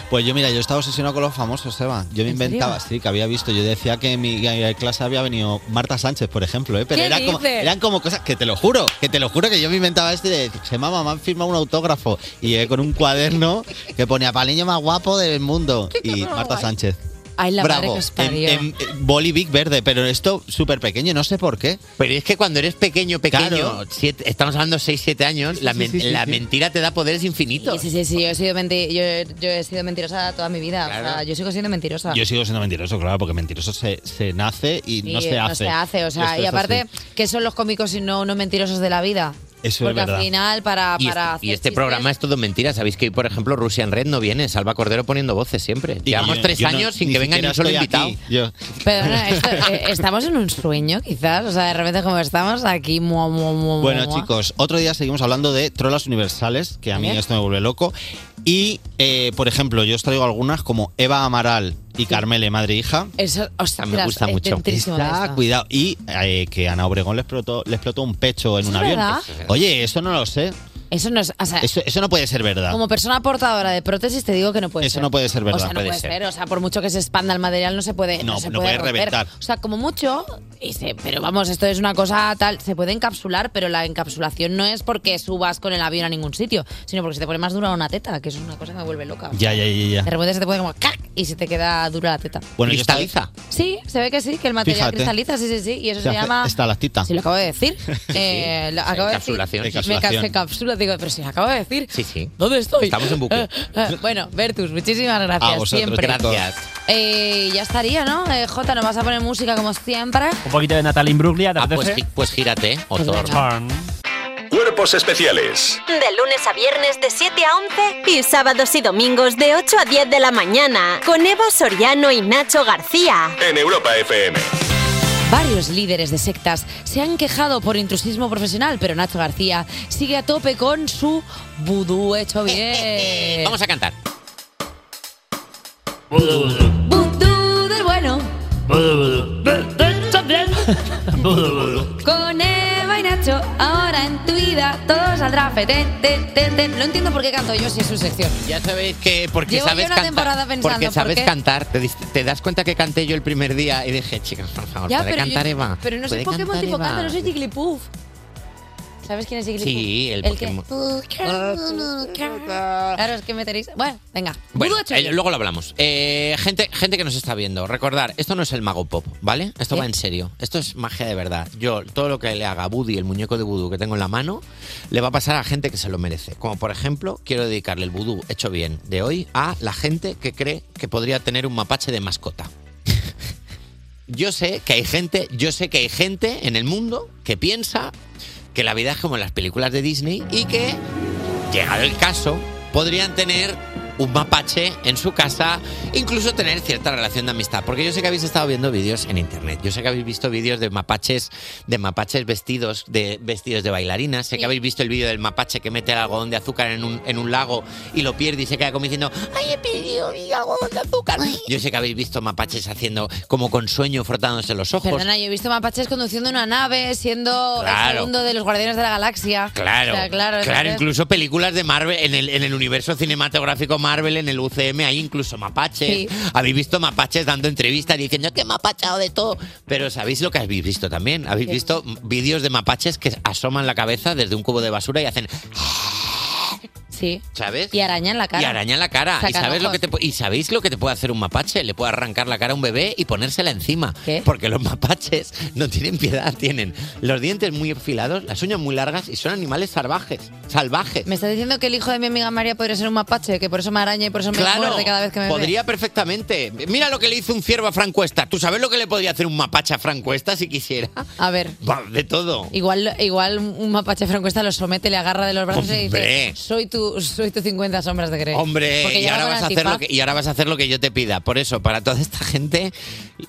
Speaker 13: Pues yo, mira, yo estaba obsesionado con los famosos, Seba. Yo me
Speaker 3: ¿En serio?
Speaker 13: inventaba, sí, que había visto. Yo decía que en mi clase había venido Marta Sánchez, por ejemplo, ¿eh? Pero
Speaker 3: ¿Qué
Speaker 13: era como,
Speaker 3: dices?
Speaker 13: eran como cosas que te lo juro, que te lo juro que yo me inventaba este de se mamá, me han firmado un autógrafo. Y llegué con un cuaderno que ponía para el niño más guapo del mundo. Y Marta Sánchez.
Speaker 3: Ay, la madre
Speaker 13: Bravo.
Speaker 3: que os
Speaker 13: En-
Speaker 3: parió.
Speaker 13: en- eh, boli Big Verde, pero esto súper pequeño, no sé por qué.
Speaker 4: Pero es que cuando eres pequeño, pequeño,
Speaker 13: Claro.
Speaker 4: siete- estamos hablando 6, 7 años, la,
Speaker 13: sí,
Speaker 4: men-
Speaker 13: sí, sí,
Speaker 4: la
Speaker 13: sí.
Speaker 4: mentira te da poderes infinitos.
Speaker 3: Sí, sí, sí, yo he sido, menti- yo, yo he sido mentirosa toda mi vida. O sea, yo sigo siendo mentirosa.
Speaker 13: Yo sigo siendo mentiroso, claro, porque mentiroso se, se nace y
Speaker 3: Sí,
Speaker 13: no se hace.
Speaker 3: o sea,
Speaker 13: Esto
Speaker 3: y
Speaker 13: es
Speaker 3: aparte,
Speaker 13: así.
Speaker 3: ¿qué son los cómicos y no unos mentirosos de la vida?
Speaker 13: Eso
Speaker 3: Porque al final, para.
Speaker 4: Y
Speaker 3: Ah, para
Speaker 4: este, y este programa es todo mentira. Sabéis que hoy, por ejemplo, Russian Red no viene. Salva Cordero poniendo voces siempre. Llevamos
Speaker 13: yo-
Speaker 4: tres
Speaker 13: yo no-
Speaker 4: años sin
Speaker 13: ni
Speaker 4: que venga
Speaker 13: siquiera
Speaker 4: ni un solo
Speaker 13: estoy
Speaker 4: invitado.
Speaker 13: aquí. Yo-
Speaker 3: Perdona, esto, eh, estamos en un sueño, quizás. O sea, de repente, como estamos aquí. Mua, mua, mua,
Speaker 13: Bueno,
Speaker 3: mua.
Speaker 13: chicos, otro día seguimos hablando de trolas universales, que a mí
Speaker 3: Bien.
Speaker 13: esto me vuelve loco. Y, eh, por ejemplo, yo os traigo algunas como Eva Amaral y Carmele, madre e hija.
Speaker 3: Eso, ostras,
Speaker 13: me gusta
Speaker 3: es
Speaker 13: mucho.
Speaker 3: dentrísimo de
Speaker 13: Está,
Speaker 3: esto.
Speaker 13: cuidado. Y eh, que Ana Obregón le explotó, le explotó un pecho en
Speaker 3: ¿Eso
Speaker 13: un
Speaker 3: es
Speaker 13: avión.
Speaker 3: verdad? Eh.
Speaker 13: Oye, eso no lo sé.
Speaker 3: Eso no es. O sea,
Speaker 13: Eso, eso no puede ser verdad.
Speaker 3: como persona portadora de prótesis, te digo que no puede
Speaker 13: Eso
Speaker 3: ser.
Speaker 13: no puede ser verdad.
Speaker 3: O sea, no
Speaker 13: Puede
Speaker 3: puede
Speaker 13: ser.
Speaker 3: ser. O sea, por mucho que se expanda el material, no se puede.
Speaker 13: No,
Speaker 3: se
Speaker 13: no puede
Speaker 3: romper.
Speaker 13: reventar.
Speaker 3: O sea, como mucho. y se- pero vamos, esto es una cosa tal. Se puede encapsular, pero la encapsulación no es porque subas con el avión a ningún sitio, sino porque se te pone más dura una teta, que eso es una cosa que me vuelve loca.
Speaker 13: Ya, ya, ya,
Speaker 3: De
Speaker 13: ya.
Speaker 3: repente se te pone como ¡cac! y se te queda dura la teta.
Speaker 13: Bueno, cristaliza.
Speaker 3: Sí, se ve que sí, que el material
Speaker 13: Fíjate.
Speaker 3: cristaliza, sí, sí, sí. Y eso se, llama.
Speaker 13: Estalactita.
Speaker 3: Sí, lo acabo de decir. Eh, lo acabo de decir.
Speaker 13: Encapsulación.
Speaker 3: Me ca-
Speaker 13: Encapsulación.
Speaker 3: se capsula, digo, pero si lo acabo de decir.
Speaker 4: Sí, sí.
Speaker 3: ¿Dónde estoy?
Speaker 4: Estamos en bucle.
Speaker 3: Eh, eh, bueno, Bertus, muchísimas gracias.
Speaker 4: A vosotros,
Speaker 3: siempre.
Speaker 4: chicos. Gracias.
Speaker 3: Eh, ya estaría, ¿no? Eh, Jota, nos vas a poner música como siempre.
Speaker 8: Un poquito de Natalie Imbruglia, ¿te
Speaker 4: Ah, pues,
Speaker 8: apetece?
Speaker 4: gi- pues gírate, Otor.
Speaker 6: Cuerpos especiales
Speaker 2: De lunes a viernes de 7 a 11 y sábados y domingos de 8 a 10 de la mañana con Eva Soriano y Nacho García.
Speaker 6: en Europa FM.
Speaker 3: Varios líderes de sectas se han quejado por intrusismo profesional, pero Nacho García sigue a tope con su vudú hecho bien.
Speaker 4: Vamos a cantar.
Speaker 3: Vudú del bueno, con Eva y Nacho, ahora en tu vida todo saldrá fe. ten, ten, ten, ten. No entiendo por qué canto yo si es su sección.
Speaker 4: Ya sabéis
Speaker 13: Eh,
Speaker 4: que porque
Speaker 3: Llevo yo
Speaker 4: sabes
Speaker 3: una
Speaker 4: cantar.
Speaker 3: temporada pensando,
Speaker 4: porque
Speaker 3: ¿por
Speaker 4: sabes
Speaker 3: qué?
Speaker 4: cantar. Te, dis- te das cuenta que canté yo el primer día y dije, chicas, por favor,
Speaker 3: Ya,
Speaker 4: ¿puede
Speaker 3: pero
Speaker 4: cantar
Speaker 3: yo-
Speaker 4: Eva?
Speaker 3: Pero no sé
Speaker 4: ¿Puede
Speaker 3: por qué
Speaker 4: cantar
Speaker 3: motivo
Speaker 4: Eva?
Speaker 3: canta, no soy Jigglypuff. ¿Sabes quién es Jigglypuff?
Speaker 4: Sí, el
Speaker 3: que-
Speaker 4: Pokémon.
Speaker 3: Claro, es que me tenéis. Bueno, venga.
Speaker 4: Bueno,
Speaker 3: Vudú hecho
Speaker 4: eh,
Speaker 3: bien.
Speaker 4: luego lo hablamos. Eh, gente, gente que nos está viendo, recordar, esto no es el mago pop, ¿vale? Esto va en serio. Esto es magia de verdad. Yo, todo lo que le haga a Buddy, el muñeco de vudú que tengo en la mano, le va a pasar a gente que se lo merece. Como por ejemplo, quiero dedicarle el vudú hecho bien de hoy a la gente que cree que podría tener un mapache de mascota. Yo sé que hay gente, yo sé que hay gente en el mundo que piensa que la vida es como en las películas de Disney y que llegado el caso, podrían tener un mapache en su casa, incluso tener cierta relación de amistad. Porque yo sé que habéis estado viendo vídeos en internet, yo sé que habéis visto vídeos de mapaches, de mapaches vestidos, de vestidos de bailarinas, sé que habéis visto el vídeo del mapache que mete el algodón de azúcar en un, en un lago y lo pierde y se queda como diciendo, ¡ay, he perdido mi algodón de azúcar! Yo sé que habéis visto mapaches haciendo como con sueño, frotándose los ojos.
Speaker 3: Perdona, yo he visto mapaches conduciendo una nave, siendo
Speaker 4: Claro.
Speaker 3: el segundo de los Guardianes de la Galaxia.
Speaker 4: Claro,
Speaker 3: O sea, claro,
Speaker 4: claro,
Speaker 3: entonces-
Speaker 4: incluso películas de Marvel, en el, en el universo cinematográfico Marvel, en el UCM, hay incluso mapaches.
Speaker 3: Sí.
Speaker 4: Habéis visto mapaches dando entrevistas diciendo que mapachado de todo. Pero ¿sabéis lo que habéis visto también? Habéis
Speaker 3: ¿Qué?
Speaker 4: visto vídeos de mapaches que asoman la cabeza desde un cubo de basura y hacen,
Speaker 3: Sí.
Speaker 4: ¿sabes?
Speaker 3: Y araña en la cara.
Speaker 4: Y arañan la cara. ¿Y,
Speaker 3: Sacan
Speaker 4: sabes lo
Speaker 3: ojos.
Speaker 4: que te, pu- ¿Y sabéis lo que te puede hacer un mapache? Le puede arrancar la cara a un bebé y ponérsela encima. Porque los mapaches no tienen piedad. Tienen los dientes muy afilados, las uñas muy largas y son animales salvajes. Salvajes.
Speaker 3: Me estás diciendo que el hijo de mi amiga María podría ser un mapache, que por eso me araña y por eso me
Speaker 4: Claro,
Speaker 3: muerde cada vez que me ve.
Speaker 4: podría perfectamente. Mira lo que le hizo un ciervo a Frank Cuesta. ¿Tú sabes lo que le podría hacer un mapache a Frank Cuesta si quisiera?
Speaker 3: A ver.
Speaker 4: Va, de todo.
Speaker 3: Igual, igual un mapache francuesta lo somete, le agarra de los brazos y
Speaker 4: Hombre.
Speaker 3: dice: Soy tu, soy tu 50 sombras de Grey.
Speaker 4: Hombre,
Speaker 3: pues, Porque
Speaker 4: y
Speaker 3: llega
Speaker 4: ahora,
Speaker 3: con
Speaker 4: vas a hacer
Speaker 3: antifaz.
Speaker 4: lo que, y ahora vas a hacer lo que yo te pida. Por eso, para toda esta gente,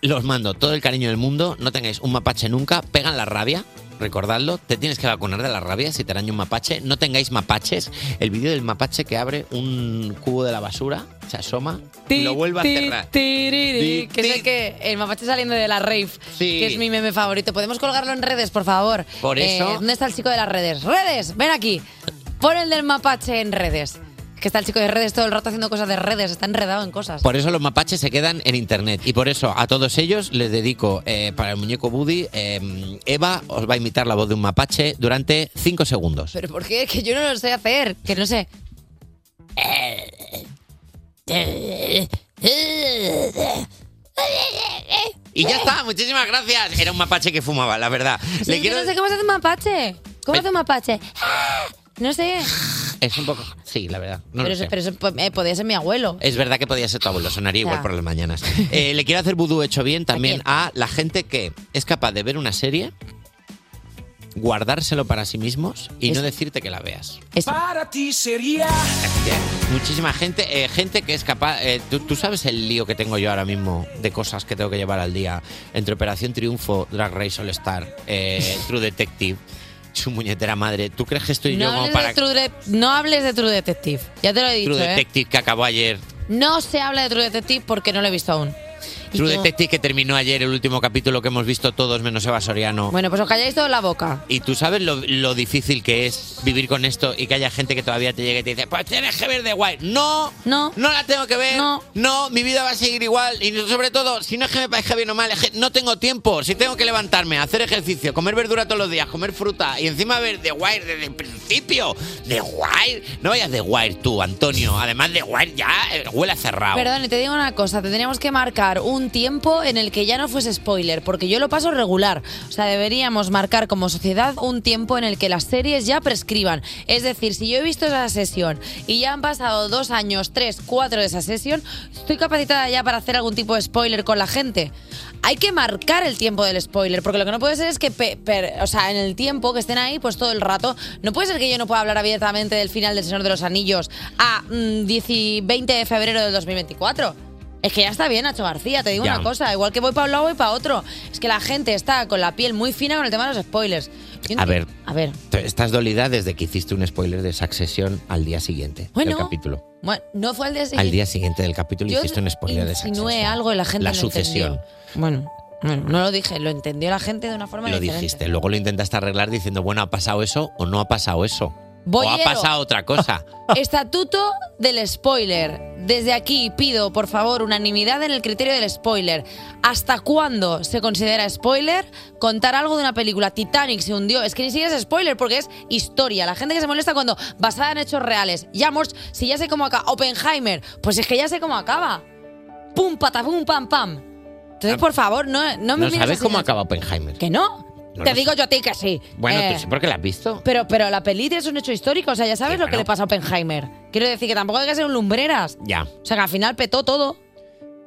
Speaker 4: los mando todo el cariño del mundo. No tengáis un mapache nunca. Pegan la rabia. Recordadlo, te tienes que vacunar de la rabia si te araña un mapache. No tengáis mapaches. El vídeo del mapache que abre un cubo de la basura, se asoma y lo vuelve a
Speaker 3: Ti,
Speaker 4: cerrar.
Speaker 3: tiriri,
Speaker 4: Ti,
Speaker 3: que es el que el mapache saliendo de la rave,
Speaker 4: Sí.
Speaker 3: que es mi meme favorito. ¿Podemos colgarlo en redes, por favor?
Speaker 4: Por
Speaker 3: Eh,
Speaker 4: eso-
Speaker 3: ¿Dónde está el chico de las redes? ¡Redes! Ven aquí. Pon el del mapache en redes. Que está el chico de redes todo el rato haciendo cosas de redes, está enredado en cosas.
Speaker 4: Por eso los mapaches se quedan en internet. Y por eso a todos ellos les dedico, eh, para el muñeco Buddy, eh, Eva os va a imitar la voz de un mapache durante 5 segundos.
Speaker 3: ¿Pero por qué? Que yo no lo sé hacer, que no sé.
Speaker 4: Y ya está, muchísimas gracias. Era un mapache que fumaba, la verdad. Le
Speaker 3: Sí,
Speaker 4: quiero...
Speaker 3: yo Pues no sé cómo se hace un mapache. ¿Cómo
Speaker 4: Me-
Speaker 3: hace un mapache? ¡Ah! No sé.
Speaker 4: Es un poco... Sí, la verdad. No
Speaker 3: pero
Speaker 4: lo
Speaker 3: eso,
Speaker 4: sé.
Speaker 3: pero eso, eh, podía ser mi abuelo.
Speaker 4: Es verdad que podía ser tu abuelo, sonaría igual
Speaker 3: Ya.
Speaker 4: por las mañanas. Eh, le quiero hacer vudú hecho bien también a la gente que es capaz de ver una serie, guardárselo para sí mismos y no decirte que la veas.
Speaker 5: Para ti sería.
Speaker 4: Muchísima gente, eh, gente que es capaz. eh, ¿tú, tú sabes el lío que tengo yo ahora mismo de cosas que tengo que llevar al día entre Operación Triunfo, Drag Race All Star, eh, True Detective, su muñetera madre. ¿Tú crees que estoy yo
Speaker 3: No
Speaker 4: como
Speaker 3: hables,
Speaker 4: para
Speaker 3: de True De- no hables de True Detective. Ya te lo he dicho,
Speaker 4: True
Speaker 3: ¿eh?
Speaker 4: Detective que acabó ayer?
Speaker 3: No se habla de True Detective porque no lo he visto aún. Y
Speaker 4: True
Speaker 3: como-
Speaker 4: Detective que terminó ayer el último capítulo que hemos visto todos menos Eva Soriano.
Speaker 3: Bueno, pues os calláis toda la boca.
Speaker 4: Y tú sabes lo, lo difícil que es vivir con esto y que haya gente que todavía te llegue y te dice, pues tienes que ver de guay. No,
Speaker 3: no,
Speaker 4: no la tengo que ver. No. mi vida va a seguir igual. Y sobre todo, si no es que me parezca bien o mal, es que no tengo tiempo. Si tengo que levantarme, hacer ejercicio, comer verdura todos los días, comer fruta y encima ver de guay desde el principio. De guay. No vayas de guay tú, Antonio. Además de guay ya eh, huele a cerrado.
Speaker 3: Perdón, y te digo una cosa, tendríamos que marcar un tiempo en el que ya no fuese spoiler, porque yo lo paso regular. O sea, deberíamos marcar como sociedad un tiempo en el que las series ya prescriban. Es decir, si yo he visto esa sesión y ya han pasado dos años, tres, cuatro de esa sesión, estoy capacitada ya para hacer algún tipo de spoiler con la gente. Hay que marcar el tiempo del spoiler, porque lo que no puede ser es que, pe- per- o sea, en el tiempo que estén ahí, pues todo el rato, no puede ser que yo no pueda hablar abiertamente del final del Señor de los Anillos a mm, 10 y 20 de febrero del 2024. Es que ya está bien, Nacho García, te digo
Speaker 4: Ya.
Speaker 3: una cosa, igual que voy para un lado, voy para otro. Es que la gente está con la piel muy fina con el tema de los spoilers. Yo no-
Speaker 4: A ver.
Speaker 3: A ver.
Speaker 4: Estás dolida desde que hiciste un spoiler de Succession al día siguiente
Speaker 3: Bueno,
Speaker 4: del capítulo.
Speaker 3: Bueno, no fue al día siguiente.
Speaker 4: Al día siguiente del capítulo
Speaker 3: Este Yo
Speaker 4: hiciste un spoiler de Succession.
Speaker 3: insinué algo y la gente
Speaker 4: La
Speaker 3: lo
Speaker 4: sucesión.
Speaker 3: entendió. Bueno, bueno, no lo dije, lo entendió la gente de una forma
Speaker 4: Lo
Speaker 3: diferente.
Speaker 4: dijiste, luego lo intentaste arreglar diciendo, bueno, ¿ha pasado eso o no ha pasado eso? O ha
Speaker 3: Boyero.
Speaker 4: pasado otra cosa.
Speaker 3: Estatuto del spoiler. Desde aquí pido, por favor, unanimidad en el criterio del spoiler. ¿Hasta cuándo se considera spoiler contar algo de una película? Titanic se hundió. Es que ni siquiera es spoiler porque es historia. La gente que se molesta cuando basada en hechos reales. Ya, amor, si ya sé cómo acaba. Oppenheimer, pues es que ya sé cómo acaba. Pum, patapum, pam, pam. Entonces, por favor, no, no me
Speaker 4: Ah. ¿No
Speaker 3: mires
Speaker 4: sabes
Speaker 3: así,
Speaker 4: cómo
Speaker 3: Nacho.
Speaker 4: acaba Oppenheimer?
Speaker 3: ¿Que no?
Speaker 4: No
Speaker 3: Te
Speaker 4: lo
Speaker 3: digo yo a ti que sí.
Speaker 4: Bueno, pues
Speaker 3: Eh,
Speaker 4: tú sí, porque la has visto.
Speaker 3: pero, pero la peli es un hecho histórico, o sea, ya sabes lo que le pasa a Oppenheimer. Quiero decir que tampoco hay que ser un lumbreras.
Speaker 4: Ya.
Speaker 3: O sea, que al final petó todo.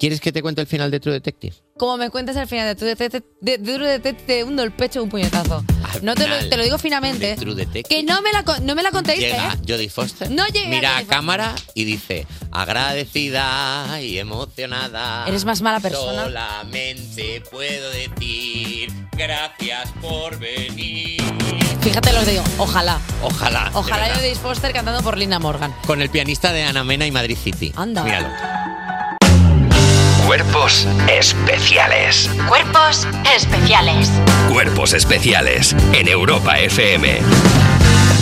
Speaker 4: ¿Quieres que te cuente el final de True Detective?
Speaker 3: Como me cuentas al final de tu detective, de, de, True Detective, te hundo el pecho de un puñetazo. No te lo,
Speaker 4: final
Speaker 3: te lo digo finamente.
Speaker 4: de True Detective.
Speaker 3: Que no me la, con- Eh, no me la contéis,
Speaker 4: Llega
Speaker 3: ¿eh?
Speaker 4: Jodie Foster,
Speaker 3: No llega
Speaker 4: mira
Speaker 3: Jodie
Speaker 4: a
Speaker 3: Foster.
Speaker 4: cámara y dice, agradecida y emocionada.
Speaker 3: Eres más mala persona.
Speaker 4: Solamente puedo decir, gracias por venir.
Speaker 3: Fíjate los digo, ojalá.
Speaker 4: Ojalá. de
Speaker 3: Ojalá
Speaker 4: verdad.
Speaker 3: yo de Foster cantando por Linda Morgan.
Speaker 4: Con el pianista de Ana Mena y Madrid City.
Speaker 3: Anda.
Speaker 4: Míralo.
Speaker 1: Cuerpos especiales.
Speaker 2: Cuerpos especiales.
Speaker 1: Cuerpos especiales en Europa FM.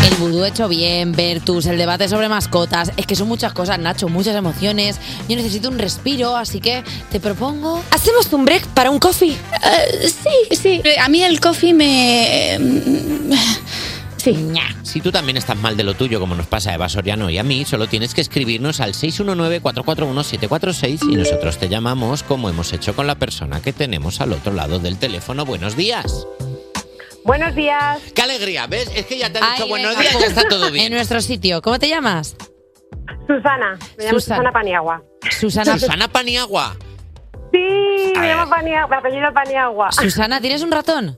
Speaker 3: El vudú hecho bien, Vertus, el debate sobre mascotas. Es que son muchas cosas, Nacho, muchas emociones. Yo necesito un respiro, así que te propongo. ¿Hacemos un break para un coffee?
Speaker 19: sí, sí. A mí el coffee me. Sí.
Speaker 4: Si tú también estás mal de lo tuyo, como nos pasa a Eva Soriano y a mí, solo tienes que escribirnos al 619-441-746 y nosotros te llamamos como hemos hecho con la persona que tenemos al otro lado del teléfono. Buenos días.
Speaker 20: Buenos días.
Speaker 4: ¡Qué alegría! ¿Ves? Es que ya te han
Speaker 3: Ay,
Speaker 4: dicho buenos
Speaker 3: venga,
Speaker 4: días y
Speaker 3: pum.
Speaker 4: ya está todo
Speaker 3: En
Speaker 4: bien.
Speaker 3: nuestro sitio. ¿Cómo te llamas?
Speaker 20: Susana. Me llamo
Speaker 3: Susana.
Speaker 20: Susana, Paniagua.
Speaker 3: Susana.
Speaker 4: Susana Paniagua.
Speaker 20: Sí,
Speaker 4: A
Speaker 20: me
Speaker 4: ver.
Speaker 20: llamo Paniagua, me apellido Paniagua.
Speaker 3: Susana, ¿tienes un ratón?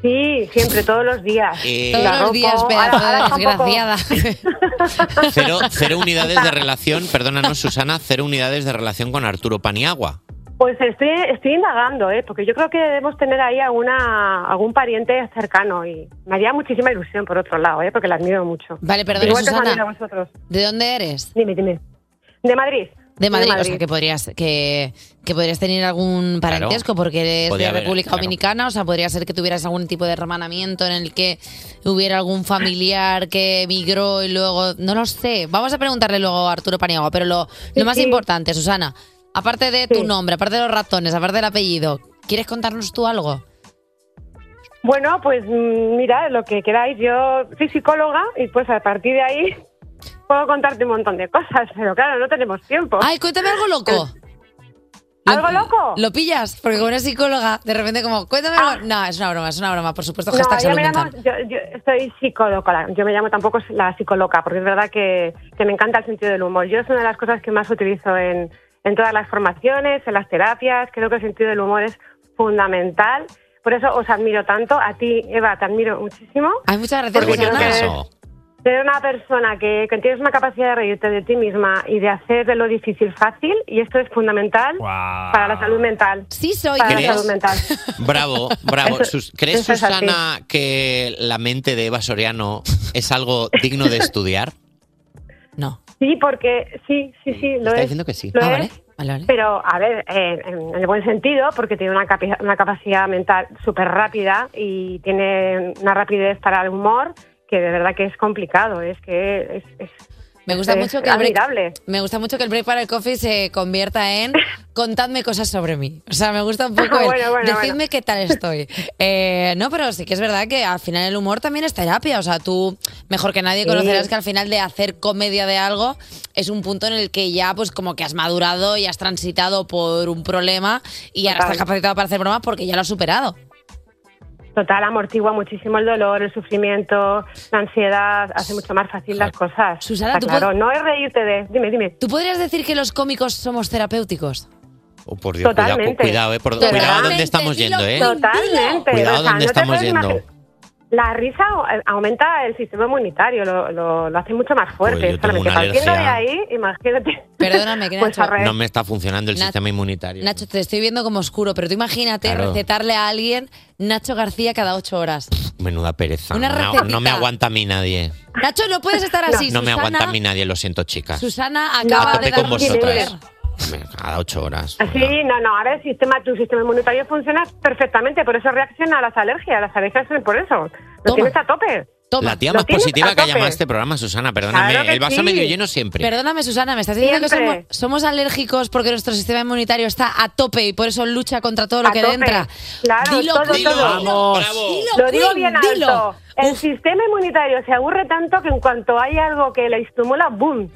Speaker 20: Sí, siempre, todos los días.
Speaker 4: Eh.
Speaker 20: La
Speaker 3: Todos los
Speaker 20: ropo,
Speaker 3: días,
Speaker 20: ahora-
Speaker 3: pedazo
Speaker 20: Ah, ahora está
Speaker 3: de
Speaker 20: un poco-
Speaker 3: desgraciada.
Speaker 4: Cero, cero unidades de relación, perdónanos Susana, cero unidades de relación con Arturo Paniagua.
Speaker 20: Pues estoy, estoy indagando, ¿eh? porque yo creo que debemos tener ahí alguna, algún pariente cercano y me haría muchísima ilusión por otro lado, ¿eh? porque la admiro mucho.
Speaker 3: Vale, perdona,
Speaker 20: Igual que os
Speaker 3: Susana.
Speaker 20: admiro a vosotros.
Speaker 3: ¿De dónde eres?
Speaker 20: Dime, dime. De Madrid.
Speaker 3: De Madrid,
Speaker 20: De
Speaker 3: o sea,
Speaker 20: Madrid.
Speaker 3: que podrías, que, que podrías tener algún
Speaker 20: Claro.
Speaker 3: parentesco porque eres
Speaker 20: Podía
Speaker 3: de
Speaker 20: haber,
Speaker 3: República
Speaker 20: claro.
Speaker 3: Dominicana, o sea, podría ser que tuvieras algún tipo de hermanamiento en el que hubiera algún familiar que emigró y luego, no lo sé, vamos a preguntarle luego a Arturo Paniagua, pero lo, lo más
Speaker 20: sí.
Speaker 3: importante, Susana, aparte de tu nombre, aparte de los ratones, aparte del apellido, ¿quieres contarnos tú algo?
Speaker 20: Bueno, pues mm, mira, lo que queráis. Yo soy psicóloga y pues a partir de ahí puedo contarte un montón de cosas, pero claro, no tenemos tiempo.
Speaker 3: Ay, cuéntame algo loco.
Speaker 20: ¿Algo loco? Ah.
Speaker 3: ¿Lo pillas? Porque como eres psicóloga, de repente como, cuéntame algo. No, es una broma, es una broma, por supuesto,
Speaker 20: No,
Speaker 3: hashtag
Speaker 20: yo,
Speaker 3: salud
Speaker 20: me llamo,
Speaker 3: mental.
Speaker 20: yo, yo soy psicóloga, yo me llamo tampoco la psicóloga, porque es verdad que, que me encanta el sentido del humor. Yo es una de las cosas que más utilizo en, en todas las formaciones, en las terapias, creo que el sentido del humor es fundamental. Por eso os admiro tanto. A ti, Eva, te admiro muchísimo.
Speaker 3: Ay, muchas gracias,
Speaker 20: Porque creo
Speaker 3: Susana.
Speaker 20: que ser una persona que, que tienes una capacidad de reírte de ti misma y de hacer de lo difícil fácil, y esto es fundamental
Speaker 4: Guau.
Speaker 20: para la salud mental.
Speaker 3: Sí, soy.
Speaker 20: Para
Speaker 4: ¿Crees?
Speaker 20: la salud mental.
Speaker 4: Bravo, bravo.
Speaker 20: Eso-
Speaker 4: Sus- ¿Crees,
Speaker 20: eso es así.
Speaker 4: Susana, que la mente de Eva Soriano es algo digno de estudiar?
Speaker 20: Sí, porque sí, sí, sí, lo
Speaker 4: Está
Speaker 20: es.
Speaker 4: diciendo que sí.
Speaker 20: Lo
Speaker 4: Ah,
Speaker 20: es.
Speaker 4: vale,
Speaker 20: Pero, a ver, eh, en el buen sentido, porque tiene una, capi- una capacidad mental súper rápida y tiene una rapidez para el humor que de verdad que es complicado. Es que es. es-
Speaker 3: Me gusta
Speaker 20: es
Speaker 3: mucho que el break-
Speaker 20: admirable.
Speaker 3: Me gusta mucho que el break para el coffee se convierta en contadme cosas sobre mí. O sea, me gusta un poco el
Speaker 20: Bueno, bueno,
Speaker 3: decidme
Speaker 20: bueno.
Speaker 3: qué tal estoy. Eh, no, pero sí que es verdad que al final el humor también es terapia. O sea, tú mejor que nadie
Speaker 20: Sí.
Speaker 3: conocerás que al final de hacer comedia de algo es un punto en el que ya pues como que has madurado y has transitado por un problema y ahora
Speaker 20: Total.
Speaker 3: estás capacitado para hacer bromas porque ya lo has superado.
Speaker 20: Total, amortigua muchísimo el dolor, el sufrimiento, la ansiedad, hace mucho más fácil las cosas.
Speaker 3: Susana,
Speaker 20: Está
Speaker 3: tú
Speaker 20: claro,
Speaker 3: pod-
Speaker 20: no es reírte de. Dime, dime.
Speaker 3: ¿Tú podrías decir que los cómicos somos terapéuticos?
Speaker 4: Oh, por Dios, cuidado, cu-
Speaker 20: Totalmente.
Speaker 4: cuidado, eh, por-
Speaker 20: Totalmente,
Speaker 4: cuidado dónde estamos yendo, ¿eh?
Speaker 20: Totalmente.
Speaker 4: Cuidado
Speaker 20: O sea,
Speaker 4: dónde
Speaker 20: no te
Speaker 4: estamos
Speaker 20: puedes
Speaker 4: yendo.
Speaker 20: imaginar- La risa eh, aumenta el sistema inmunitario, lo, lo- lo hace mucho más fuerte.
Speaker 4: Pues yo tengo
Speaker 20: Solamente
Speaker 4: una
Speaker 20: partiendo de
Speaker 4: alergia.
Speaker 20: ahí, imagínate.
Speaker 3: Perdóname, que
Speaker 20: Pues
Speaker 3: Nacho-
Speaker 20: al revés.
Speaker 4: No me está funcionando el
Speaker 3: Nat-
Speaker 4: sistema inmunitario.
Speaker 3: Nacho, te estoy viendo como oscuro, pero tú imagínate
Speaker 4: Claro.
Speaker 3: recetarle a alguien Nacho García cada ocho horas.
Speaker 4: Menuda pereza.
Speaker 3: Una
Speaker 4: no,
Speaker 3: recetita.
Speaker 4: no me aguanta a mí nadie.
Speaker 3: Nacho, no puedes estar así.
Speaker 4: no me
Speaker 3: Susana-
Speaker 4: aguanta a mí nadie, lo siento, chicas.
Speaker 3: Susana
Speaker 4: a
Speaker 3: acaba
Speaker 4: tope
Speaker 3: de dar
Speaker 4: con
Speaker 3: un
Speaker 4: vosotras.
Speaker 3: spoiler.
Speaker 4: Cada ocho horas.
Speaker 20: Sí, no, no, ahora el sistema, tu sistema inmunitario funciona perfectamente, por eso reacciona a las alergias, las alergias son por eso. Lo tienes a tope.
Speaker 4: La tía
Speaker 20: Lo
Speaker 4: más
Speaker 20: tienes
Speaker 4: positiva
Speaker 20: a
Speaker 4: que ha
Speaker 20: tope.
Speaker 4: llamado a este programa, Susana, perdóname.
Speaker 20: Claro que
Speaker 4: el vaso
Speaker 20: sí.
Speaker 4: medio lleno siempre.
Speaker 3: Perdóname, Susana, me estás diciendo que
Speaker 20: Siempre.
Speaker 3: somos, somos alérgicos porque nuestro sistema inmunitario está a tope y por eso lucha contra todo lo
Speaker 20: A
Speaker 3: que
Speaker 20: tope.
Speaker 3: entra.
Speaker 20: Claro,
Speaker 3: dilo,
Speaker 20: todo,
Speaker 3: Queen,
Speaker 20: todo.
Speaker 3: dilo, dilo,
Speaker 20: Lo digo
Speaker 3: Queen,
Speaker 20: bien
Speaker 3: dilo.
Speaker 20: alto. El sistema inmunitario se aburre tanto que en cuanto hay algo que le estimula, ¡boom!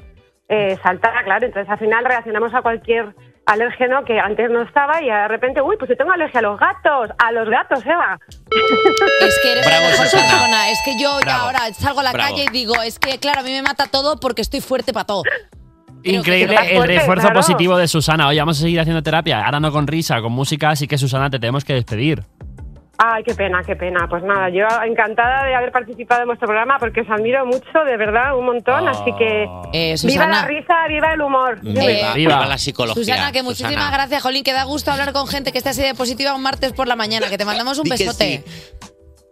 Speaker 20: Eh, saltará, claro. Entonces al final reaccionamos a cualquier alérgeno que antes no estaba y de repente, uy, pues yo tengo alergia a los gatos, a los gatos, Eva.
Speaker 3: Es que eres
Speaker 20: Bravo,
Speaker 3: la mejor
Speaker 20: Susana.
Speaker 3: persona. Es que yo
Speaker 20: Bravo.
Speaker 3: ahora salgo a la
Speaker 20: Bravo.
Speaker 3: calle y digo, es que claro, a mí me mata todo porque estoy fuerte para todo.
Speaker 8: Increíble
Speaker 3: Creo que-
Speaker 8: el refuerzo
Speaker 3: Claro.
Speaker 8: positivo de Susana. Oye, vamos a seguir haciendo terapia. Ahora no con risa, con música, así que Susana, te tenemos que despedir.
Speaker 20: Ay, qué pena, qué pena. Pues nada, yo encantada de haber participado en vuestro programa porque os admiro mucho, de verdad, un montón. Así que
Speaker 3: Eh,
Speaker 20: viva
Speaker 3: Susana.
Speaker 20: la risa, viva el humor.
Speaker 4: Viva,
Speaker 3: Eh,
Speaker 4: viva la psicología.
Speaker 3: Susana, que muchísimas
Speaker 4: Susana.
Speaker 3: gracias, Jolín, que da gusto hablar con gente que está así de positiva un martes por la mañana, que te mandamos un
Speaker 4: Di que
Speaker 3: besote.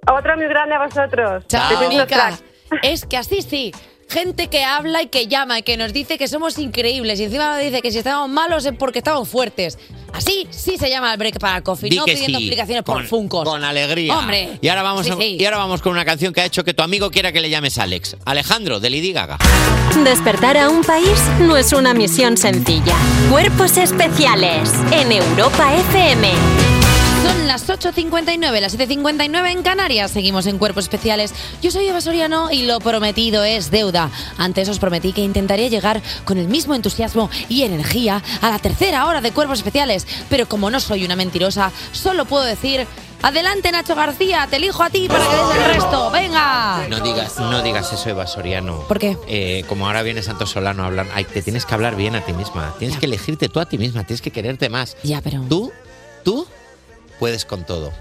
Speaker 20: Otro muy grande a vosotros.
Speaker 3: Chao,
Speaker 20: Besos,
Speaker 3: Mica.
Speaker 20: crack.
Speaker 3: Es que así sí. Gente que habla y que llama y que nos dice que somos increíbles y encima nos dice que si estamos malos es porque estamos fuertes. Así sí se llama el break para el coffee,
Speaker 4: Di
Speaker 3: no
Speaker 4: que
Speaker 3: pidiendo
Speaker 4: sí,
Speaker 3: explicaciones por
Speaker 4: con-
Speaker 3: funcos.
Speaker 4: Con alegría.
Speaker 3: Hombre.
Speaker 4: Y ahora, vamos
Speaker 3: Sí,
Speaker 4: a-
Speaker 3: sí.
Speaker 4: y ahora vamos con una canción que ha hecho que tu amigo quiera que le llames Alex. Alejandro, de Lady Gaga.
Speaker 2: Despertar a un país no es una misión sencilla. Cuerpos especiales en Europa FM.
Speaker 3: Son las 8.59, las 7.59 en Canarias. Seguimos en Cuerpos Especiales. Yo soy Eva Soriano y lo prometido es deuda. Antes os prometí que intentaría llegar con el mismo entusiasmo y energía a la tercera hora de Cuerpos Especiales. Pero como no soy una mentirosa, solo puedo decir... Adelante Nacho García, te elijo a ti para que des el resto. Venga.
Speaker 4: No digas, no digas eso, Eva Soriano.
Speaker 3: ¿Por qué?
Speaker 4: Eh, como ahora viene Santos Solano a hablar, ay, te tienes que hablar bien a ti misma. Tienes que elegirte tú a ti misma, tienes que quererte más.
Speaker 3: Ya, pero...
Speaker 4: Tú, tú puedes con todo.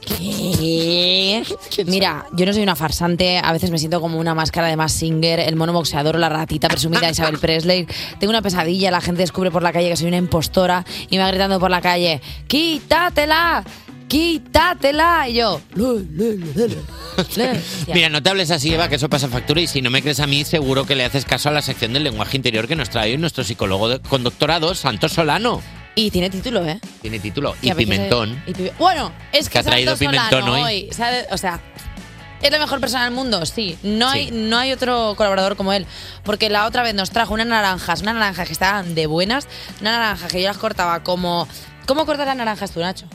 Speaker 3: ¿Qué? Eh, Mira, yo no soy una farsante, a veces me siento como una máscara de más Singer, el mono boxeador o la ratita presumida de Isabel Presley. Tengo una pesadilla, la gente descubre por la calle que soy una impostora y me va gritando por la calle, ¡quítatela! ¡Quítatela! Y yo... "Lu, lu, lu, lu, lu".
Speaker 4: Mira, no te hables así, Eva, que eso pasa factura. Y si no me crees a mí, seguro que le haces caso a la sección del lenguaje interior que nos trae hoy nuestro psicólogo de- con doctorado, Santos Solano.
Speaker 3: Y tiene título, ¿eh?
Speaker 4: Tiene título.
Speaker 3: Que
Speaker 4: Y
Speaker 3: a veces-
Speaker 4: pimentón.
Speaker 3: y pibe- Bueno, es que,
Speaker 4: Que ha traído
Speaker 3: Santos Solano
Speaker 4: pimentón hoy.
Speaker 3: ¿sabe? O sea, es la mejor persona del mundo, sí. No, Hay, no hay otro colaborador como él. Porque la otra vez nos trajo unas naranjas, unas naranjas que estaban de buenas, una naranja que yo las cortaba como... ¿Cómo cortas las naranjas tú, Nacho?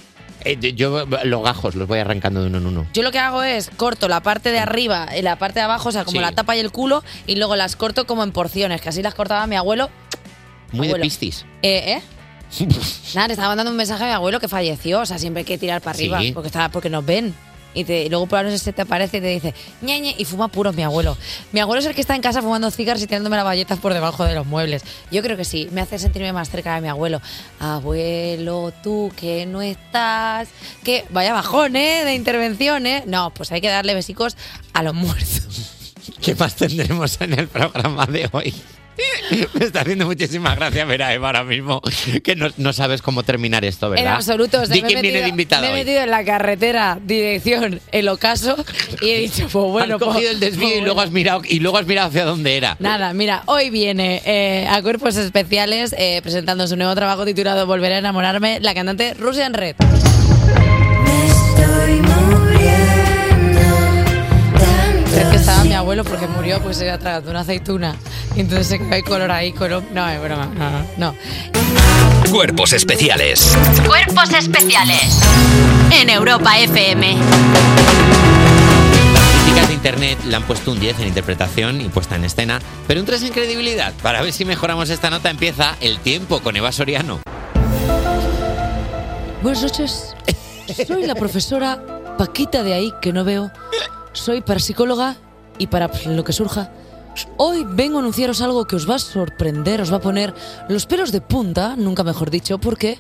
Speaker 4: Eh, yo- yo los gajos los voy arrancando de uno en uno.
Speaker 3: Yo lo que hago es corto la parte de arriba y la parte de abajo, o sea, como
Speaker 4: Mm. Sí.
Speaker 3: la tapa y el culo, y luego las corto como en porciones, que así las cortaba mi abuelo.
Speaker 4: Muy de
Speaker 3: Abuelo.
Speaker 4: piscis.
Speaker 3: Eh, ¿eh? Nada, le estaba mandando un mensaje a mi abuelo que falleció, o sea, siempre hay que tirar para arriba,
Speaker 4: Sí.
Speaker 3: porque, está, porque nos ven. y, te- y luego por la noche se te aparece y te dice, ñeñe, y fuma puros mi abuelo. Mi abuelo es el que está en casa fumando cigarros y tirándome las galletas por debajo de los muebles. Yo creo que sí, me hace sentirme más cerca de mi abuelo. Abuelo, tú que no estás, que vaya bajón, ¿eh? De intervención, ¿eh? No, pues hay que darle besicos a los muertos.
Speaker 4: ¿Qué más tendremos en el programa de hoy? Me está haciendo muchísimas gracias ver a Eva ahora mismo, que no, no sabes cómo terminar esto, ¿verdad?
Speaker 3: En absoluto. o sea,
Speaker 4: Di
Speaker 3: me he
Speaker 4: quién
Speaker 3: metido-
Speaker 4: viene de
Speaker 3: Me
Speaker 4: invitado
Speaker 3: he
Speaker 4: hoy.
Speaker 3: metido en la carretera, dirección, el ocaso, y he dicho, pues bueno.
Speaker 4: Has cogido
Speaker 3: pues-
Speaker 4: el desvío y luego has mirado y luego has mirado hacia dónde era.
Speaker 3: Nada, mira, hoy viene eh, a Cuerpos Especiales eh, presentando su nuevo trabajo titulado Volveré a enamorarme, la cantante Rusia en Red. Es que estaba mi abuelo porque murió, pues era tragando una aceituna. Y entonces se quedó el color ahí, color. No, es broma, no, no, no.
Speaker 1: Cuerpos especiales.
Speaker 2: Cuerpos especiales en Europa FM.
Speaker 4: Críticas de internet le han puesto un 10 en interpretación y puesta en escena, pero un 3 en credibilidad. Para ver si mejoramos esta nota empieza El tiempo con Eva Soriano.
Speaker 3: Buenas noches. Soy la profesora Paquita de ahí que no veo. Soy parapsicóloga y para lo que surja. Hoy vengo a anunciaros algo que os va a sorprender, os va a poner los pelos de punta, nunca mejor dicho, porque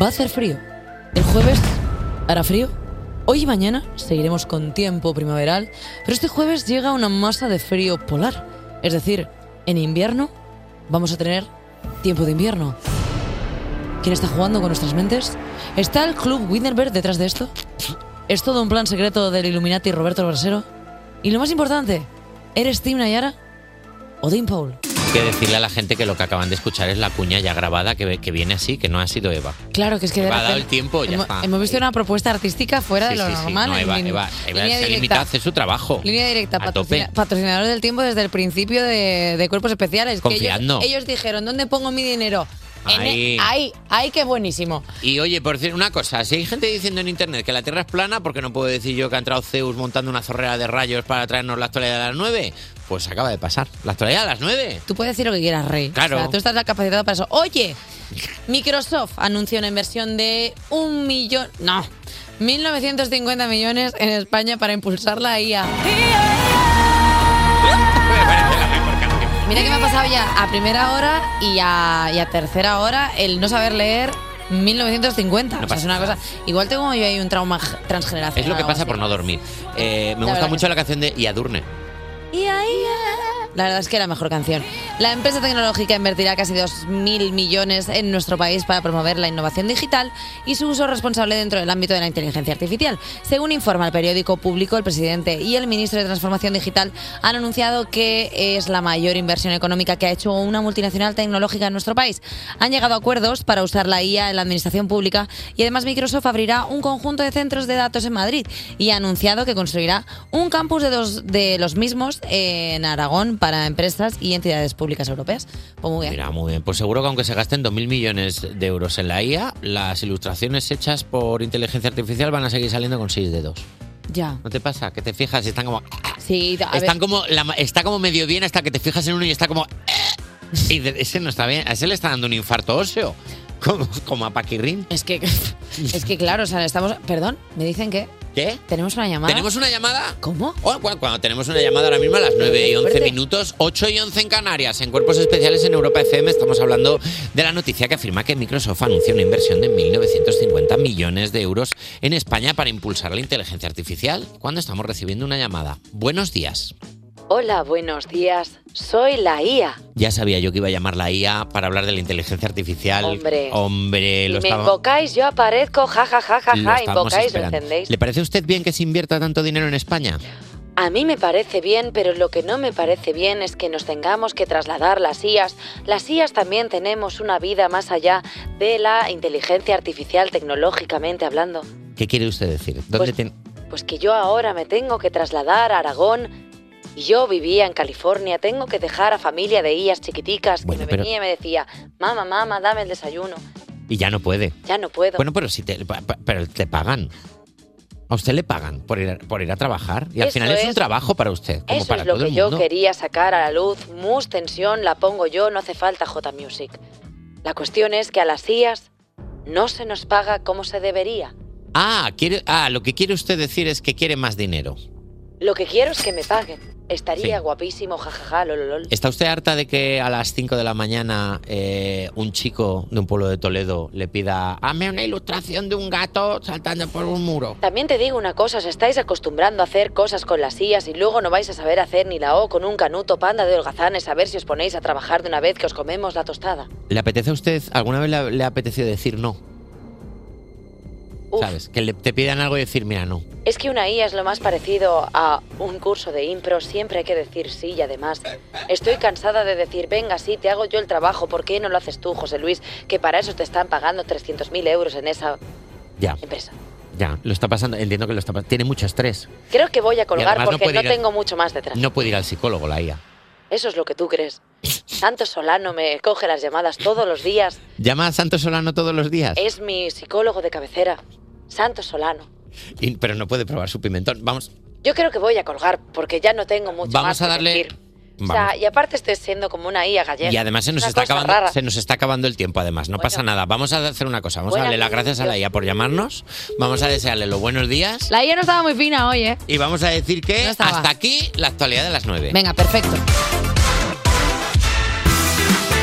Speaker 3: va a hacer frío. El jueves hará frío. Hoy y mañana seguiremos con tiempo primaveral, pero este jueves llega una masa de frío polar. Es decir, en invierno vamos a tener tiempo de invierno. ¿Quién está jugando con nuestras mentes? ¿Está el Club Winterberg detrás de esto? ¿Es todo un plan secreto del Illuminati Roberto Brasero? Y lo más importante, ¿eres Tim Nayara o Dean Paul?
Speaker 4: Hay que decirle a la gente que lo que acaban de escuchar es la cuña ya grabada que, que viene así, que no ha sido Eva.
Speaker 3: Claro que es que de
Speaker 4: Eva ha dado
Speaker 3: repente
Speaker 4: el tiempo, ya
Speaker 3: hemos,
Speaker 4: está.
Speaker 3: hemos visto una propuesta artística fuera de
Speaker 4: Sí,
Speaker 3: lo
Speaker 4: sí, sí.
Speaker 3: normal.
Speaker 4: No, Eva,
Speaker 3: en-
Speaker 4: Eva, Eva
Speaker 3: línea
Speaker 4: se ha limitado
Speaker 3: directa.
Speaker 4: a hacer su trabajo.
Speaker 3: Línea directa,
Speaker 4: A tope.
Speaker 3: patrocina- patrocinadores del tiempo desde el principio de, de Cuerpos Especiales. que ellos-
Speaker 4: Confiando.
Speaker 3: ellos, dijeron, ¿dónde pongo mi dinero? En-
Speaker 4: Ahí.
Speaker 3: ahí, ahí, qué buenísimo.
Speaker 4: Y oye, por decir una cosa, si hay gente diciendo en internet que la Tierra es plana, porque no puedo decir yo que ha entrado Zeus montando una zorrera de rayos para traernos la actualidad de las 9? Pues acaba de pasar. La actualidad de las 9.
Speaker 3: Tú puedes decir lo que quieras, Rey.
Speaker 4: Claro.
Speaker 3: O sea, tú estás capacitada para eso. Oye, Microsoft anunció una inversión de un millón. No. 1.950 millones en España para impulsar la IA. Mira que me ha pasado ya a primera hora y a, y a tercera hora el no saber leer 1950. o sea, es una cosa. Igual tengo yo ahí un trauma transgeneracional.
Speaker 4: Es lo que
Speaker 3: o
Speaker 4: pasa
Speaker 3: algo
Speaker 4: por
Speaker 3: así.
Speaker 4: no dormir. Eh, me
Speaker 3: La
Speaker 4: gusta
Speaker 3: verdad
Speaker 4: mucho la canción de Iadurne.
Speaker 3: Ia, ia. La verdad es que la mejor canción. La empresa tecnológica invertirá casi 2.000 millones en nuestro país para promover la innovación digital y su uso responsable dentro del ámbito de la inteligencia artificial. Según informa el periódico público, el presidente y el ministro de Transformación Digital han anunciado que es la mayor inversión económica que ha hecho una multinacional tecnológica en nuestro país. Han llegado a acuerdos para usar la IA en la administración pública y además Microsoft abrirá un conjunto de centros de datos en Madrid y ha anunciado que construirá un campus de, dos- de los mismos eh, en Aragón para empresas y entidades públicas europeas. Pues muy bien.
Speaker 4: Mira, muy bien. Pues seguro que aunque se gasten 2.000 millones de euros en la IA, las ilustraciones hechas por inteligencia artificial van a seguir saliendo con seis dedos.
Speaker 3: Ya.
Speaker 4: ¿No te pasa? Que te fijas y están como...
Speaker 3: Sí, a ver.
Speaker 4: Están como la ma- está como medio bien hasta que te fijas en uno y está como... Y de- ese no está bien. A ese le está dando un infarto óseo. Como, como a Paquirrin.
Speaker 3: Es que... Es que claro, o sea, estamos... Perdón, me dicen que...
Speaker 4: ¿Qué?
Speaker 3: ¿Tenemos una llamada?
Speaker 4: ¿Tenemos una llamada? Oh,
Speaker 3: ¿Cómo?
Speaker 4: cuando, tenemos una llamada ahora mismo a las 9 y 11
Speaker 3: Fuerte.
Speaker 4: minutos, 8 y 11 en Canarias, en Cuerpos Especiales en Europa FM, estamos hablando de la noticia que afirma que Microsoft anuncia una inversión de 1.950 millones de euros en España para impulsar la inteligencia artificial. Cuando estamos recibiendo una llamada. Buenos días.
Speaker 3: Hola, buenos días. Soy la IA.
Speaker 4: Ya sabía yo que iba a llamar la IA para hablar de la inteligencia artificial.
Speaker 3: Hombre.
Speaker 4: Hombre, lo estaba-
Speaker 3: invocáis, yo aparezco, ja, ja, ja, ja,
Speaker 4: lo estábamos esperando. ¿Le parece a usted bien que se invierta tanto dinero en España?
Speaker 3: A mí me parece bien, pero lo que no me parece bien es que nos tengamos que trasladar las IAS. Las IAS también tenemos una vida más allá de la inteligencia artificial tecnológicamente hablando.
Speaker 4: ¿Qué quiere usted decir? ¿Dónde ten-
Speaker 3: Pues que yo ahora me tengo que trasladar a Aragón. Y yo vivía en California, tengo que dejar a familia de IAS chiquiticas que me
Speaker 4: pero-
Speaker 3: venía y me decía, mamá, mamá, dame el desayuno.
Speaker 4: Y ya no puede.
Speaker 3: Ya no puedo.
Speaker 4: Bueno, pero si te, pa- pa- pero te pagan. A usted le pagan por ir, a- por ir a trabajar. Y al
Speaker 3: Eso
Speaker 4: final es, un
Speaker 3: es.
Speaker 4: trabajo para usted. Como
Speaker 3: Eso
Speaker 4: para
Speaker 3: es lo
Speaker 4: todo
Speaker 3: que
Speaker 4: el
Speaker 3: yo
Speaker 4: mundo.
Speaker 3: quería sacar a la luz. Mus, tensión, la pongo yo, no hace falta J Music. La cuestión es que a las IAS no se nos paga como se debería.
Speaker 4: Ah, quiere, ah, lo que quiere usted decir es que quiere más dinero.
Speaker 21: Lo que quiero es que me paguen. Estaría
Speaker 4: Sí.
Speaker 21: guapísimo, jajaja, lololol.
Speaker 4: ¿Está usted harta de que a las 5 de la mañana eh, un chico de un pueblo de Toledo le pida... "Ah, Hazme una ilustración de un gato saltando por un muro.
Speaker 21: También te digo una cosa, os estáis acostumbrando a hacer cosas con las sillas y luego no vais a saber hacer ni la O con un canuto panda de holgazanes a ver si os ponéis a trabajar de una vez que os comemos la tostada.
Speaker 4: ¿Le apetece a usted, alguna vez le, ha- le ha apetecido decir no? ¿Sabes? Que le- te pidan algo y decir, mira, no.
Speaker 21: Es que una IA es lo más parecido a un curso de impro, siempre hay que decir sí y además estoy cansada de decir, venga, sí, te hago yo el trabajo, ¿por qué no lo haces tú, José Luis? Que para eso te están pagando 300.000 euros en esa
Speaker 4: Ya,
Speaker 21: empresa.
Speaker 4: ya, lo está pasando, entiendo que lo está pasando. Tiene mucho estrés.
Speaker 21: Creo que voy a colgar
Speaker 4: además no
Speaker 21: porque
Speaker 4: puede
Speaker 21: no,
Speaker 4: ir a-
Speaker 21: tengo mucho más detrás.
Speaker 4: No puede ir al psicólogo la IA.
Speaker 21: Eso es lo que tú crees. Santos Solano me coge las llamadas todos los días.
Speaker 4: ¿Llama a Santos Solano todos los días?
Speaker 21: Es mi psicólogo de cabecera. Santos Solano.
Speaker 4: Y- pero no puede probar su pimentón. Vamos,
Speaker 21: Yo creo que voy a colgar porque ya no tengo mucho
Speaker 4: Vamos
Speaker 21: más
Speaker 4: a
Speaker 21: que
Speaker 4: darle-
Speaker 21: decir. O
Speaker 4: vamos.
Speaker 21: sea, y aparte estoy siendo como una IA gallega.
Speaker 4: Y además se nos,
Speaker 21: Una
Speaker 4: está
Speaker 21: cosa
Speaker 4: acabando,
Speaker 21: rara.
Speaker 4: se nos está acabando el tiempo, además. No pasa nada. Vamos a hacer una cosa. Vamos
Speaker 21: Buena
Speaker 4: a darle las gracias a la IA por llamarnos. Vamos a desearle los buenos días.
Speaker 3: La IA no estaba muy fina hoy, ¿eh?
Speaker 4: Y vamos a decir que
Speaker 3: No estaba.
Speaker 4: hasta aquí la actualidad de las 9.
Speaker 3: Venga, perfecto.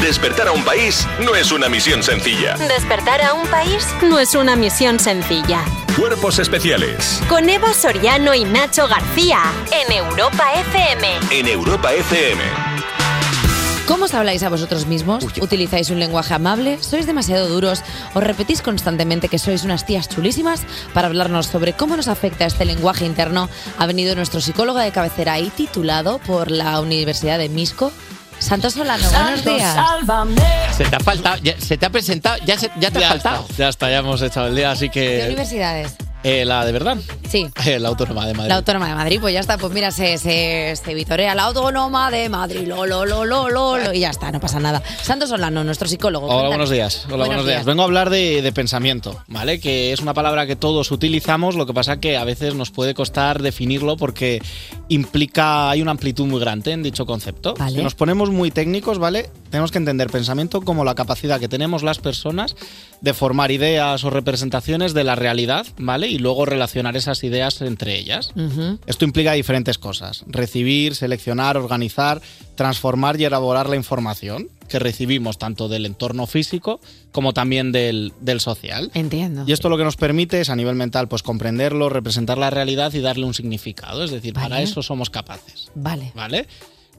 Speaker 6: Despertar a un país no es una misión sencilla.
Speaker 2: Despertar a un país no es una misión sencilla.
Speaker 6: Cuerpos especiales
Speaker 2: Con Evo Soriano y Nacho García en Europa FM.
Speaker 6: en Europa FM.
Speaker 3: ¿Cómo os habláis a vosotros mismos? ¿Utilizáis un lenguaje amable? ¿Sois demasiado duros? ¿Os repetís constantemente que sois unas tías chulísimas? Para hablarnos sobre cómo nos afecta este lenguaje interno, ha venido nuestro psicólogo de cabecera y titulado por la Universidad de Misco, Santos Solano. Buenos días.
Speaker 4: Se te ha faltado, ya- se te ha presentado, ya, se- ya te ha faltado.
Speaker 22: Ya está, ya hemos echado el día, así
Speaker 3: ¿Qué
Speaker 22: que.
Speaker 3: universidades?
Speaker 22: Eh, la de verdad.
Speaker 3: Sí.
Speaker 22: Eh, la Autónoma de Madrid.
Speaker 3: La Autónoma de Madrid, pues ya está, pues mira, se, se, se vitorea la Autónoma de Madrid, lo, lo, lo, lo, lo, lo, y ya está, no pasa nada. Santos Solano, nuestro psicólogo.
Speaker 22: Hola,
Speaker 3: cuéntanos.
Speaker 22: buenos días. Hola,
Speaker 3: Buenos
Speaker 22: buenos, días.
Speaker 3: días.
Speaker 22: Vengo a hablar de, de pensamiento, ¿vale? Que es una palabra que todos utilizamos, lo que pasa que a veces nos puede costar definirlo porque implica, hay una amplitud muy grande en dicho concepto. Si nos ponemos muy técnicos, ¿vale? Tenemos que entender pensamiento como la capacidad que tenemos las personas de formar ideas o representaciones de la realidad, ¿vale? Y luego relacionar esas ideas entre ellas.
Speaker 3: Ujú.
Speaker 22: Esto implica diferentes cosas. Recibir, seleccionar, organizar, transformar y elaborar la información que recibimos tanto del entorno físico como también del, del social.
Speaker 3: Entiendo.
Speaker 22: Y esto lo que nos permite es a nivel mental pues comprenderlo, representar la realidad y darle un significado. Es decir, para
Speaker 3: Vale.
Speaker 22: eso somos capaces.
Speaker 3: Vale.
Speaker 22: ¿Vale?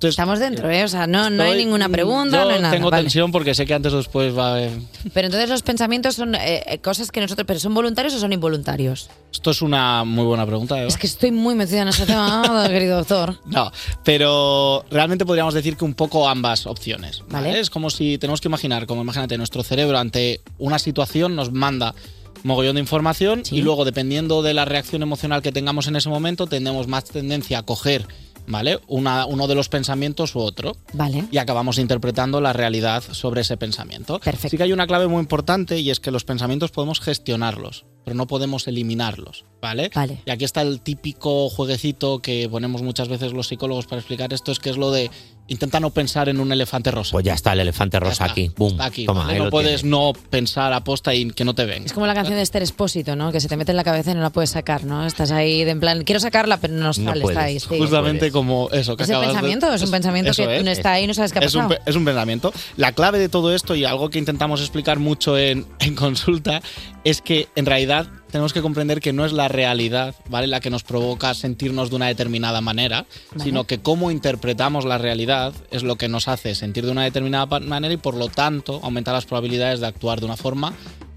Speaker 3: Estamos dentro, ¿eh? O sea, no, no hay
Speaker 22: Estoy-
Speaker 3: ninguna pregunta,
Speaker 22: yo
Speaker 3: no hay nada.
Speaker 22: tengo
Speaker 3: vale.
Speaker 22: tensión porque sé que antes o después va a haber-
Speaker 3: Pero entonces los pensamientos son eh, eh, cosas que nosotros, pero ¿son voluntarios o son involuntarios?
Speaker 22: Esto es una muy buena pregunta, Eva.
Speaker 3: Es que estoy muy metida en ese tema, querido doctor.
Speaker 22: No, pero realmente podríamos decir que un poco ambas opciones. ¿vale? Es como si tenemos que imaginar, como imagínate, nuestro cerebro ante una situación nos manda mogollón de información y luego dependiendo de la reacción emocional que tengamos en ese momento, tenemos más tendencia a coger, ¿vale? Una- uno de los pensamientos u otro.
Speaker 3: Vale.
Speaker 22: Y acabamos interpretando la realidad sobre ese pensamiento. Perfecto. Sí que hay una clave muy importante y es que los pensamientos podemos gestionarlos, pero no podemos eliminarlos, ¿vale?
Speaker 3: Vale.
Speaker 22: Y aquí está el típico jueguecito que ponemos muchas veces los psicólogos para explicar esto, es que es lo de intenta no pensar en un elefante rosa.
Speaker 4: Pues ya está el elefante rosa aquí. Boom.
Speaker 22: Aquí,
Speaker 4: Pues, Toma,
Speaker 22: ¿vale?
Speaker 4: ahí
Speaker 22: no
Speaker 4: lo
Speaker 22: puedes
Speaker 4: tienes.
Speaker 22: no pensar aposta y que no te venga.
Speaker 3: Es como la canción de Esther Espósito, ¿no? Que se te mete en la cabeza y no la puedes sacar, ¿no? Estás ahí de en plan, quiero sacarla, pero no sale, está ahí. sí.
Speaker 22: Justamente como eso que
Speaker 3: ¿Es el
Speaker 22: acabas de-
Speaker 3: pensamiento o es un pensamiento
Speaker 22: eso
Speaker 3: que
Speaker 22: es.
Speaker 3: no está ahí y no sabes qué ha
Speaker 22: es un,
Speaker 3: pasado?
Speaker 22: pe- es un pensamiento. La clave de todo esto y algo que intentamos explicar mucho en, en consulta es que en realidad tenemos que comprender que no es la realidad ¿vale? la que nos provoca sentirnos de una determinada manera,
Speaker 23: Vale.
Speaker 22: sino que cómo interpretamos la realidad es lo que nos hace sentir de una determinada pa- manera y por lo tanto aumentar las probabilidades de actuar de una forma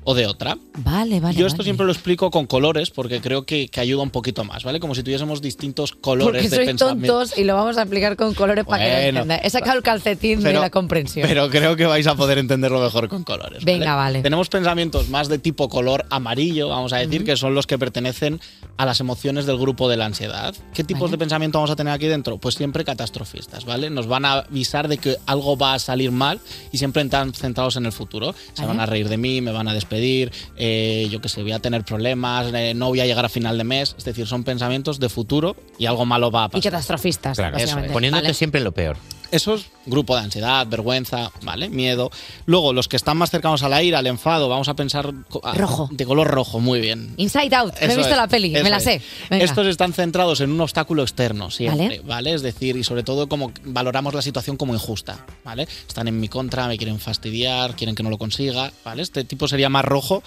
Speaker 22: o de otra.
Speaker 3: Vale, vale.
Speaker 22: Yo esto
Speaker 3: vale.
Speaker 22: siempre lo explico con colores porque creo que, que ayuda un poquito más, ¿vale? Como si tuviésemos distintos colores
Speaker 3: Porque
Speaker 22: de
Speaker 3: sois
Speaker 22: pensamiento.
Speaker 3: tontos y lo vamos a aplicar con colores para que lo
Speaker 22: Bueno.
Speaker 3: entendáis. He sacado el calcetín de
Speaker 22: Pero-
Speaker 3: la comprensión.
Speaker 22: Pero creo que vais a poder entenderlo mejor con colores.
Speaker 3: Venga, vale.
Speaker 22: Tenemos pensamientos más de tipo color amarillo, vamos a decir, que son los que pertenecen a las emociones del grupo de la ansiedad. ¿Qué tipos de pensamiento vamos a tener aquí dentro? Pues siempre catastrofistas, ¿vale? Nos van a avisar de que algo va a salir mal y siempre están centrados en el futuro. Se
Speaker 23: Vale.
Speaker 22: van a reír de mí, me van a despedir, eh, yo qué sé, voy a tener problemas, eh, no voy a llegar a final de mes. Es decir, son pensamientos de futuro y algo malo va a pasar.
Speaker 3: Y catastrofistas,
Speaker 22: Claro, eso es.
Speaker 3: básicamente.
Speaker 22: Poniéndote
Speaker 3: Vale.
Speaker 22: siempre
Speaker 4: Lo peor.
Speaker 22: eso es grupo de ansiedad, vergüenza, ¿vale? Miedo. Luego, los que están más cercanos a la ira, al enfado, vamos a pensar co- a-
Speaker 3: Rojo.
Speaker 22: De color rojo, muy bien.
Speaker 3: Inside Out, me he
Speaker 22: Eso
Speaker 3: visto
Speaker 22: es,
Speaker 3: la peli, me
Speaker 22: eso
Speaker 3: la
Speaker 22: es.
Speaker 3: sé. Venga.
Speaker 22: Estos están centrados en un obstáculo externo siempre,
Speaker 3: Vale.
Speaker 22: ¿vale? Es decir, y sobre todo como valoramos la situación como injusta, ¿vale? Están en mi contra, me quieren fastidiar, quieren que no lo consiga, ¿vale? Este tipo sería más rojo.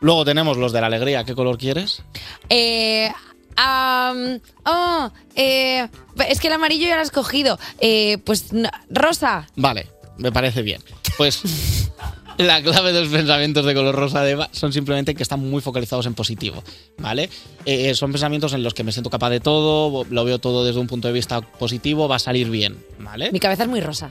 Speaker 22: Luego tenemos los de la alegría, ¿qué color quieres?
Speaker 3: Eh, am, oh, eh, es que el amarillo ya lo has cogido. Eh, pues no, rosa.
Speaker 22: Vale, me parece bien. Pues la clave de los pensamientos de color rosa de Eva son simplemente que están muy focalizados en positivo, ¿vale? Eh, eh, son pensamientos en los que me siento capaz de todo, lo veo todo desde un punto de vista positivo, va a salir bien, ¿vale?
Speaker 3: Mi cabeza es muy rosa.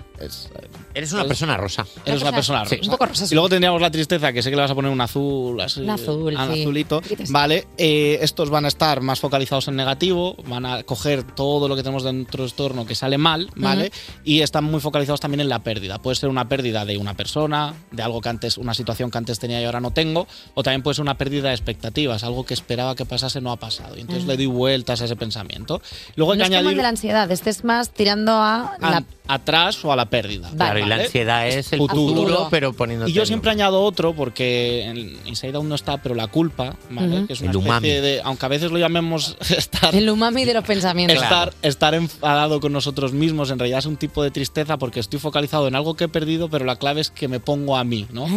Speaker 22: Eres
Speaker 4: una persona rosa.
Speaker 22: Eres una persona rosa.
Speaker 3: Sí. Un poco rosa, sí.
Speaker 22: Y luego tendríamos la tristeza, que sé que le vas a poner un azul, así.
Speaker 3: Un azul,
Speaker 22: un
Speaker 3: sí.
Speaker 22: azulito. Vale, eh, estos van a estar más focalizados en negativo, van a coger todo lo que tenemos dentro del entorno que sale mal, ¿vale? Y están muy focalizados también en la pérdida. Puede ser una pérdida de una persona, de algo que antes, una situación que antes tenía y ahora no tengo, o también puede ser una pérdida de expectativas, algo que esperaba que pasase no ha pasado. Y entonces
Speaker 3: Ah.
Speaker 22: le doy vueltas a ese pensamiento. Luego hay
Speaker 3: No
Speaker 22: que
Speaker 3: es como el
Speaker 22: añadir
Speaker 3: de la ansiedad, este es más tirando a la
Speaker 22: an- atrás o a la pérdida.
Speaker 4: Claro, y la
Speaker 22: ¿vale?
Speaker 4: ansiedad es el futuro,
Speaker 22: futuro.
Speaker 4: pero poniéndote...
Speaker 22: Y yo siempre añado otro porque en Inside Out no está, pero la culpa, ¿vale?
Speaker 3: Ujú.
Speaker 22: Que es una
Speaker 4: El umami.
Speaker 22: especie de, aunque a veces lo llamemos estar,
Speaker 3: el umami de los pensamientos.
Speaker 22: estar, estar enfadado con nosotros mismos, en realidad es un tipo de tristeza porque estoy focalizado en algo que he perdido, pero la clave es que me pongo a mí, ¿no?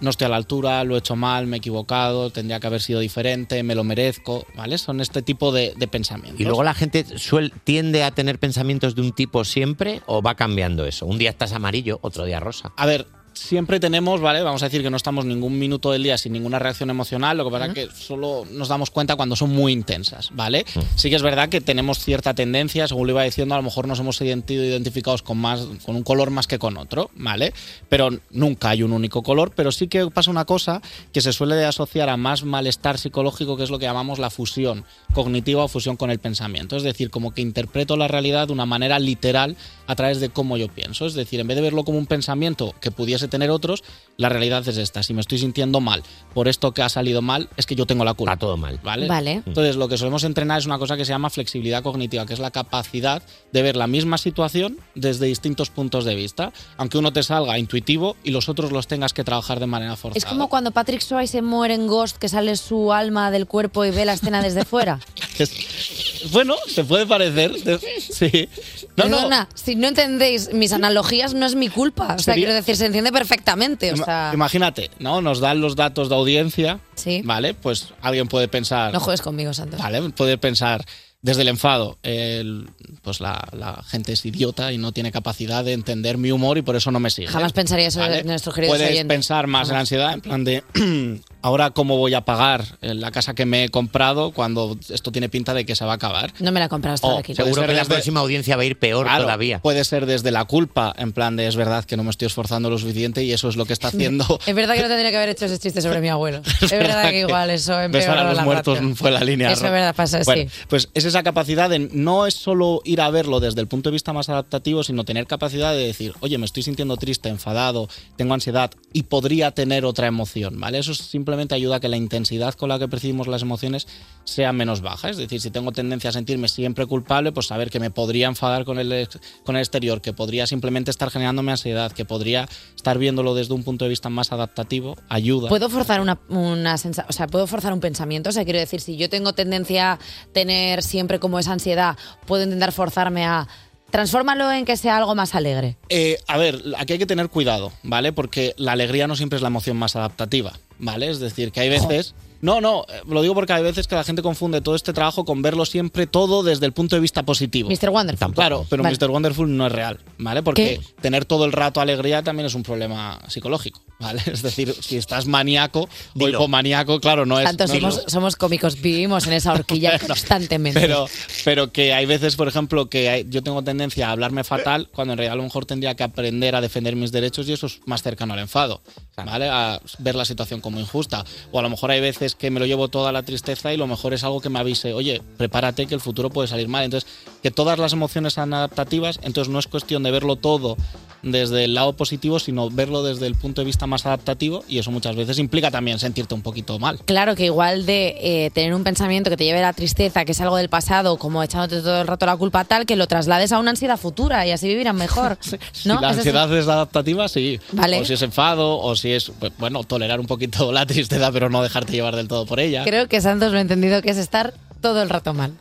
Speaker 22: No estoy a la altura, lo he hecho mal, me he equivocado, tendría que haber sido diferente, me lo merezco, ¿vale? Son este tipo de, de pensamientos.
Speaker 4: Y luego la gente suel, tiende a tener pensamientos de un tipo siempre o va cambiando eso. Un día estás amarillo, otro día rosa.
Speaker 22: A ver, siempre tenemos, ¿vale? Vamos a decir que no estamos ningún minuto del día sin ninguna reacción emocional, lo que pasa es que solo nos damos cuenta cuando son muy intensas, ¿vale? Sí que es verdad que tenemos cierta tendencia, según lo iba diciendo, a lo mejor nos hemos sentido identificados con, más, con un color más que con otro, ¿vale? Pero nunca hay un único color, pero sí que pasa una cosa que se suele asociar a más malestar psicológico, que es lo que llamamos la fusión cognitiva o fusión con el pensamiento. Es decir, como que interpreto la realidad de una manera literal a través de cómo yo pienso. Es decir, en vez de verlo como un pensamiento que pudiese tener otros, la realidad es esta. Si me estoy sintiendo mal por esto que ha salido mal, es que yo tengo la culpa.
Speaker 4: todo mal.
Speaker 22: ¿Vale?
Speaker 3: Vale.
Speaker 22: Entonces, lo que solemos entrenar es una cosa que se llama flexibilidad cognitiva, que es la capacidad de ver la misma situación desde distintos puntos de vista, aunque uno te salga intuitivo y los otros los tengas que trabajar de manera forzada.
Speaker 3: Es como cuando Patrick Swayze se muere en Ghost, que sale su alma del cuerpo y ve la escena desde fuera.
Speaker 22: Es- bueno, se puede parecer. te- Sí. No, no.
Speaker 3: Perdona, si no entendéis mis analogías, no es mi culpa. O sea,
Speaker 22: Sería-
Speaker 3: quiero decir, se entiende perfectamente. O
Speaker 22: Ima-
Speaker 3: sea,
Speaker 22: Imagínate, ¿no? Nos dan los datos de audiencia.
Speaker 3: Sí.
Speaker 22: ¿Vale? Pues alguien puede pensar.
Speaker 3: no juegues conmigo, Santos.
Speaker 22: Vale, puede pensar desde el enfado, el- pues la, la gente es idiota y no tiene capacidad de entender mi humor y por eso no me sigue.
Speaker 3: Jamás pensaría eso de nuestros queridos
Speaker 22: Puedes
Speaker 3: oyentes.
Speaker 22: pensar más en
Speaker 3: Jamás.
Speaker 22: ansiedad, en plan de ahora cómo voy a pagar eh, la casa que me he comprado cuando esto tiene pinta de que se va a acabar.
Speaker 3: No me la compras,
Speaker 22: O
Speaker 3: todo aquí.
Speaker 22: Oh, puede
Speaker 4: Oh, Seguro
Speaker 22: ser
Speaker 4: que la
Speaker 22: desde-
Speaker 4: próxima audiencia va a ir peor
Speaker 22: Claro,
Speaker 4: todavía.
Speaker 22: Puede ser desde la culpa, en plan de es verdad que no me estoy esforzando lo suficiente y eso es lo que está haciendo.
Speaker 3: Es verdad que no tendría que haber hecho ese chiste sobre mi abuelo. Es verdad,
Speaker 22: verdad
Speaker 3: que
Speaker 22: que
Speaker 3: igual eso
Speaker 22: Besar
Speaker 3: empeoró
Speaker 22: a los
Speaker 3: la
Speaker 22: muertos
Speaker 3: relación.
Speaker 22: fue la línea.
Speaker 3: Eso es
Speaker 22: roja.
Speaker 3: verdad, pasa,
Speaker 22: Bueno,
Speaker 3: sí.
Speaker 22: Pues es esa capacidad de no es solo ir a verlo desde el punto de vista más adaptativo, sino tener capacidad de decir, oye, me estoy sintiendo triste, enfadado, tengo ansiedad y podría tener otra emoción, ¿vale? Eso simplemente ayuda a que la intensidad con la que percibimos las emociones sea menos baja. Es decir, si tengo tendencia a sentirme siempre culpable, pues saber que me podría enfadar con el, ex- con el exterior, que podría simplemente estar generándome ansiedad, que podría estar viéndolo desde un punto de vista más adaptativo, ayuda.
Speaker 3: Puedo forzar una, una sensa- o sea, puedo forzar un pensamiento, o sea, quiero decir, si yo tengo tendencia a tener siempre como esa ansiedad, puedo intentar forzarme a transfórmalo en que sea algo más alegre.
Speaker 22: Eh, a ver, aquí hay que tener cuidado, ¿vale? Porque la alegría no siempre es la emoción más adaptativa, ¿vale? Es decir, que hay veces... No, no, eh, lo digo porque hay veces que la gente confunde todo este trabajo con verlo siempre todo desde el punto de vista positivo.
Speaker 3: Mr. Wonderful.
Speaker 22: Claro, pero
Speaker 3: Vale.
Speaker 22: Mr. Wonderful no es real, ¿vale? Porque tener todo el rato alegría también es un problema psicológico, ¿vale? Es decir, si estás maníaco o hipomaníaco, claro, no es...
Speaker 3: Tanto
Speaker 22: no es-
Speaker 3: somos, somos cómicos, vivimos en esa horquilla constantemente.
Speaker 22: pero, pero que hay veces, por ejemplo, que hay- yo tengo tendencia a hablarme fatal cuando en realidad a lo mejor tendría que aprender a defender mis derechos y eso es más cercano al enfado, ¿vale? A ver la situación como injusta. O a lo mejor hay veces que me lo llevo toda la tristeza y lo mejor es algo que me avise, oye, prepárate que el futuro puede salir mal. Entonces, que todas las emociones sean adaptativas, entonces no es cuestión de verlo todo desde el lado positivo, sino verlo desde el punto de vista más adaptativo y eso muchas veces implica también sentirte un poquito mal.
Speaker 3: Claro que igual de eh, tener un pensamiento que te lleve a la tristeza, que es algo del pasado, como echándote todo el rato la culpa tal, que lo traslades a una ansiedad futura y así vivirán mejor. ¿no?
Speaker 22: Si la
Speaker 3: Es decir,
Speaker 22: ansiedad es adaptativa, sí.
Speaker 3: Vale.
Speaker 22: O si es enfado, o si es, pues, bueno, tolerar un poquito la tristeza, pero no dejarte llevar del todo por ella.
Speaker 3: Creo que Santos lo ha entendido que es estar todo el rato mal.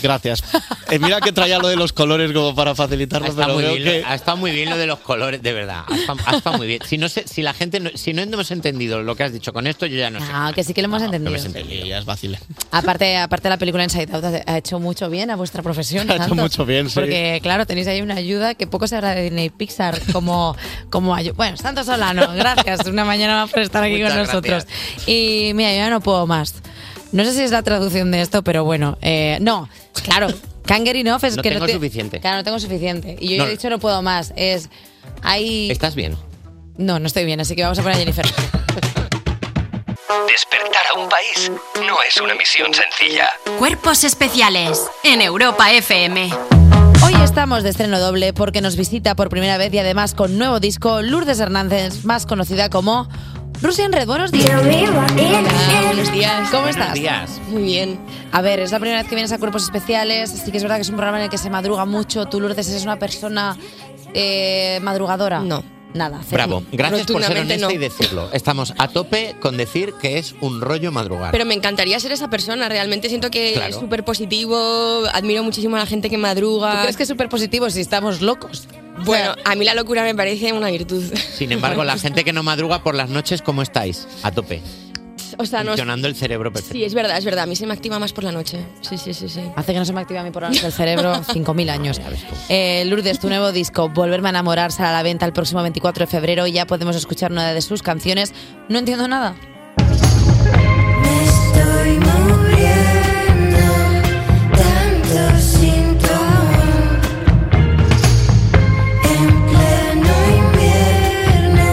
Speaker 22: Gracias. Eh, mira que traía lo de los colores como para facilitarlo,
Speaker 4: Está
Speaker 22: pero
Speaker 4: muy,
Speaker 22: veo
Speaker 4: bien,
Speaker 22: que...
Speaker 4: lo- ha estado muy bien lo de los colores, de verdad. Ha estado, ha estado muy bien. Si no sé, si la gente, no, si no hemos entendido lo que has dicho con esto, yo ya no sé.
Speaker 3: Ah, que sí que lo hemos entendido.
Speaker 4: ya es fácil.
Speaker 3: Aparte, aparte la película Inside Out ha- ha hecho mucho bien a vuestra profesión.
Speaker 4: Ha hecho
Speaker 3: Santos.
Speaker 4: mucho bien, sí.
Speaker 3: Porque, claro, tenéis ahí una ayuda que poco se habrá de Disney Pixar como, como ayu- Bueno, Santos Solano, gracias una mañana más por estar aquí con
Speaker 10: Muchas
Speaker 3: nosotros. Y mira, yo ya no puedo más. No sé si es la traducción de esto, pero bueno, eh, no, claro, Kanger Enough es
Speaker 4: No
Speaker 3: que
Speaker 4: tengo
Speaker 3: ti-
Speaker 4: suficiente.
Speaker 3: Claro, no tengo suficiente. Y yo
Speaker 4: No,
Speaker 3: ya he
Speaker 4: no.
Speaker 3: dicho no puedo más. Es ahí.
Speaker 4: ¿Estás bien?
Speaker 3: No, no estoy bien, así que vamos a poner a Jennifer.
Speaker 1: Despertar a un país no es una misión sencilla.
Speaker 11: Cuerpos especiales en Europa FM.
Speaker 3: Hoy estamos de estreno doble porque nos visita por primera vez y además con nuevo disco Lourdes Hernández, más conocida como Russian Red. Buenos días. Hola, buenos días. ¿Cómo estás?
Speaker 4: días.
Speaker 3: Muy bien. A ver, es la primera vez que vienes a Cuerpos Especiales, así que es verdad que es un programa en el que se madruga mucho. Tú, Lourdes, eres una persona eh, madrugadora. No. Nada. cero.
Speaker 4: Bravo. Gracias por ser
Speaker 23: Rotundamente
Speaker 4: honesta
Speaker 23: no.
Speaker 4: y decirlo. Estamos a tope con decir que es un rollo madrugar.
Speaker 23: Pero me encantaría ser esa persona, realmente siento que
Speaker 4: Claro.
Speaker 23: es súper positivo, admiro muchísimo a la gente que madruga.
Speaker 3: ¿Tú crees que es súper positivo si estamos locos?
Speaker 23: Bueno, a mí la locura me parece una virtud.
Speaker 4: Sin embargo, la gente que no madruga por las noches, ¿cómo estáis? A tope.
Speaker 23: O sea, no...
Speaker 4: Funcionando el cerebro perfecto.
Speaker 23: Sí, es verdad, es verdad, a mí se me activa más por la noche. Sí, sí, sí, sí.
Speaker 3: Hace que no se me activa mi programa del cerebro 5.000 años. Eh, Lourdes, tu nuevo disco, Volverme a enamorar, sale a la venta el próximo 24 de febrero y ya podemos escuchar una de sus canciones. No entiendo nada.
Speaker 5: Estoy muriendo tanto sin tu amor. En pleno invierno.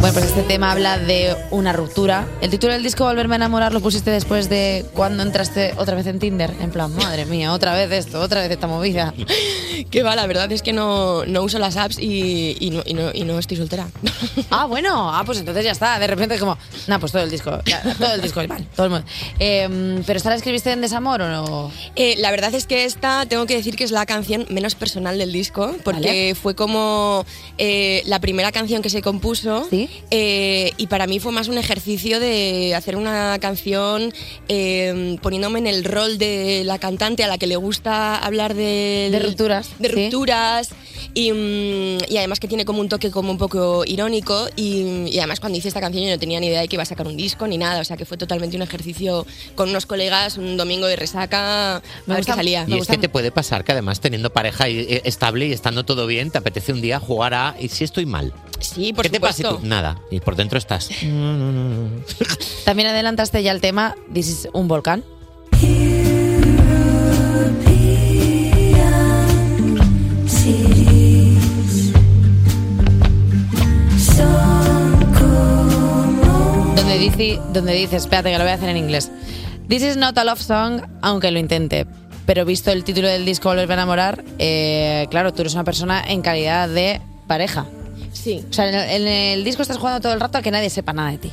Speaker 3: Bueno, pues este tema habla de una ruptura. El título del disco, Volverme a enamorar, lo pusiste después de cuando entraste otra vez en Tinder. En plan, madre mía, otra vez esto, otra vez esta movida.
Speaker 23: Que va, la verdad es que no, no uso las apps y, y no, y no- y no estoy soltera.
Speaker 3: Ah, bueno, ah, pues entonces ya está. De repente como, nah, pues todo el disco, ya, todo el disco, vale, todo el mundo. Eh, ¿Pero esta la escribiste en desamor o no?
Speaker 23: Eh, la verdad es que esta tengo que decir que es la canción menos personal del disco, porque
Speaker 3: Vale.
Speaker 23: fue como eh, la primera canción que se compuso eh, y para mí fue más un ejercicio de hacer una canción eh, poniéndome en el rol de la cantante a la que le gusta hablar de,
Speaker 3: De rupturas,
Speaker 23: de
Speaker 3: sí.
Speaker 23: rupturas y, mm, y además que tiene como un toque como un poco irónico y, y además cuando hice esta canción yo no tenía ni idea de que iba a sacar un disco ni nada, o sea que fue totalmente un ejercicio con unos colegas un domingo de resaca a ver qué salía.
Speaker 4: Y es que te puede pasar que además teniendo pareja y- eh, estable y estando todo bien, te apetece un día jugar a ¿y si estoy mal?
Speaker 23: Sí, por
Speaker 4: ¿Qué te pasa? y
Speaker 23: supuesto.
Speaker 4: tú? Nada. Y por dentro estás.
Speaker 3: También adelantaste ya el tema This is un volcán.
Speaker 5: Cities son como
Speaker 3: Donde dice, donde dice, espérate que lo voy a hacer en inglés. This is not a love song, aunque lo intente. Pero visto el título del disco Volverme a enamorar, eh, claro, tú eres una persona en calidad de pareja.
Speaker 23: Sí.
Speaker 3: O sea, en el, en el disco estás jugando todo el rato a que nadie sepa nada de ti.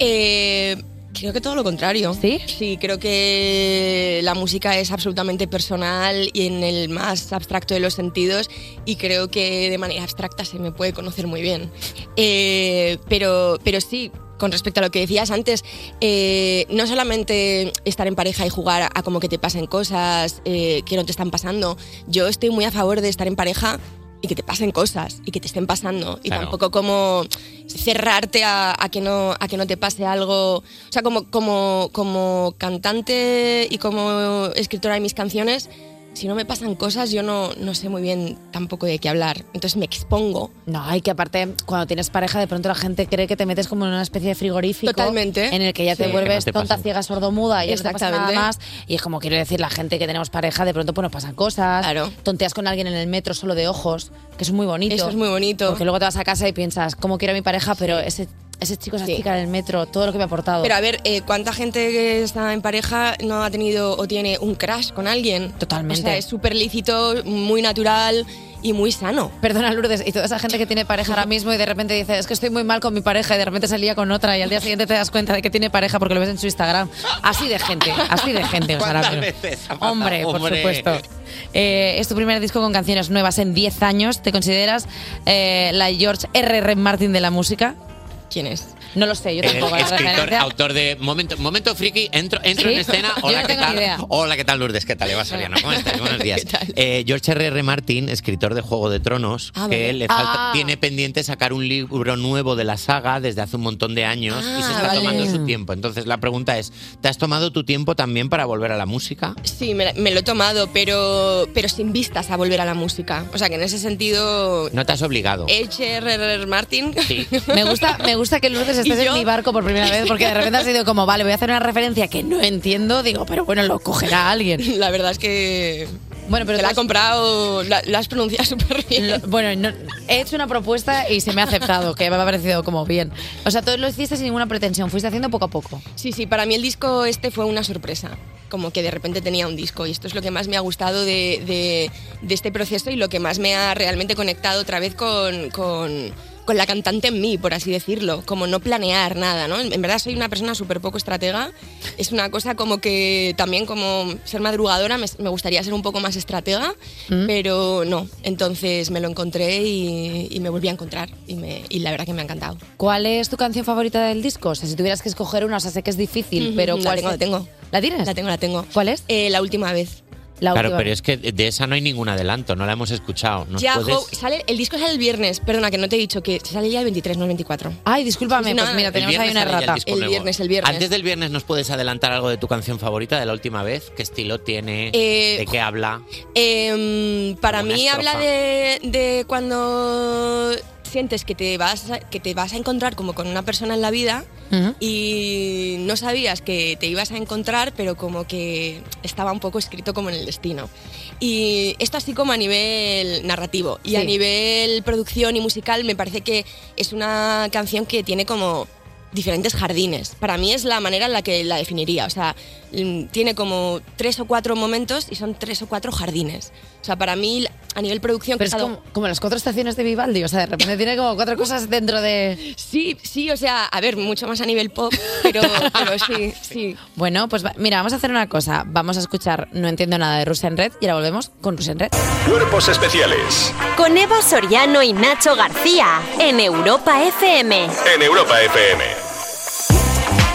Speaker 23: Eh, creo que todo lo contrario.
Speaker 3: ¿Sí?
Speaker 23: Sí, creo que la música es absolutamente personal y en el más abstracto de los sentidos y creo que de manera abstracta se me puede conocer muy bien. Eh, pero, pero sí. Con respecto a lo que decías antes, eh, no solamente estar en pareja y jugar a como que te pasen cosas eh, que no te están pasando, yo estoy muy a favor de estar en pareja y que te pasen cosas y que te estén pasando y
Speaker 11: Claro.
Speaker 23: tampoco como cerrarte a, a que no a que no te pase algo o sea como como como cantante y como escritora de mis canciones si no me pasan cosas yo no no sé muy bien tampoco de qué hablar entonces me expongo
Speaker 3: No, hay que aparte, cuando tienes pareja, de pronto la gente cree que te metes como en una especie de frigorífico.
Speaker 23: Totalmente.
Speaker 3: En el que ya te
Speaker 23: Sí,
Speaker 3: vuelves
Speaker 23: que no te
Speaker 3: tonta,
Speaker 23: pasan.
Speaker 3: ciega, sordomuda y ya no te pasa nada
Speaker 23: Exactamente.
Speaker 3: más. Y es como quiero decir, la gente que tenemos pareja, de pronto pues nos pasan cosas. Tonteas con alguien en el metro solo de ojos, que es muy bonito.
Speaker 23: Eso es muy bonito.
Speaker 3: Porque luego te vas a casa y piensas, ¿cómo quiero a mi pareja? Pero ese, ese chico, esa chica en el metro, todo lo que me ha aportado.
Speaker 23: pero a ver eh, cuánta gente que está en pareja no ha tenido o tiene un crash con alguien
Speaker 3: Totalmente.
Speaker 23: o sea es súper lícito muy natural y muy sano.
Speaker 3: Perdona, Lourdes, y toda esa gente que tiene pareja ahora mismo y de repente dice, es que estoy muy mal con mi pareja y de repente salía con otra y al día siguiente te das cuenta de que tiene pareja porque lo ves en su Instagram. Así de gente, así de gente. o sea, ahora
Speaker 4: ¿Cuántas
Speaker 3: mismo.
Speaker 4: veces ha pasado?
Speaker 3: Hombre, por
Speaker 4: Hombre.
Speaker 3: supuesto. Eh, es tu primer disco con canciones nuevas en 10 años. ¿Te consideras eh, la George R.R. Martin de la música?
Speaker 23: ¿Quién es?
Speaker 3: No lo sé, yo
Speaker 4: El
Speaker 3: tampoco. la
Speaker 4: Eh, escritor,
Speaker 3: referencia.
Speaker 4: autor de Momento, momento Friki, entro, entro
Speaker 3: Sí.
Speaker 4: en escena.
Speaker 3: Yo
Speaker 4: Hola,
Speaker 3: no
Speaker 4: ¿qué
Speaker 3: tengo ni
Speaker 4: tal?
Speaker 3: idea.
Speaker 4: Hola, ¿qué tal, Lourdes? ¿Qué tal, Eva Soriano? ¿Cómo estás? Buenos días. Eh, George R.R. Martin, escritor de Juego de Tronos,
Speaker 23: Ah,
Speaker 4: que
Speaker 23: vale.
Speaker 4: le falta-
Speaker 23: Ah.
Speaker 4: tiene pendiente sacar un libro nuevo de la saga desde hace un montón de años y se
Speaker 23: Ah,
Speaker 4: está
Speaker 23: vale.
Speaker 4: tomando su tiempo. Entonces, la pregunta es: ¿te has tomado tu tiempo también para volver a la música?
Speaker 23: Sí, me, la- me lo he tomado, pero, pero sin vistas a volver a la música. O sea que en ese sentido,
Speaker 4: No te has obligado.
Speaker 23: H.R.R. Martin.
Speaker 4: Sí.
Speaker 3: Me gusta, me gusta que Lourdes estés en mi barco por primera vez porque de repente has sido como, vale, voy a hacer una referencia que no entiendo, digo, pero bueno, lo cogerá alguien. Eh,
Speaker 23: La verdad es que.
Speaker 3: Bueno, pero
Speaker 23: te la ha comprado, la, la has pronunciado súper bien.
Speaker 3: bueno, no- he hecho una propuesta y se me ha aceptado, que me ha parecido como bien. O sea, todo lo hiciste sin ninguna pretensión, fuiste haciendo poco a poco.
Speaker 23: Sí, sí, para mí el disco este fue una sorpresa. Como que de repente tenía un disco y esto es lo que más me ha gustado de, de- de este proceso y lo que más me ha realmente conectado otra vez con, con- con la cantante en mí, por así decirlo. Como no planear nada, ¿no? En verdad soy una persona súper poco estratega. Es una cosa como que también como ser madrugadora me, me gustaría ser un poco más estratega,
Speaker 3: Mm.
Speaker 23: pero no. Entonces me lo encontré y, y me volví a encontrar y, me- y la verdad que me ha encantado.
Speaker 3: ¿Cuál es tu canción favorita del disco? O sea, si tuvieras que escoger una, o sea, sé que es difícil,
Speaker 23: Ujú,
Speaker 3: pero
Speaker 23: la
Speaker 3: ¿cuál
Speaker 23: tengo,
Speaker 3: se-
Speaker 23: la tengo.
Speaker 3: ¿La tienes?
Speaker 23: La tengo, la tengo. Eh,
Speaker 3: ¿Cuál es?
Speaker 23: la última vez.
Speaker 3: La
Speaker 4: Claro,
Speaker 3: última
Speaker 4: pero
Speaker 3: vez.
Speaker 4: es que de esa no hay ningún adelanto, no la hemos escuchado. ¿Nos
Speaker 23: ya,
Speaker 4: puedes-
Speaker 23: jo, sale, el disco sale el viernes. Perdona, que no te he dicho que sale ya el 23, no el 24.
Speaker 3: Ay, discúlpame,
Speaker 23: no,
Speaker 3: pues mira,
Speaker 4: El
Speaker 23: tenemos
Speaker 4: viernes
Speaker 23: ahí una
Speaker 4: sale ya el
Speaker 23: errata.
Speaker 4: disco
Speaker 23: El
Speaker 4: nuevo.
Speaker 23: viernes, el viernes.
Speaker 4: Antes del viernes, ¿nos puedes adelantar algo de tu canción favorita de la última vez? ¿Qué estilo tiene?
Speaker 23: Eh,
Speaker 4: ¿De qué habla?
Speaker 23: Em, para
Speaker 4: Como una
Speaker 23: mí
Speaker 4: estrofa.
Speaker 23: habla de, de cuando sientes que te, vas a, que te vas a encontrar como con una persona en la vida y no sabías que te ibas a encontrar, pero como que estaba un poco escrito como en el destino. Y esto así como a nivel narrativo y a
Speaker 7: Sí.
Speaker 23: nivel producción y musical me parece que es una canción que tiene como diferentes jardines. Para mí es la manera en la que la definiría. O sea, mm, tiene como tres o cuatro momentos y son tres o cuatro jardines. O sea, para mí a nivel producción...
Speaker 3: Pero es
Speaker 23: cada-
Speaker 3: como, como las cuatro estaciones de Vivaldi, o sea, de repente tiene como cuatro cosas dentro de...
Speaker 23: Sí, sí, o sea, a ver, mucho más a nivel pop, pero, pero sí, sí.
Speaker 3: Bueno, pues va- mira, vamos a hacer una cosa. Vamos a escuchar No entiendo nada de Rusia en Red y ahora volvemos con Rusia en Red.
Speaker 6: Cuerpos especiales
Speaker 2: Con Eva Soriano y Nacho García en Europa FM.
Speaker 6: en Europa FM.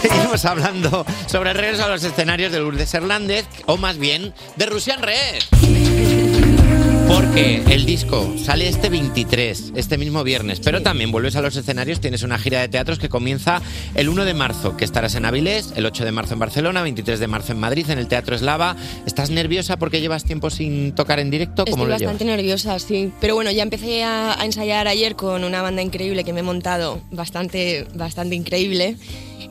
Speaker 4: Seguimos hablando sobre el regreso a los escenarios de Lourdes Hernández, o más bien de Rusian Red. Porque el disco sale este 23, este mismo viernes, pero también vuelves a los escenarios, tienes una gira de teatros que comienza el 1 de marzo, que estarás en Avilés, el 8 de marzo en Barcelona, 23 de marzo en Madrid, en el Teatro Eslava. ¿Estás nerviosa porque llevas tiempo sin tocar en directo? ¿Cómo
Speaker 23: Estoy
Speaker 4: lo
Speaker 23: bastante nerviosa, sí. Pero bueno, ya empecé a, a ensayar ayer con una banda increíble que me he montado, bastante, bastante increíble.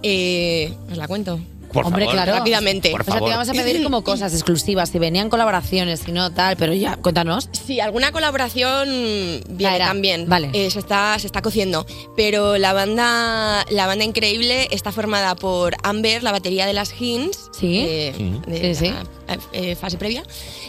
Speaker 23: Eh, ¿Os la cuento?
Speaker 4: Por
Speaker 3: Hombre, claro.
Speaker 23: Rápidamente.
Speaker 3: o sea, te vamos a pedir como cosas exclusivas, si venían colaboraciones, si no tal, pero ya, cuéntanos.
Speaker 23: Sí, alguna colaboración viene también.
Speaker 3: vale.
Speaker 23: Eh, se, está, se está cociendo. Pero la banda, la banda increíble está formada por Amber, la batería de las Hins.
Speaker 3: Sí.
Speaker 23: eh,
Speaker 3: Sí.
Speaker 23: de
Speaker 3: Sí,
Speaker 23: la, eh, fase previa.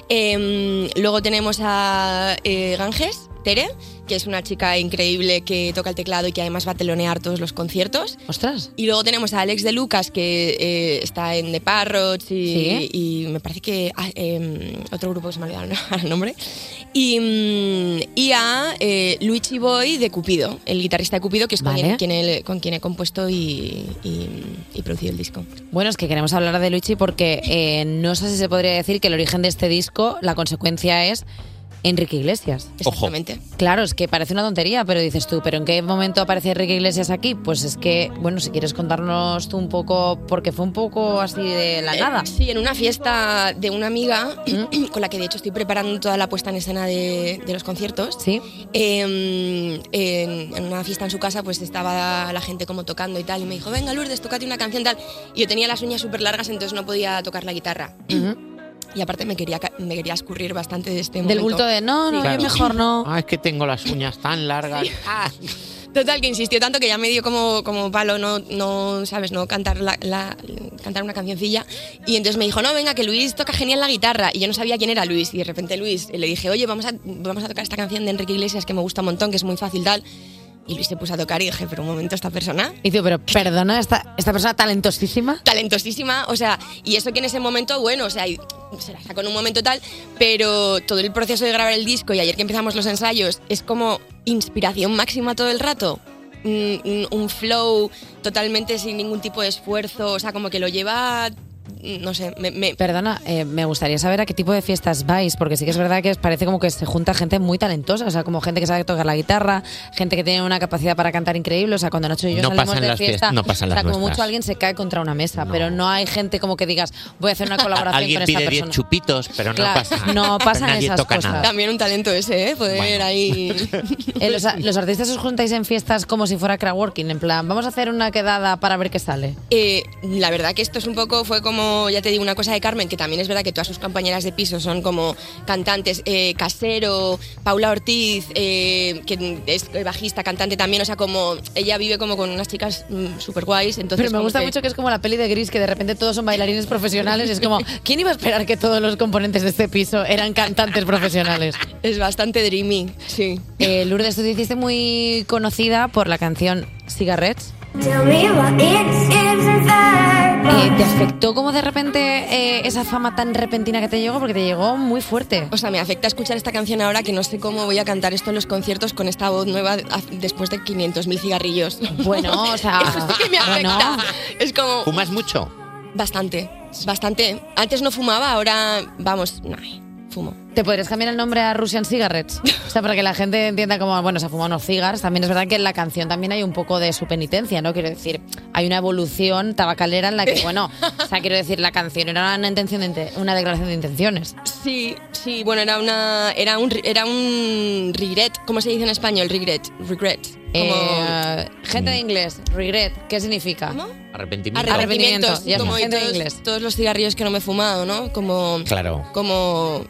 Speaker 23: Em, luego tenemos a eh, Ganges, Tere, que es una chica increíble que toca el teclado y que además va a telonear todos los conciertos.
Speaker 3: Ostras.
Speaker 23: Y luego tenemos a Alex de Lucas, que eh, está en The Parrots y,
Speaker 3: Sí.
Speaker 23: y me parece que ah, em, otro grupo que se me ha olvidado el nombre. Y, mm, y a eh, Luigi Boy de Cupido, el guitarrista de Cupido, que es con,
Speaker 3: Vale.
Speaker 23: quien, quien he- con quien he compuesto y, y- y producido el disco.
Speaker 3: Bueno, es que queremos hablar de Luigi porque eh, no sé si se podría decir que el origen de este disco, la consecuencia es Enrique Iglesias.
Speaker 23: Exactamente.
Speaker 3: Claro, es que parece una tontería, pero dices tú, ¿pero en qué momento aparece Enrique Iglesias aquí? Pues es que, bueno, si quieres contarnos tú un poco, porque fue un poco así de la
Speaker 23: Eh,
Speaker 3: nada.
Speaker 23: sí, en una fiesta de una amiga, con la que de hecho estoy preparando toda la puesta en escena de, de los conciertos.
Speaker 3: Sí.
Speaker 23: Eh, en, en una fiesta en su casa, pues estaba la gente como tocando y tal. Y me dijo, venga Lourdes, tócate una canción tal. Y yo tenía las uñas súper largas, entonces no podía tocar la guitarra. Y aparte me quería, ca- me quería escurrir bastante de este
Speaker 3: Del
Speaker 23: momento.
Speaker 3: bulto de no, no,
Speaker 23: Sí.
Speaker 3: yo mejor no.
Speaker 4: Ah, es que tengo las uñas tan largas.
Speaker 23: Total, que insistió tanto que ya me dio como, como palo no, no, ¿sabes? No cantar la, la- cantar una cancioncilla. Y entonces me dijo, no, venga, que Luis toca genial la guitarra. Y yo no sabía quién era Luis. Y de repente Luis eh, le dije, oye, vamos a, vamos a tocar esta canción de Enrique Iglesias que me gusta un montón, que es muy fácil tal. Y Luis se puso a tocar y dije, pero un momento, esta persona
Speaker 3: Y digo, pero perdona, esta, esta persona talentosísima.
Speaker 23: talentosísima, o sea, y eso que en ese momento, bueno, o sea, y se la sacó en un momento tal, pero todo el proceso de grabar el disco y ayer que empezamos los ensayos es como inspiración máxima todo el rato. Un, un- un flow totalmente sin ningún tipo de esfuerzo, o sea, como que lo lleva, mm, no sé, me, me-
Speaker 3: Perdona, eh, me gustaría saber a qué tipo de fiestas vais, porque sí que es verdad que parece como que se junta gente muy talentosa, o sea, como gente que sabe tocar la guitarra, gente que tiene una capacidad para cantar increíble, o sea, cuando Nacho y yo
Speaker 4: No
Speaker 3: salimos
Speaker 4: pasan
Speaker 3: de
Speaker 4: las fies-
Speaker 3: fiesta,
Speaker 4: no pasan
Speaker 3: o sea,
Speaker 4: las
Speaker 3: como
Speaker 4: nuestras.
Speaker 3: mucho alguien se cae contra una mesa, pero no hay gente como que digas, voy a hacer una colaboración
Speaker 4: Alguien
Speaker 3: con esta
Speaker 4: pide 10
Speaker 3: persona.
Speaker 4: chupitos, pero no
Speaker 3: Claro,
Speaker 4: pasa
Speaker 3: no pasan
Speaker 4: pero nadie
Speaker 3: esas
Speaker 4: toca
Speaker 3: cosas.
Speaker 4: nada.
Speaker 23: También un talento ese, ¿eh? Poder
Speaker 4: Bueno.
Speaker 23: ahí...
Speaker 3: Eh, los, los artistas os juntáis en fiestas como si fuera crowdworking, en plan, vamos a hacer una quedada para ver qué sale.
Speaker 23: Eh, la verdad que esto es un poco, fue como, ya te digo, una cosa de Carmen, que también es verdad que todas sus compañeras de piso son como cantantes, eh, Casero, Paula Ortiz, eh, que es bajista, cantante también, o sea, como ella vive como con unas chicas super guays, entonces...
Speaker 3: Pero me
Speaker 23: como
Speaker 3: gusta
Speaker 23: que-
Speaker 3: mucho que es como la peli de Gris, que de repente todos son bailarines profesionales. y Es como, ¿quién iba a esperar que todos los componentes de este piso eran cantantes profesionales? Eh,
Speaker 23: Es bastante dreamy, sí.
Speaker 3: Lourdes, tú te hiciste muy conocida por la canción Cigarettes. Eh, ¿Te afectó como de repente eh, esa fama tan repentina que te llegó? Porque te llegó muy fuerte.
Speaker 23: O sea, me afecta escuchar esta canción ahora que no sé cómo voy a cantar esto en los conciertos con esta voz nueva a- después de 500.000 cigarrillos.
Speaker 3: Bueno, o sea,
Speaker 23: Eso sí que me
Speaker 3: bueno.
Speaker 23: afecta. Es como...
Speaker 4: ¿Fumas mucho?
Speaker 23: Bastante, bastante. Antes no fumaba, ahora vamos, nah, fumo.
Speaker 3: ¿Te podrías cambiar el nombre a Russian Cigarettes? O sea, para que la gente entienda como, bueno, se ha fumado unos cigars. También es verdad que en la canción también hay un poco de su penitencia, ¿no? Quiero decir, hay una evolución tabacalera en la que, bueno, o sea, quiero decir, la canción era una, intención de inte- una declaración de intenciones.
Speaker 23: Sí, sí, bueno, era una era un era un regret, ¿cómo se dice en español? Regret, regret. Como
Speaker 3: Eh, gente de inglés, regret, ¿qué significa?
Speaker 4: Arrepentimiento.
Speaker 23: arrepentimientos,
Speaker 3: Arrepentimientos, ya
Speaker 23: como
Speaker 3: está. Gente de
Speaker 23: todos,
Speaker 3: inglés.
Speaker 23: todos los cigarrillos que no me he fumado, ¿no? Como
Speaker 4: Claro.
Speaker 23: como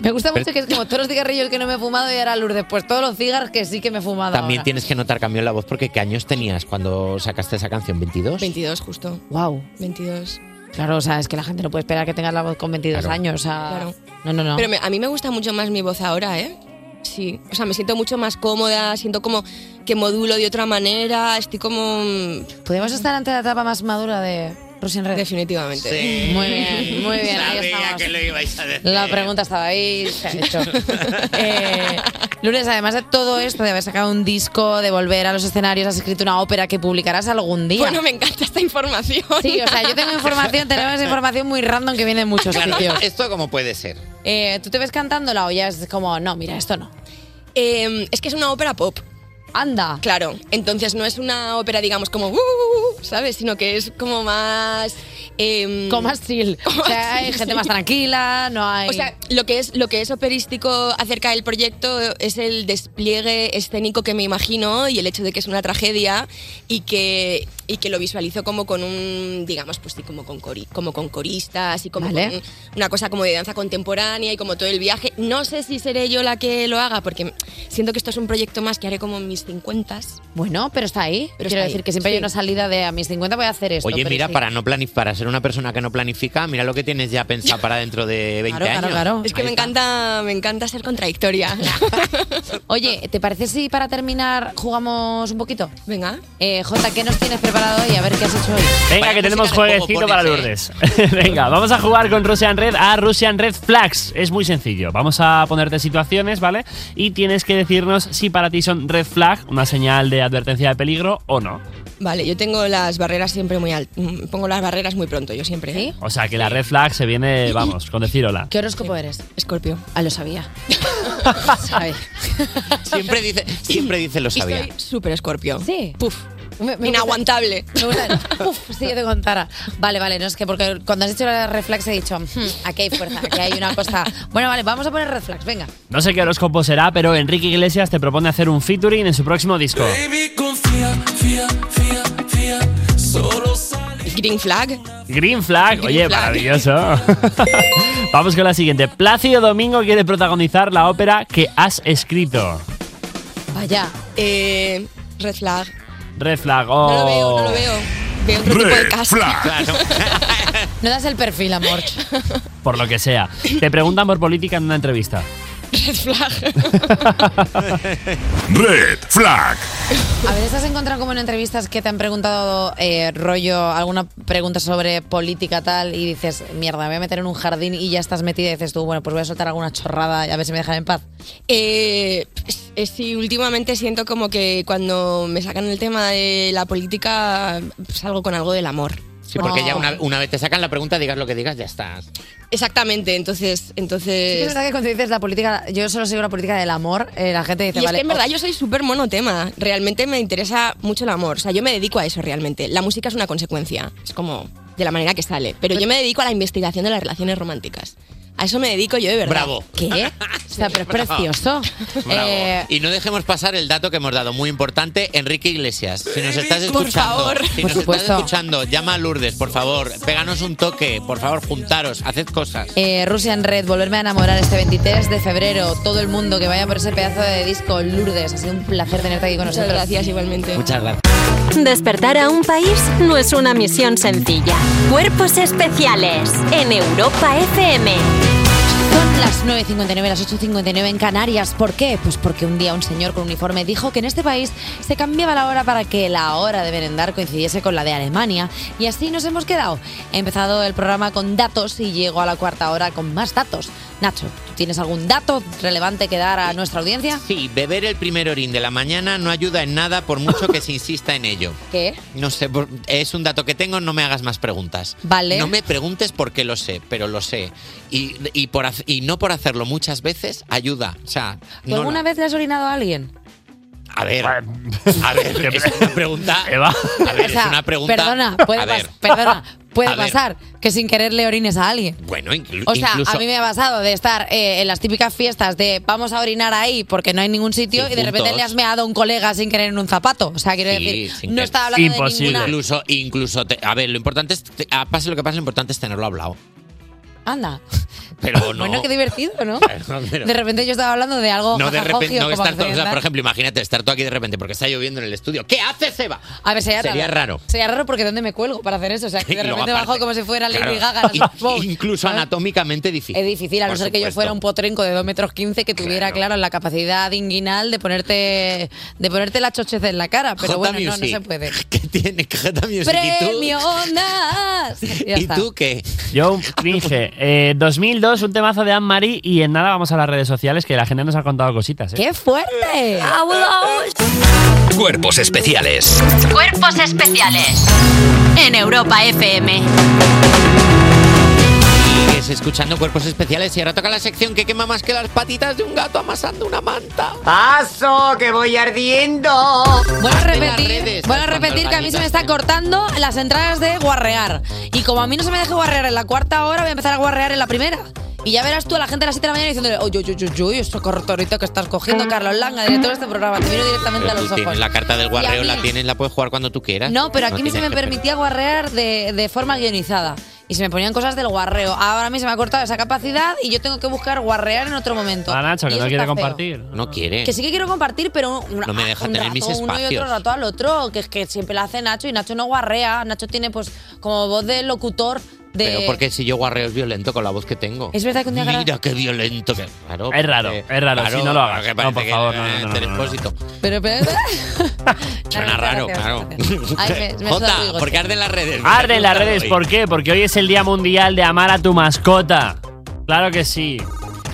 Speaker 3: Me gusta
Speaker 4: Pero-
Speaker 3: mucho que es como todos los cigarrillos que no me he fumado y ahora Lourdes, pues todos los cigars que sí que me he fumado
Speaker 4: También
Speaker 3: ahora.
Speaker 4: tienes que notar cambio en la voz porque ¿qué años tenías cuando sacaste esa canción? ¿22?
Speaker 23: 22 justo.
Speaker 3: Wow.
Speaker 23: 22.
Speaker 3: Claro, o sea, es que la gente no puede esperar que tengas la voz con 22
Speaker 4: Claro.
Speaker 3: años, o sea,
Speaker 23: Claro.
Speaker 3: no, no, no.
Speaker 23: Pero me- a mí me gusta mucho más mi voz ahora, ¿eh? Sí, o sea, me siento mucho más cómoda, siento como que modulo de otra manera, estoy como mm,
Speaker 3: Podemos estar ante la etapa más madura de Russian Red.
Speaker 23: Definitivamente.
Speaker 3: Sí. Muy bien, muy bien. ahí estamos. La pregunta estaba ahí, se ha hecho. Eh, Lourdes, además de todo esto, de haber sacado un disco, de volver a los escenarios, has escrito una ópera que publicarás algún día.
Speaker 23: Bueno, me encanta esta información.
Speaker 3: Sí, o sea, yo tengo información, tenemos información muy random que viene de muchos
Speaker 4: Claro,
Speaker 3: sitios.
Speaker 4: ¿Esto cómo puede ser?
Speaker 3: Eh, ¿Tú te ves cantándola o ya es como, no, mira, esto no?
Speaker 23: Eh, es que es una ópera pop.
Speaker 3: Anda.
Speaker 23: Claro, entonces no es una ópera, digamos, como, "Uh, uh, uh", ¿sabes? Sino que es como más... em,
Speaker 3: Con más chill. O sea, hay
Speaker 23: sí,
Speaker 3: gente
Speaker 23: sí.
Speaker 3: más tranquila, no hay...
Speaker 23: O sea, lo que, es, lo que es operístico acerca del proyecto es el despliegue escénico que me imagino y el hecho de que es una tragedia y que, y que lo visualizo como con un, digamos, pues sí, como con, cori- como con coristas y como
Speaker 3: Vale.
Speaker 23: con eh, una cosa como de danza contemporánea y como todo el viaje. No sé si seré yo la que lo haga porque siento que esto es un proyecto más que haré como en mis 50
Speaker 3: Bueno, pero está ahí. Quiero
Speaker 23: Pero está
Speaker 3: decir
Speaker 23: ahí,
Speaker 3: que siempre hay
Speaker 23: sí.
Speaker 3: una salida de a mis 50 voy a hacer esto.
Speaker 4: Oye,
Speaker 3: pero
Speaker 4: mira,
Speaker 3: sí.
Speaker 4: para no planif- para ser una persona que no planifica, mira lo que tienes ya pensado para dentro de 20 años.
Speaker 23: Es que
Speaker 4: Ahí
Speaker 23: me
Speaker 4: está.
Speaker 23: encanta, me encanta ser contradictoria.
Speaker 3: Oye, ¿te parece si para terminar jugamos un poquito?
Speaker 23: Venga.
Speaker 3: Eh, Jota, ¿qué nos tienes preparado hoy? A ver qué has hecho hoy.
Speaker 8: Venga, que tenemos jueguecito para Lourdes. Venga, vamos a jugar con Russian Red a Russian Red Flags. Es muy sencillo. Vamos a ponerte situaciones, ¿vale? Y tienes que decirnos si para ti son red flag, una señal de advertencia de peligro o no.
Speaker 23: Vale, yo tengo las barreras siempre muy altas. Pongo las barreras muy pronto, yo siempre. ¿eh?
Speaker 8: O sea, que la red flag se viene, vamos, con decir hola.
Speaker 3: ¿Qué horóscopo eres?
Speaker 23: Escorpio.
Speaker 3: Ah, lo sabía. Sabe.
Speaker 4: Siempre dice, siempre dice lo sabía.
Speaker 23: Soy súper escorpio.
Speaker 3: Sí.
Speaker 23: Puf.
Speaker 3: Me- me
Speaker 23: Inaguantable.
Speaker 3: gusta- me gusta- Uf, si yo te contara. Vale, vale, no es que porque cuando has hecho la red flags he dicho, "Hmm, aquí hay fuerza, aquí hay una cosa. Bueno, vale, vamos a poner red flags, venga.
Speaker 8: No sé qué horóscopo será, pero Enrique Iglesias te propone hacer un featuring en su próximo disco.
Speaker 5: Baby, confía, fía, fía, fía. Solo sale.
Speaker 23: Green flag.
Speaker 8: Green Flag,
Speaker 5: Green
Speaker 8: oye,
Speaker 5: Flag.
Speaker 8: maravilloso. Vamos con la siguiente. Plácido Domingo quiere protagonizar la ópera que has escrito.
Speaker 3: Vaya.
Speaker 23: Eh, red flag.
Speaker 8: Red Flag,
Speaker 23: No
Speaker 8: oh.
Speaker 23: lo veo, no lo veo. veo otro tipo de
Speaker 8: Red
Speaker 23: casa.
Speaker 8: flag. Claro.
Speaker 3: No das el perfil, amor.
Speaker 8: Por lo que sea. Te preguntan por política en una entrevista.
Speaker 3: Red flag.
Speaker 6: Red Flag.
Speaker 3: A veces has encontrado como en entrevistas que te han preguntado eh, rollo, alguna pregunta sobre política tal y dices, mierda, me voy a meter en un jardín y ya estás metida y dices tú, bueno, pues voy a soltar alguna chorrada y a ver si me dejan en paz.
Speaker 23: Eh, eh, sí, últimamente siento como que cuando me sacan el tema de la política pues, salgo con algo del amor.
Speaker 4: Sí, porque ya una, una vez te sacan la pregunta, digas lo que digas, ya estás.
Speaker 23: Exactamente, entonces... entonces...
Speaker 3: Sí que es verdad que cuando dices la política, yo solo sigo la política del amor, eh, la gente dice,
Speaker 23: Y es
Speaker 3: vale.
Speaker 23: que en verdad yo soy súper monotema. Realmente me interesa mucho el amor. O sea, yo me dedico a eso realmente. La música es una consecuencia. Es como de la manera que sale. Pero yo me dedico a la investigación de las relaciones románticas. A eso me dedico yo de verdad.
Speaker 4: Bravo.
Speaker 23: ¿Qué?
Speaker 3: O sea, pero es
Speaker 4: Bravo.
Speaker 3: precioso.
Speaker 4: Bravo.
Speaker 3: Eh,
Speaker 4: y no dejemos pasar el dato que hemos dado, muy importante, Enrique Iglesias. Si nos estás
Speaker 23: Por
Speaker 4: escuchando,
Speaker 23: favor.
Speaker 4: si
Speaker 23: Por
Speaker 4: nos
Speaker 3: supuesto.
Speaker 4: estás escuchando, llama a Lourdes, por favor, péganos un toque, por favor, juntaros, haced cosas.
Speaker 3: Eh, Russian Red, volverme a enamorar este 23 de febrero. Todo el mundo que vaya por ese pedazo de disco, Lourdes. Ha sido un placer tenerte aquí con
Speaker 23: Muchas
Speaker 3: nosotros.
Speaker 23: gracias, igualmente.
Speaker 4: Muchas gracias.
Speaker 2: Despertar a un país no es una misión sencilla. Cuerpos especiales en Europa FM.
Speaker 3: Son las 9.59, las 8.59 en Canarias. ¿Por qué? Pues porque un día un señor con uniforme dijo que en este país se cambiaba la hora para que la hora de merendar coincidiese con la de Alemania. Y así nos hemos quedado. He empezado el programa con datos y llego a la cuarta hora con más datos. Nacho, ¿tú tienes algún dato relevante que dar a nuestra audiencia?
Speaker 4: Sí, beber el primer orín de la mañana no ayuda en nada por mucho que se insista en ello.
Speaker 3: ¿Qué?
Speaker 4: No sé, por- es un dato que tengo, no me hagas más preguntas.
Speaker 3: Vale.
Speaker 4: No me preguntes por qué lo sé, pero lo sé. Y, y por, hac- y no por hacerlo muchas veces ayuda. O sea,
Speaker 3: ¿Tú
Speaker 4: no,
Speaker 3: alguna
Speaker 4: no.
Speaker 3: vez le has orinado a alguien?
Speaker 4: A ver, a ver, es una pregunta. A ver,
Speaker 3: O sea,
Speaker 4: es una pregunta.
Speaker 3: Perdona, puede,
Speaker 4: a ver,
Speaker 3: pas- perdona, puede
Speaker 4: A ver.
Speaker 3: pasar que sin querer le orines a alguien.
Speaker 4: Bueno, inclu-
Speaker 3: O sea,
Speaker 4: incluso.
Speaker 3: a mí me ha pasado de estar eh, en las típicas fiestas de vamos a orinar ahí porque no hay ningún sitio
Speaker 4: Sí,
Speaker 3: y de repente
Speaker 4: juntos.
Speaker 3: le has meado a un colega sin querer en un zapato. O sea, quiero
Speaker 4: Sí,
Speaker 3: decir,
Speaker 4: sin
Speaker 3: no
Speaker 4: querer.
Speaker 3: estaba hablando de ninguna...
Speaker 4: Incluso, incluso te- a ver, lo importante es, te- a pase lo que pase, lo importante es tenerlo hablado.
Speaker 3: Anda,
Speaker 4: Pero Pues no.
Speaker 3: bueno, qué divertido, ¿no?
Speaker 4: pero-
Speaker 3: De repente yo estaba hablando de algo
Speaker 4: no de repente,
Speaker 3: jajajogio,
Speaker 4: no
Speaker 3: como
Speaker 4: estar todo- o sea,
Speaker 3: merendar.
Speaker 4: por ejemplo, imagínate estar tú aquí de repente porque está lloviendo en el estudio. ¿Qué haces, Eva?
Speaker 3: A ver, sería,
Speaker 4: Sería raro.
Speaker 3: Sería raro porque ¿dónde me cuelgo para hacer eso? O sea, que
Speaker 4: Y
Speaker 3: de
Speaker 4: luego
Speaker 3: repente bajo
Speaker 4: aparte-
Speaker 3: como si fuera Lady
Speaker 4: Claro.
Speaker 3: Gaga. no sé.
Speaker 4: In- Incluso anatómicamente difícil.
Speaker 3: Es difícil, a no
Speaker 4: Por
Speaker 3: ser que yo
Speaker 4: supuesto.
Speaker 3: fuera un potrenco de 2 metros 15 que tuviera, claro, la capacidad inguinal de ponerte de ponerte la chochez en la cara. Pero
Speaker 4: Jota
Speaker 3: bueno, no, no
Speaker 4: Music.
Speaker 3: se puede.
Speaker 4: ¿Qué tiene Jota Music? ¿Y tú?
Speaker 3: ¡Premio Ondas! Ya está.
Speaker 4: qué?
Speaker 8: Yo dije, eh, 2002, un temazo de Anne-Marie y en nada vamos a las redes sociales que la gente nos ha contado cositas. ¿eh?
Speaker 3: ¡Qué fuerte!
Speaker 1: Cuerpos especiales.
Speaker 11: Cuerpos especiales en Europa FM.
Speaker 4: Sigues escuchando Cuerpos Especiales y ahora toca la sección que quema más que las patitas de un gato amasando una manta.
Speaker 7: ¡Paso, que voy ardiendo!
Speaker 3: Bueno,
Speaker 7: En las
Speaker 3: repetir,
Speaker 7: redes,
Speaker 3: bueno,
Speaker 7: cuando
Speaker 3: repetir que a mí se me está cortando las entradas de guarrear. Y como a mí no se me deja guarrear en la cuarta hora, voy a empezar a guarrear en la primera. Y ya verás tú a la gente a las 7 de la mañana diciéndole, oye, oye, oye, oye, eso cortorito que estás cogiendo, Carlos Langa, director de este programa, te miro directamente a
Speaker 4: Pero
Speaker 3: los
Speaker 4: tú tienes
Speaker 3: ojos.
Speaker 4: la carta del guarreo,
Speaker 3: Y a
Speaker 4: la
Speaker 3: mí-
Speaker 4: tienes, la puedes jugar cuando tú quieras.
Speaker 3: No, pero aquí se
Speaker 4: tienes
Speaker 3: me
Speaker 4: que-
Speaker 3: permitía guarrear de, de forma guionizada. Y se me ponían cosas del guarreo. Ahora a mí se me ha cortado esa capacidad y yo tengo que buscar guarrear en otro momento.
Speaker 8: A Ah, Nacho,
Speaker 3: Y
Speaker 8: que
Speaker 3: eso
Speaker 8: no quiere
Speaker 3: está feo.
Speaker 8: compartir.
Speaker 4: No quiere.
Speaker 3: Que sí que quiero compartir, pero un, ah,
Speaker 4: No me deja
Speaker 3: un
Speaker 4: tener
Speaker 3: rato
Speaker 4: mis
Speaker 3: uno y otro
Speaker 4: espacios.
Speaker 3: rato al otro, que es que siempre la hace Nacho y Nacho no guarrea. Nacho tiene pues como voz de locutor de...
Speaker 4: Pero porque si yo guarreo es violento con la voz que tengo.
Speaker 3: Es verdad que un día
Speaker 4: Mira
Speaker 3: gra-
Speaker 4: qué violento que. Claro,
Speaker 8: Es raro,
Speaker 4: porque-
Speaker 8: es raro,
Speaker 4: claro,
Speaker 8: si no lo hagas.
Speaker 4: porque
Speaker 8: No,
Speaker 4: parece
Speaker 8: por
Speaker 4: que,
Speaker 8: favor, no,
Speaker 4: eh,
Speaker 8: no, no, no,
Speaker 4: Ter
Speaker 8: no, no.
Speaker 4: Expósito.
Speaker 3: Pero, pero-
Speaker 4: Suena raro,
Speaker 3: gracias,
Speaker 4: claro.
Speaker 3: Ay, me- me suda
Speaker 4: Jota,
Speaker 3: el bigote.
Speaker 4: porque arden las redes. Mira,
Speaker 8: Arde
Speaker 4: tú
Speaker 8: las
Speaker 4: estás
Speaker 8: redes,
Speaker 4: hoy.
Speaker 8: ¿por qué? Porque hoy es el Día Mundial de Amar a tu mascota. Claro que sí.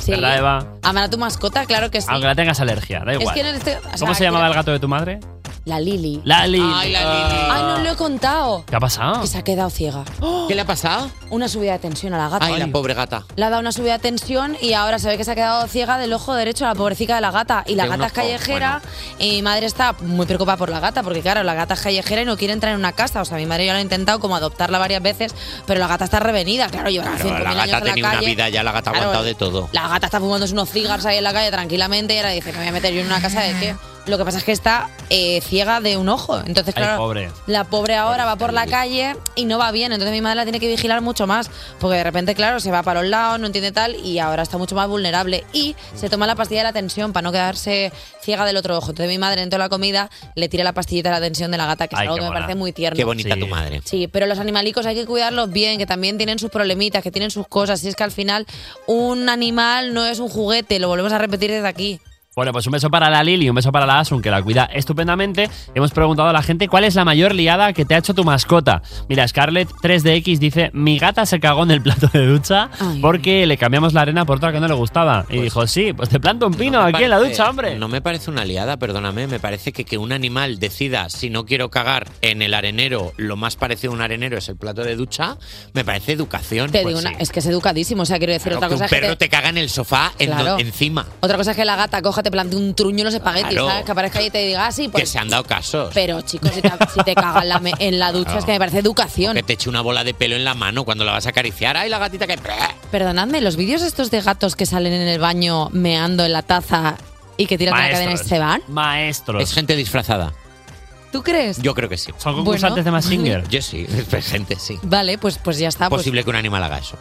Speaker 3: Sí.
Speaker 8: ¿Verdad, Eva?
Speaker 3: Amar a tu mascota, claro que sí.
Speaker 8: Aunque la tengas alergia, Ah, da
Speaker 3: Es
Speaker 8: igual.
Speaker 3: que no le estoy- o sea,
Speaker 8: ¿Cómo se
Speaker 3: quiero-
Speaker 8: llamaba el gato de tu madre?
Speaker 3: La Lili.
Speaker 8: Lali. Ah.
Speaker 3: Ay, no lo he contado.
Speaker 8: ¿Qué ha pasado?
Speaker 3: Que se ha quedado ciega.
Speaker 4: ¿Qué le ha pasado?
Speaker 3: Una subida de tensión a la gata.
Speaker 4: Ay, la pobre gata.
Speaker 3: Le ha dado una subida de tensión y ahora se ve que se ha quedado ciega del ojo derecho a la pobrecita de la gata. Y la
Speaker 4: De un
Speaker 3: gata es
Speaker 4: ojo,
Speaker 3: callejera y mi madre está muy preocupada por la gata porque, claro, la gata es callejera y no quiere entrar en una casa. O sea, mi madre ya lo ha intentado como adoptarla varias veces, pero la gata está revenida. Claro, lleva
Speaker 4: Claro,
Speaker 3: 100.000
Speaker 4: la
Speaker 3: años
Speaker 4: gata
Speaker 3: en la
Speaker 4: tenía una
Speaker 3: calle.
Speaker 4: vida ya, la gata ha
Speaker 3: Claro,
Speaker 4: aguantado de todo.
Speaker 3: La gata está fumándose unos cigarros ahí en la calle tranquilamente y ahora dice, me voy a meter yo en una casa de qué. Lo que pasa es que está eh, ciega de un ojo. Entonces,
Speaker 8: Ay,
Speaker 3: claro,
Speaker 8: pobre.
Speaker 3: la pobre ahora va por la calle y no va bien. Entonces mi madre la tiene que vigilar mucho más. Porque de repente, claro, se va para un lado, no entiende tal y ahora está mucho más vulnerable. Y se toma la pastilla de la tensión para no quedarse ciega del otro ojo. Entonces mi madre en toda la comida le tira la pastillita de la tensión de la gata, que es
Speaker 4: Ay,
Speaker 3: algo
Speaker 4: qué
Speaker 3: que me
Speaker 4: mona.
Speaker 3: parece muy tierno.
Speaker 4: Qué bonita tu madre.
Speaker 3: Sí, pero los animalicos hay que cuidarlos bien, que también tienen sus problemitas, que tienen sus cosas. Y es que al final un animal no es un juguete, lo volvemos a repetir desde aquí.
Speaker 8: Bueno, pues un beso para la Lili y un beso para la Asun, que la cuida estupendamente. Hemos preguntado a la gente cuál es la mayor liada que te ha hecho tu mascota. Mira, Scarlett 3DX dice, mi gata se cagó en el plato de ducha porque le cambiamos la arena por otra que no le gustaba. Y dijo, sí, pues te planto un pino aquí en la
Speaker 4: parece-
Speaker 8: ducha, hombre.
Speaker 4: No me parece una liada, perdóname. Me parece que que un animal decida si no quiero cagar en el arenero, lo más parecido a un arenero es el plato de ducha, me parece educación.
Speaker 3: Te
Speaker 4: pues
Speaker 3: digo
Speaker 4: sí.
Speaker 3: una- es que es educadísimo, o sea, quiero decir
Speaker 4: Claro,
Speaker 3: otra
Speaker 4: que
Speaker 3: cosa.
Speaker 4: un
Speaker 3: es que
Speaker 4: perro
Speaker 3: te-
Speaker 4: te caga en el sofá en-
Speaker 3: Claro.
Speaker 4: encima.
Speaker 3: Otra cosa es que la gata coja, te plante un truño en los espaguetis,
Speaker 4: Claro.
Speaker 3: ¿sabes? Que aparezca ahí y te diga, ah, sí,
Speaker 4: que
Speaker 3: pues.
Speaker 4: se han dado casos.
Speaker 3: Pero chicos, si te, si te cagas en la me- en la ducha,
Speaker 4: Claro.
Speaker 3: es que me parece educación.
Speaker 4: Que te eche una bola de pelo en la mano cuando la vas a acariciar. ¡Ay, la gatita que.
Speaker 3: Perdonadme, los vídeos estos de gatos que salen en el baño meando en la taza y que tiran de la este cadena y
Speaker 4: Maestros.
Speaker 3: se van.
Speaker 8: Maestros.
Speaker 4: Es gente disfrazada.
Speaker 3: ¿Tú crees?
Speaker 4: Yo creo que sí.
Speaker 8: ¿Son
Speaker 3: Bueno. concursantes de Mask Singer?
Speaker 4: Yo sí, es gente, sí.
Speaker 3: Vale, pues, pues ya está. pues-
Speaker 4: Posible que un animal haga eso.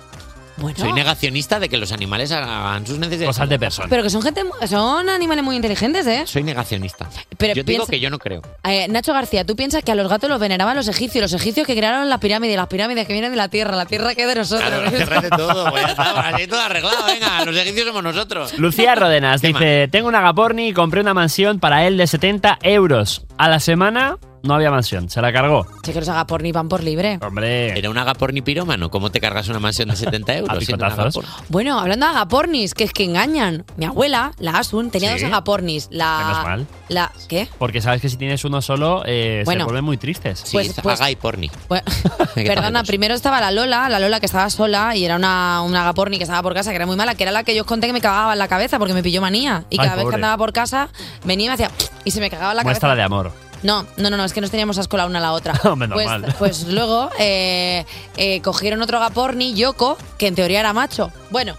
Speaker 3: Bueno.
Speaker 4: Soy negacionista de que los animales hagan sus necesidades. Cosas
Speaker 8: de personas.
Speaker 3: pero que son gente, mu- son animales muy inteligentes, ¿eh?
Speaker 4: Soy negacionista.
Speaker 3: Pero
Speaker 4: yo digo
Speaker 3: piensa-
Speaker 4: que yo no creo.
Speaker 3: Eh, Nacho García, ¿tú piensas que a los gatos los veneraban los egipcios? Los egipcios que crearon la pirámide, las pirámides que vienen de la tierra, la tierra que es de nosotros.
Speaker 4: Claro, la tierra es de todo, pues ya está, así todo arreglado, venga, los egipcios somos nosotros.
Speaker 8: Lucía Rodenas dice, tengo una agaporni y compré una mansión para él de 70 euros. A la semana no había mansión, se la cargó.
Speaker 3: Che, que los haga por ni van por libre.
Speaker 8: Hombre.
Speaker 4: Era un agaporni pirómano. ¿Cómo te cargas una mansión de 70 euros? siendo un
Speaker 8: picotazos.
Speaker 4: agaporni?
Speaker 3: Bueno, hablando de agapornis, que es que engañan. Mi abuela, la Asun, tenía
Speaker 8: Sí.
Speaker 3: dos agapornis. La,
Speaker 8: Menos mal.
Speaker 3: La, ¿Qué?
Speaker 8: Porque sabes que si tienes uno solo, eh,
Speaker 3: Bueno.
Speaker 8: se vuelven muy tristes.
Speaker 3: Sí, Pues- pues- haga
Speaker 4: y porni.
Speaker 3: Perdona, primero estaba la Lola, la Lola que estaba sola y era una, una agaporni que estaba por casa, que era muy mala, que era la que yo os conté que me cagaba en la cabeza porque me pilló manía. Y
Speaker 8: Ay,
Speaker 3: cada vez que
Speaker 8: pobre.
Speaker 3: andaba por casa, venía y me hacía y se me cagaba en la cabeza.
Speaker 8: Muestra de amor.
Speaker 3: No, no, no, no, es que nos teníamos asco la una a la otra.
Speaker 8: Hombre,
Speaker 3: pues,
Speaker 8: normal.
Speaker 3: pues luego eh, eh, cogieron otro gaporni, Yoko, que en teoría era macho. Bueno,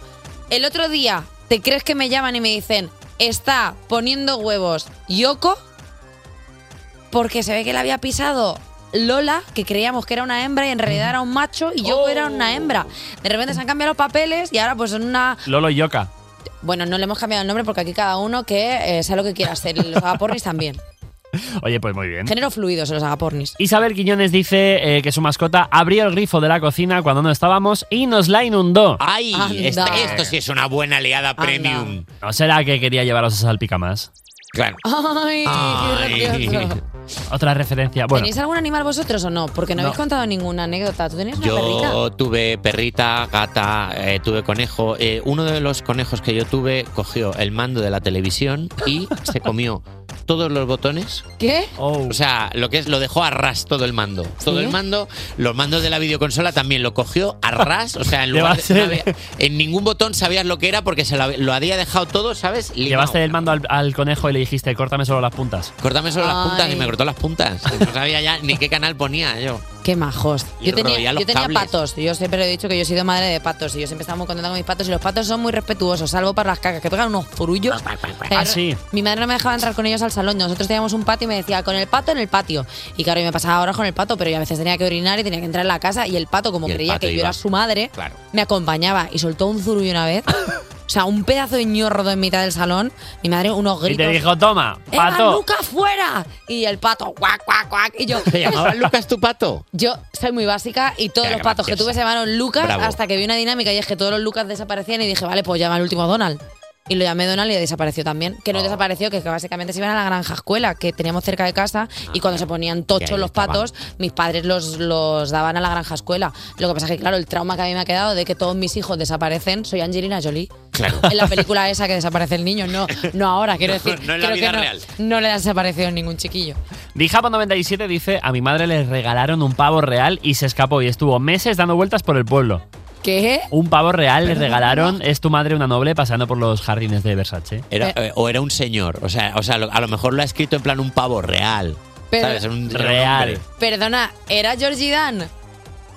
Speaker 3: el otro día, ¿te crees que me llaman y me dicen, está poniendo huevos Yoko? Porque se ve que la había pisado Lola, que creíamos que era una hembra y en realidad era un macho y Yoko era una hembra. De repente se han cambiado los papeles y ahora pues son una
Speaker 8: Lolo Yoka.
Speaker 3: bueno, no le hemos cambiado el nombre porque aquí cada uno que eh, sea lo que quiera hacer. Los agapornis también.
Speaker 8: Oye, pues muy bien.
Speaker 3: Género fluido se los agapornis.
Speaker 8: Isabel Quiñones dice eh, que su mascota abrió el grifo de la cocina cuando no estábamos y nos la inundó.
Speaker 4: ¡Ay! esta- este- esto sí es una buena aliada premium.
Speaker 8: ¿No será que quería llevaros a Salpica más?
Speaker 4: Claro.
Speaker 3: Ay, qué
Speaker 8: Ay.
Speaker 3: gracioso.
Speaker 8: Otra referencia. Bueno,
Speaker 3: ¿Tenéis algún animal vosotros o no? Porque no,
Speaker 4: No.
Speaker 3: habéis contado ninguna anécdota. ¿Tú tenías una perrita?
Speaker 4: Yo tuve perrita, gata, eh, tuve conejo. Eh, uno de los conejos que yo tuve cogió el mando de la televisión y se comió todos los botones.
Speaker 3: ¿Qué?
Speaker 8: Oh.
Speaker 4: O sea, lo que es, lo dejó a ras todo el mando. Todo
Speaker 3: ¿Sí?
Speaker 4: el mando, los mandos de la videoconsola también lo cogió a ras. O sea, en,
Speaker 8: Lleva
Speaker 4: lugar de-
Speaker 8: a ser-
Speaker 4: no había- en ningún botón sabías lo que era porque se lo, hab- lo había dejado todo, ¿sabes? Limao.
Speaker 8: llevaste el mando al, al conejo y le dijiste, córtame solo las puntas.
Speaker 4: Córtame solo las puntas
Speaker 3: Ay.
Speaker 4: y me cortó las puntas. No sabía ya ni qué canal ponía yo.
Speaker 3: Qué majos.
Speaker 4: Y
Speaker 3: Yo tenía,
Speaker 4: roía los
Speaker 3: yo tenía
Speaker 4: cables.
Speaker 3: patos. Yo siempre he dicho que yo he sido madre de patos y yo siempre estaba muy contenta con mis patos. Y los patos son muy respetuosos, salvo para las cacas, que pegan unos furullos.
Speaker 8: Ah, sí.
Speaker 3: Mi madre no me dejaba entrar con ellos al salón. Nosotros teníamos un patio y me decía, con el pato en el patio. Y claro, yo me pasaba horas con el pato, pero yo a veces tenía que orinar y tenía que entrar en la casa. Y el pato, como
Speaker 4: Y el
Speaker 3: creía
Speaker 4: pato
Speaker 3: que yo
Speaker 4: iba.
Speaker 3: era su madre,
Speaker 4: Claro.
Speaker 3: me acompañaba y soltó un zurullo una vez. O sea, un pedazo de ñordo en mitad del salón. Mi madre, unos
Speaker 8: Y
Speaker 3: gritos.
Speaker 8: te dijo, toma,
Speaker 3: ¡Eva,
Speaker 8: pato.
Speaker 3: Lucas, fuera! Y el pato, guac, guac, guac. Y yo,
Speaker 4: ¿Te llamabas Lucas tu pato?
Speaker 3: yo soy muy básica y todos
Speaker 4: Qué
Speaker 3: los patos que
Speaker 4: graciosa.
Speaker 3: tuve se llamaron Lucas
Speaker 4: Bravo.
Speaker 3: hasta que vi una dinámica y es que todos los Lucas desaparecían y dije, vale, pues llama al último Donald. Y lo llamé Donald y desapareció también.
Speaker 4: Oh.
Speaker 3: Que no desapareció, que es que básicamente se iban a la granja escuela que teníamos cerca de casa y cuando se ponían
Speaker 4: Que
Speaker 3: tochos
Speaker 4: ahí
Speaker 3: los
Speaker 4: Ah, estaban.
Speaker 3: patos, mis padres los, los daban a la granja escuela. Lo que pasa es que, claro, el trauma que a mí me ha quedado de que todos mis hijos desaparecen, soy Angelina Jolie.
Speaker 4: Claro.
Speaker 3: En la película esa que desaparece el niño, no, no ahora, quiero
Speaker 4: No,
Speaker 3: decir.
Speaker 4: no en la
Speaker 3: creo
Speaker 4: vida
Speaker 3: que no,
Speaker 4: real.
Speaker 3: no le ha desaparecido ningún chiquillo.
Speaker 8: Dijapa97 dice, a mi madre le regalaron un pavo real y se escapó y estuvo meses dando vueltas por el pueblo.
Speaker 3: ¿Qué?
Speaker 8: Un pavo real le regalaron, es tu madre una noble pasando por los jardines de Versace.
Speaker 4: Era, eh, o era un señor. O sea, o sea lo- a lo mejor lo ha escrito en plan un pavo real.
Speaker 3: Pero-
Speaker 4: ¿Sabes? Un,
Speaker 8: Real.
Speaker 4: un hombre.
Speaker 3: Perdona, ¿era Georgie Dan?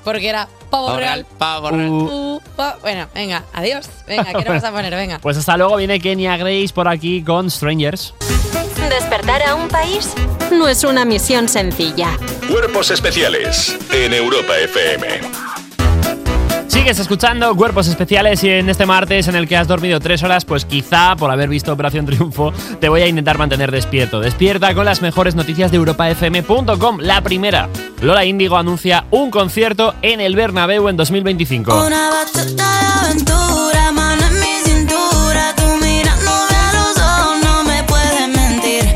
Speaker 3: Porque era pavo real.
Speaker 4: pavo
Speaker 3: Uh, pa- bueno, venga, adiós. Venga, ¿qué nos vas a poner? Venga.
Speaker 8: Pues hasta luego viene Kenia Grace por aquí con Strangers.
Speaker 2: Despertar a un país no es una misión sencilla.
Speaker 6: Cuerpos especiales en Europa FM.
Speaker 8: Sigues escuchando Cuerpos Especiales y en este martes en el que has dormido tres horas, pues quizá por haber visto Operación Triunfo te voy a intentar mantener despierto. Despierta con las mejores noticias de europafm.com. La primera, Lola Índigo anuncia un concierto en el Bernabéu en 2025.
Speaker 5: Una bachata de aventura, mano en mi cintura. Tú mirándome a los ojos, no me puedes mentir.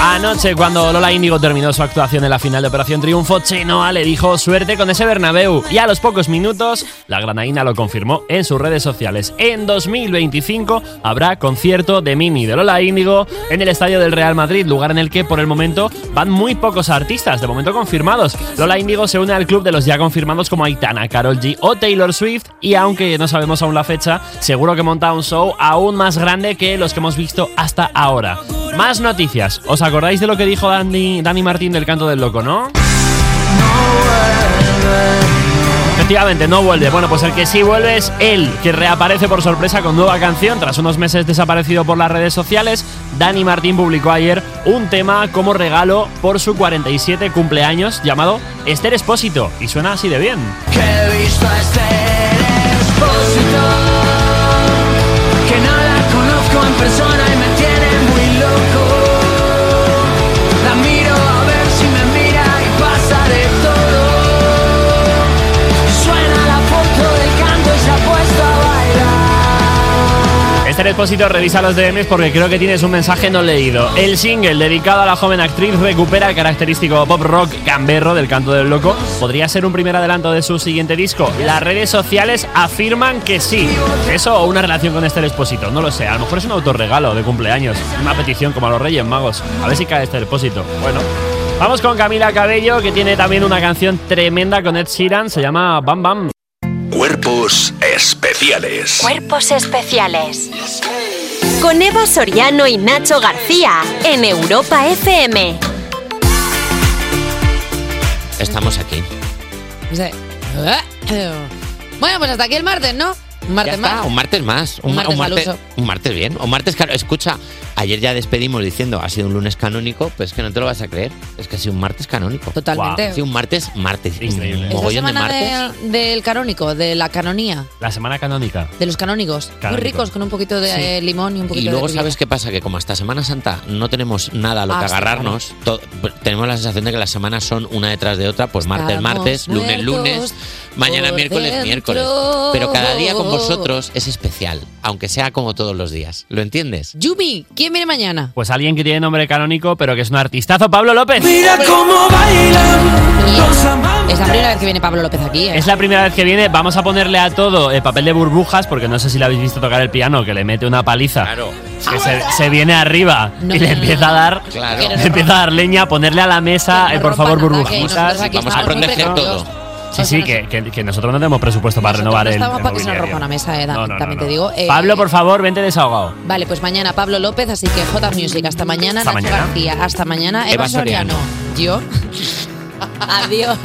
Speaker 8: Anoche, cuando Lola Índigo terminó su actuación en la final de Operación Triunfo, Chenoa le dijo suerte con ese Bernabéu. Y a los pocos minutos, la granaína lo confirmó en sus redes sociales. En 2025 habrá concierto de Mini de Lola Índigo en el Estadio del Real Madrid, lugar en el que por el momento van muy pocos artistas, de momento confirmados. Lola Índigo se une al club de los ya confirmados como Aitana, Carol G o Taylor Swift. Y aunque no sabemos aún la fecha, seguro que monta un show aún más grande que los que hemos visto hasta ahora. Más noticias. ¿Os acordáis de lo que dijo Dani, Dani Martín del Canto del Loco, no? Efectivamente, no vuelve. Bueno, pues el que sí vuelve es él, que reaparece por sorpresa con nueva canción tras unos meses desaparecido por las redes sociales. Dani Martín publicó ayer un tema como regalo por su 47 cumpleaños llamado Esther Espósito y suena así de bien.
Speaker 5: Que he visto a este Esther Expósito, que no la conozco en persona y me tiene muy loco. La miro a ver si me mira y pasa de todo. Suena la foto del canto y se ha puesto a bailar.
Speaker 8: Esther Este Espósito revisa los DMs porque creo que tienes un mensaje no leído. El single dedicado a la joven actriz recupera el característico pop rock gamberro del canto del loco. ¿Podría ser un primer adelanto de su siguiente disco? Las redes sociales afirman que sí. Eso o una relación con Esther Espósito, no lo sé. A lo mejor es un autorregalo de cumpleaños, una petición como a los Reyes Magos. A ver si cae Esther Espósito. Bueno. Vamos con Camila Cabello, que tiene también una canción tremenda con Ed Sheeran, se llama Bam Bam.
Speaker 6: Cuerpos especiales.
Speaker 2: Cuerpos especiales. Con Eva Soriano y Nacho García en Europa FM.
Speaker 4: Estamos aquí.
Speaker 3: Sí. Bueno, pues hasta aquí el martes, ¿no? Un
Speaker 4: Ya
Speaker 3: Martes
Speaker 4: está,
Speaker 3: más.
Speaker 4: un martes más. Un,
Speaker 3: Ah. Un
Speaker 4: ma- un
Speaker 3: martes
Speaker 4: martes,
Speaker 3: al
Speaker 4: un martes bien. Un martes, claro, escucha, ayer ya despedimos diciendo ha sido un lunes canónico, pues es que no te lo vas a creer. Es que ha sido un martes canónico.
Speaker 3: Totalmente.
Speaker 4: Ha sido un martes, martes. Increíble.
Speaker 3: Esta
Speaker 4: Mogollón de
Speaker 3: semana
Speaker 4: martes.
Speaker 3: de- del canónico, de la canonía,
Speaker 8: La semana canónica.
Speaker 3: de los canónigos. Muy
Speaker 4: Canónico.
Speaker 3: ricos, con un poquito de
Speaker 4: Sí.
Speaker 3: eh, limón y un poquito
Speaker 4: Y luego,
Speaker 3: de...
Speaker 4: ¿sabes qué pasa? Que como hasta Semana Santa no tenemos nada a lo
Speaker 3: Ah,
Speaker 4: que
Speaker 3: sí,
Speaker 4: agarrarnos, to- tenemos la sensación de que las semanas son una detrás de otra, pues martes,
Speaker 3: Estamos
Speaker 4: martes, lunes,
Speaker 3: muertos
Speaker 4: lunes, mañana,
Speaker 3: por
Speaker 4: miércoles,
Speaker 3: dentro.
Speaker 4: miércoles. Pero cada día con vosotros es especial, aunque sea como todos los días. ¿Lo entiendes?
Speaker 3: Yumi, ¿quién viene mañana?
Speaker 8: Pues alguien que tiene nombre canónico, pero que es un artistazo, Pablo López.
Speaker 3: Es la primera vez que viene Pablo López aquí, ¿eh?
Speaker 8: Es la primera vez que viene. Vamos a ponerle a todo el papel de burbujas, porque no sé si le habéis visto tocar el piano, que le mete una paliza. Claro.
Speaker 3: Ah,
Speaker 8: Que se, se viene arriba y le empieza a dar,
Speaker 4: Claro.
Speaker 8: le empieza a dar leña, ponerle a la mesa, eh, por favor, burbujitas. Sí, sí, que, que- que nosotros no tenemos presupuesto para renovar el.
Speaker 3: Estamos para que se nos
Speaker 8: mobiliario.
Speaker 3: rompa una mesa, eh, también te digo. Eh,
Speaker 8: Pablo, por favor, vente desahogado.
Speaker 3: Vale, pues mañana Pablo López, así que J Music, hasta mañana,
Speaker 8: Hasta
Speaker 3: Nacho
Speaker 8: mañana.
Speaker 3: García, hasta mañana, Eva,
Speaker 8: Eva Soriano.
Speaker 3: Soriano. Yo. Adiós.